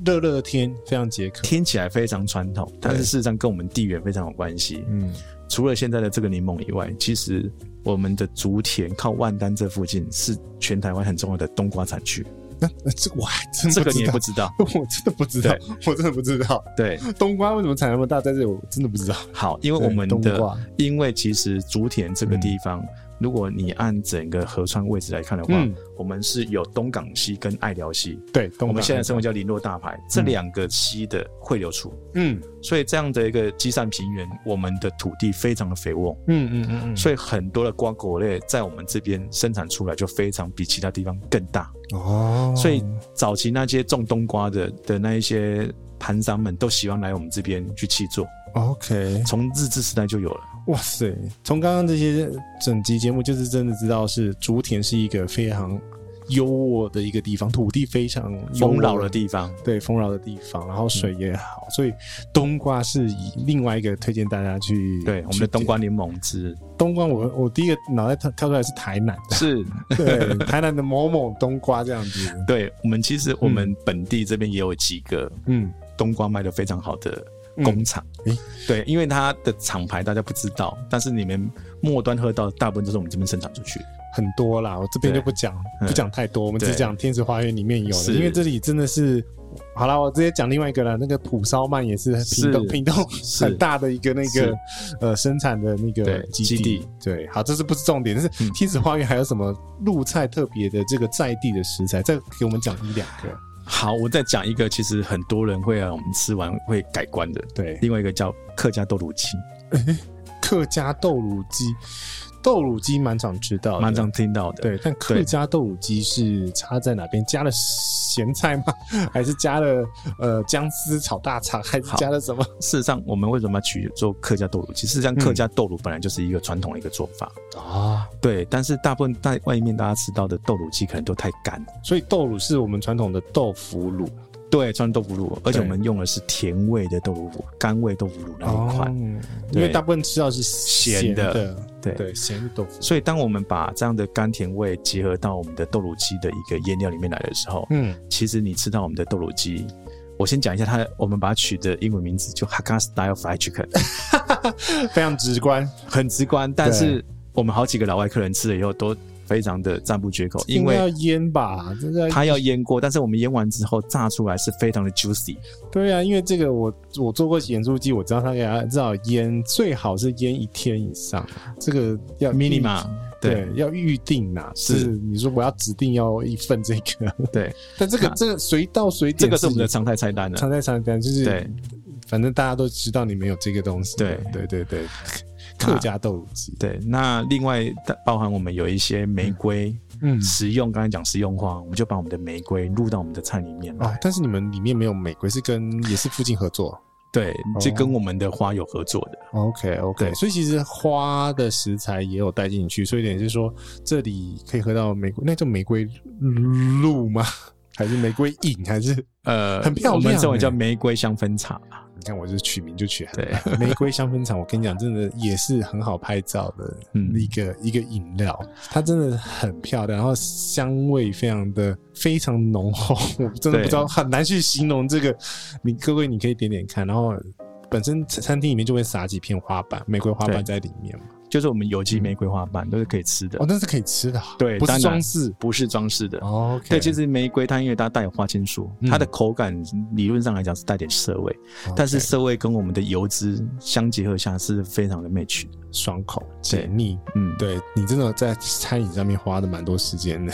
[SPEAKER 2] 热热的天非常解渴。
[SPEAKER 3] 听起来非常传统，但是事实上跟我们地缘非常有关系。
[SPEAKER 2] 嗯，
[SPEAKER 3] 除了现在的这个柠檬以外，其实我们的竹田靠万丹这附近是全台湾很重要的冬瓜产区，
[SPEAKER 2] 呃这个我还真
[SPEAKER 3] 这
[SPEAKER 2] 不
[SPEAKER 3] 个
[SPEAKER 2] 知
[SPEAKER 3] 你也
[SPEAKER 2] 道
[SPEAKER 3] 不，知道。
[SPEAKER 2] 我真的不知道，我真的不知道
[SPEAKER 3] 对，
[SPEAKER 2] 冬瓜为什么产那么大，在这里我真的不知道。
[SPEAKER 3] 好，因为
[SPEAKER 2] 对
[SPEAKER 3] 我们
[SPEAKER 2] 冬
[SPEAKER 3] 的
[SPEAKER 2] 瓜
[SPEAKER 3] 因为其实竹田这个地方，如果你按整个河川位置来看的话，
[SPEAKER 2] 嗯
[SPEAKER 3] 我们是有东港溪跟爱寮溪，
[SPEAKER 2] 对，冬瓜
[SPEAKER 3] 我们现在称为叫林落大排，这两个溪的汇流处，
[SPEAKER 2] 嗯
[SPEAKER 3] 所以这样的一个基散平原，我们的土地非常的肥沃。
[SPEAKER 2] 嗯嗯嗯嗯，
[SPEAKER 3] 所以很多的瓜果类在我们这边生产出来就非常比其他地方更大，
[SPEAKER 2] 以哦，
[SPEAKER 3] 所以早期那些种冬瓜的的那一些盘商们都喜欢来我们这边去气作，
[SPEAKER 2] OK，
[SPEAKER 3] 从日治时代就有了。
[SPEAKER 2] 哇塞，从刚刚这些整集节目，就是真的知道是竹田是一个非常优渥的一个地方，土地非常优渥
[SPEAKER 3] 丰饶的地嗯方，
[SPEAKER 2] 对丰饶的地方，然后水也好，所以冬瓜是以另外一个推荐大家去
[SPEAKER 3] 对，我们的冬瓜柠檬 汁
[SPEAKER 2] 冬瓜我，我第一个脑袋跳跳出来是台南，
[SPEAKER 3] 是，
[SPEAKER 2] 对，台南的某某冬瓜这样子，
[SPEAKER 3] 对我们其实我们本地这边也有几个
[SPEAKER 2] 嗯，
[SPEAKER 3] 冬瓜卖的非常好的工厂，
[SPEAKER 2] 嗯诶
[SPEAKER 3] 对，因为它的厂牌大家不知道，但是你们末端喝到的大部分都是我们这边生产出去的，
[SPEAKER 2] 很多啦，我这边就不讲，
[SPEAKER 3] 嗯
[SPEAKER 2] 不讲太多，我们只
[SPEAKER 3] 对
[SPEAKER 2] 讲天使花园里面有的，
[SPEAKER 3] 是
[SPEAKER 2] 因为这里真的是。好啦，我直接讲另外一个了。那个蒲烧鳗也是屏东
[SPEAKER 3] 是
[SPEAKER 2] 屏东
[SPEAKER 3] 是
[SPEAKER 2] 很大的一个那个
[SPEAKER 3] 是
[SPEAKER 2] 呃生产的那个
[SPEAKER 3] 对
[SPEAKER 2] 基
[SPEAKER 3] 基地
[SPEAKER 2] 对，好，这是不是重点？但是
[SPEAKER 3] 嗯
[SPEAKER 2] 天使花园还有什么陆菜特别的这个在地的食材？再给我们讲一两个。
[SPEAKER 3] 好，我再讲一个，其实很多人会啊，我们吃完会改观的。
[SPEAKER 2] 对，
[SPEAKER 3] 另外一个叫客家豆乳鸡，
[SPEAKER 2] 客家豆乳鸡，豆乳鸡蛮常吃到的，
[SPEAKER 3] 蛮常听到的。，
[SPEAKER 2] 哦对，但客
[SPEAKER 3] 对
[SPEAKER 2] 家豆乳鸡是差在哪边？加了咸菜吗？ 还是加了呃姜丝炒大肠？还是
[SPEAKER 3] 好
[SPEAKER 2] 加了什么？
[SPEAKER 3] 事实上我们为什么要取做客家豆乳鸡？事实上，客家豆乳本来就是一个传统的一个做法。
[SPEAKER 2] 啊，
[SPEAKER 3] 对，但是大部分在外面大家吃到的豆乳鸡可能都太干，
[SPEAKER 2] 所以豆乳是我们传统的豆腐乳
[SPEAKER 3] 对，穿豆腐乳，而且
[SPEAKER 2] 对
[SPEAKER 3] 我们用的是甜味的豆腐乳，甘味豆腐乳那一款。
[SPEAKER 2] 因
[SPEAKER 3] 哦对
[SPEAKER 2] 为大部分吃到是
[SPEAKER 3] 咸的
[SPEAKER 2] 的，
[SPEAKER 3] 对
[SPEAKER 2] 对，咸豆腐。
[SPEAKER 3] 所以，当我们把这样的甘甜味结合到我们的豆乳鸡的一个腌料里面来的时候，
[SPEAKER 2] 嗯，
[SPEAKER 3] 其实你吃到我们的豆乳鸡，我先讲一下它的，我们把它取的英文名字就 Hakka Style Fried Chicken，
[SPEAKER 2] 非常直观，
[SPEAKER 3] 很直观，但是我们好几个老外客人吃了以后都非常的赞不绝口，因
[SPEAKER 2] 应该要
[SPEAKER 3] 为
[SPEAKER 2] 腌吧，这个
[SPEAKER 3] 它要腌过，但是我们腌完之后炸出来是非常的 juicy，
[SPEAKER 2] 对啊，因为这个我我做过盐酥鸡，我知道它给它至少腌最好是腌一天以上，这个要
[SPEAKER 3] minima 对
[SPEAKER 2] 对，要预定呐、
[SPEAKER 3] 是
[SPEAKER 2] 是你说我要指定要一份这个，
[SPEAKER 3] 对，
[SPEAKER 2] 但这个
[SPEAKER 3] 那
[SPEAKER 2] 这个随到随
[SPEAKER 3] 这
[SPEAKER 2] 点，
[SPEAKER 3] 个是我们的常态菜单
[SPEAKER 2] 常
[SPEAKER 3] 了。
[SPEAKER 2] 在常单，就是
[SPEAKER 3] 对，
[SPEAKER 2] 反正大家都知道你没有这个东西，
[SPEAKER 3] 对
[SPEAKER 2] 对对 对，客家豆乳鸡，
[SPEAKER 3] 对，那另外包含我们有一些玫瑰
[SPEAKER 2] 嗯
[SPEAKER 3] 食用，刚才讲食用花，我们就把我们的玫瑰入到我们的菜里面来。
[SPEAKER 2] 哦，但是你们里面没有玫瑰，是跟也是附近合作
[SPEAKER 3] 对，
[SPEAKER 2] 哦
[SPEAKER 3] 这跟我们的花有合作的。
[SPEAKER 2] ，OK OK，
[SPEAKER 3] 对
[SPEAKER 2] 所以其实花的食材也有带进去，所以等于是说这里可以喝到玫瑰，那叫玫瑰露吗？ 还是玫瑰饮？还是
[SPEAKER 3] 呃，
[SPEAKER 2] 很漂亮
[SPEAKER 3] 我们这种
[SPEAKER 2] 欸
[SPEAKER 3] 叫玫瑰香氛茶。
[SPEAKER 2] 你看，我就是取名就取很
[SPEAKER 3] 对，
[SPEAKER 2] 玫瑰香氛场，我跟你讲，真的也是很好拍照的
[SPEAKER 3] 嗯
[SPEAKER 2] 一个、一个饮料，它真的很漂亮，然后香味非常的非常浓厚，我真的
[SPEAKER 3] 对
[SPEAKER 2] 不知道很难去形容这个。你各位你可以点点看，然后本身餐餐厅里面就会撒几片花瓣，玫瑰花瓣在里面嘛，
[SPEAKER 3] 就是我们有机玫瑰花瓣都是可以吃的
[SPEAKER 2] 哦，，那是可以吃的啊，
[SPEAKER 3] 对
[SPEAKER 2] 不
[SPEAKER 3] 当
[SPEAKER 2] 是
[SPEAKER 3] 然
[SPEAKER 2] 装饰。
[SPEAKER 3] 不是装饰的。
[SPEAKER 2] 哦，OK，
[SPEAKER 3] 对，其实玫瑰它因为它带有花青素，
[SPEAKER 2] 嗯
[SPEAKER 3] 它的口感理论上来讲是带点涩味，
[SPEAKER 2] OK，
[SPEAKER 3] 但是涩味跟我们的油脂相结合下是非常的 match 的。
[SPEAKER 2] 爽口
[SPEAKER 3] 对
[SPEAKER 2] 解腻，
[SPEAKER 3] 嗯，
[SPEAKER 2] 对你真的在餐饮上面花的蛮多时间的。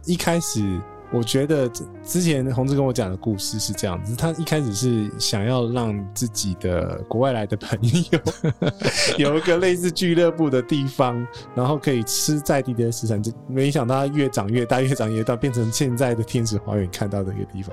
[SPEAKER 2] 一开始我觉得之前洪志跟我讲的故事是这样子，他一开始是想要让自己的国外来的朋友 有一个类似俱乐部的地方，然后可以吃在地的食材。这没想到他越长越大，越长越大，变成现在的天使花园看到的一个地方。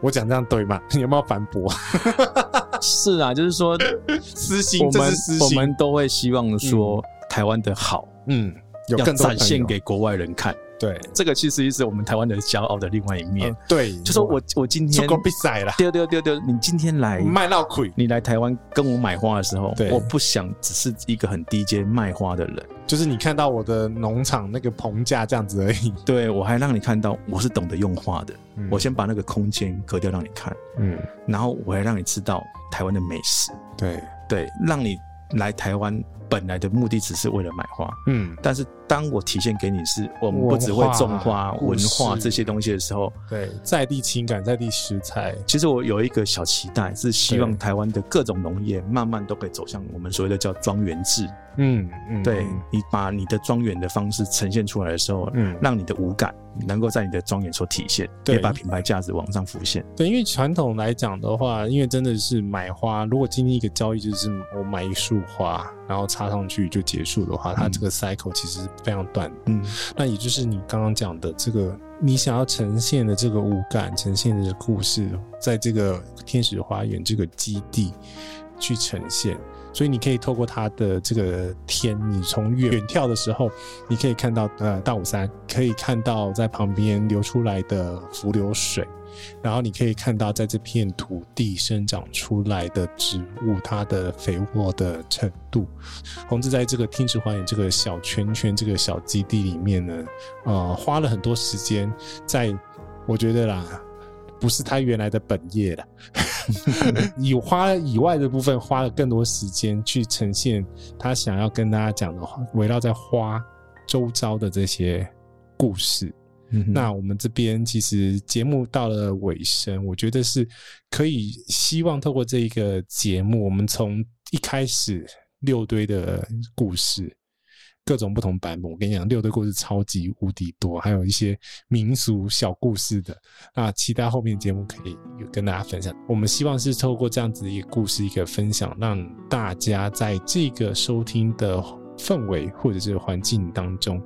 [SPEAKER 2] 我讲这样对吗？你有没有反驳？嗯
[SPEAKER 3] 是啊，就是说
[SPEAKER 2] 私心，
[SPEAKER 3] 我
[SPEAKER 2] 这
[SPEAKER 3] 们
[SPEAKER 2] 是私
[SPEAKER 3] 我
[SPEAKER 2] 心。
[SPEAKER 3] 们都会希望说台湾的好
[SPEAKER 2] 嗯，有
[SPEAKER 3] 要
[SPEAKER 2] 更多
[SPEAKER 3] 展现
[SPEAKER 2] 朋友
[SPEAKER 3] 给国外人看，
[SPEAKER 2] 对，
[SPEAKER 3] 这个其实也是我们台湾的骄傲的另外一面
[SPEAKER 2] 嗯。对，
[SPEAKER 3] 就说我我今
[SPEAKER 2] 出
[SPEAKER 3] 天
[SPEAKER 2] 国比赛啦。
[SPEAKER 3] 丢丢丢丢，你今天来
[SPEAKER 2] 卖闹亏，
[SPEAKER 3] 你来台湾跟我买花的时候
[SPEAKER 2] 对，
[SPEAKER 3] 我不想只是一个很低阶卖花的人，
[SPEAKER 2] 就是你看到我的农场那个棚架这样子而已。
[SPEAKER 3] 对我还让你看到我是懂得用花的，
[SPEAKER 2] 嗯
[SPEAKER 3] 我先把那个空间隔掉让你看，
[SPEAKER 2] 嗯，
[SPEAKER 3] 然后我还让你吃到台湾的美食，
[SPEAKER 2] 对，
[SPEAKER 3] 对，让你来台湾本来的目的只是为了买花。
[SPEAKER 2] 嗯，
[SPEAKER 3] 但是当我体现给你是我们
[SPEAKER 2] 文
[SPEAKER 3] 不
[SPEAKER 2] 化啊
[SPEAKER 3] 只会种花、
[SPEAKER 2] 故
[SPEAKER 3] 文
[SPEAKER 2] 事
[SPEAKER 3] 化这些东西的时候，
[SPEAKER 2] 对，在地情感，在地食材，
[SPEAKER 3] 其实我有一个小期待，是希
[SPEAKER 2] 对
[SPEAKER 3] 望台湾的各种农业慢慢都可以走向我们所谓的叫庄园制，
[SPEAKER 2] 嗯嗯，
[SPEAKER 3] 对
[SPEAKER 2] 嗯
[SPEAKER 3] 你把你的庄园的方式呈现出来的时候，
[SPEAKER 2] 嗯
[SPEAKER 3] 让你的五感能够在你的庄园所体现，
[SPEAKER 2] 对
[SPEAKER 3] 也把品牌价值往上浮现。
[SPEAKER 2] 对，因为传统来讲的话，因为真的是买花，如果今天一个交易就是我买一束花，然后插上去就结束的话，它这个 cycle 其实非常短。
[SPEAKER 3] 嗯，
[SPEAKER 2] 那也就是你刚刚讲的这个，你想要呈现的这个五感，呈现的故事，在这个天使花园这个基地去呈现。所以你可以透过它的这个天，你从远远眺的时候，你可以看到呃大武山，可以看到在旁边流出来的伏流水，然后你可以看到在这片土地生长出来的植物，它的肥沃的程度。红志在这个天池花园这个小圈圈、这个小基地里面呢，呃，花了很多时间在，我觉得啦，不是他原来的本业啦， 以花以外的部分花了更多时间去呈现他想要跟大家讲的话，围绕在花周遭的这些故事。
[SPEAKER 3] 嗯
[SPEAKER 2] 那我们这边其实节目到了尾声，我觉得是可以希望透过这一个节目，我们从一开始六堆的故事，各种不同版本。我跟你讲，六的故事超级无敌多，还有一些民俗小故事的。那期待后面节目可以有跟大家分享。我们希望是透过这样子一个故事一个分享，让大家在这个收听的氛围或者是环境当中，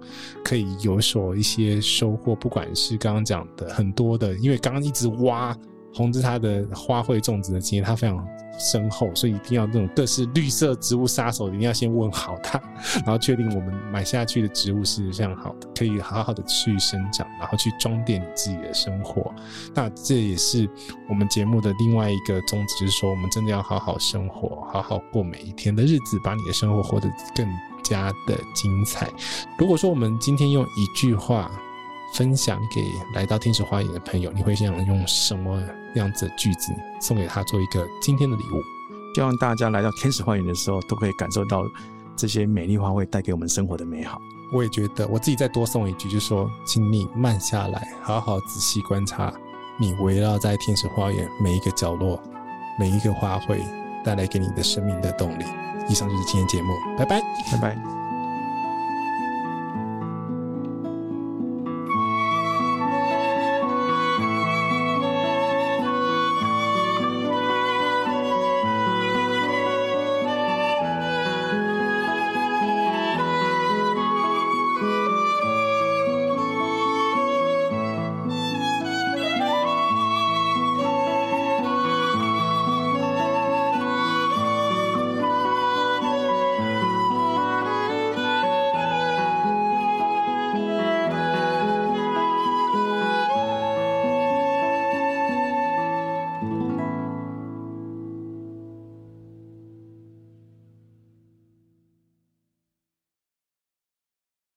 [SPEAKER 2] 可以有所一些收获。不管是刚刚讲的很多的，因为刚刚一直挖。红之它的花卉种植的经验，它非常深厚，所以一定要这种各式绿色植物杀手，一定要先问好它， 然后确定我们买下去的植物是非常好的，可以好好的去生长，然后去装点你自己的生活。那这也是我们节目的另外一个宗旨，就是说我们真的要好好生活，好好过每一天的日子，把你的生活活得更加的精彩。如果说我们今天用一句话。分享给来到天使花园的朋友，你会想用什么样子的句子送给他做一个今天的礼物？
[SPEAKER 3] 希望大家来到天使花园的时候，都可以感受到这些美丽花卉带给我们生活的美好。
[SPEAKER 2] 我也觉得，我自己再多送一句，就是说，请你慢下来，好好仔细观察你围绕在天使花园每一个角落、每一个花卉带来给你的生命的动力。以上就是今天节目，拜拜。
[SPEAKER 3] 拜拜。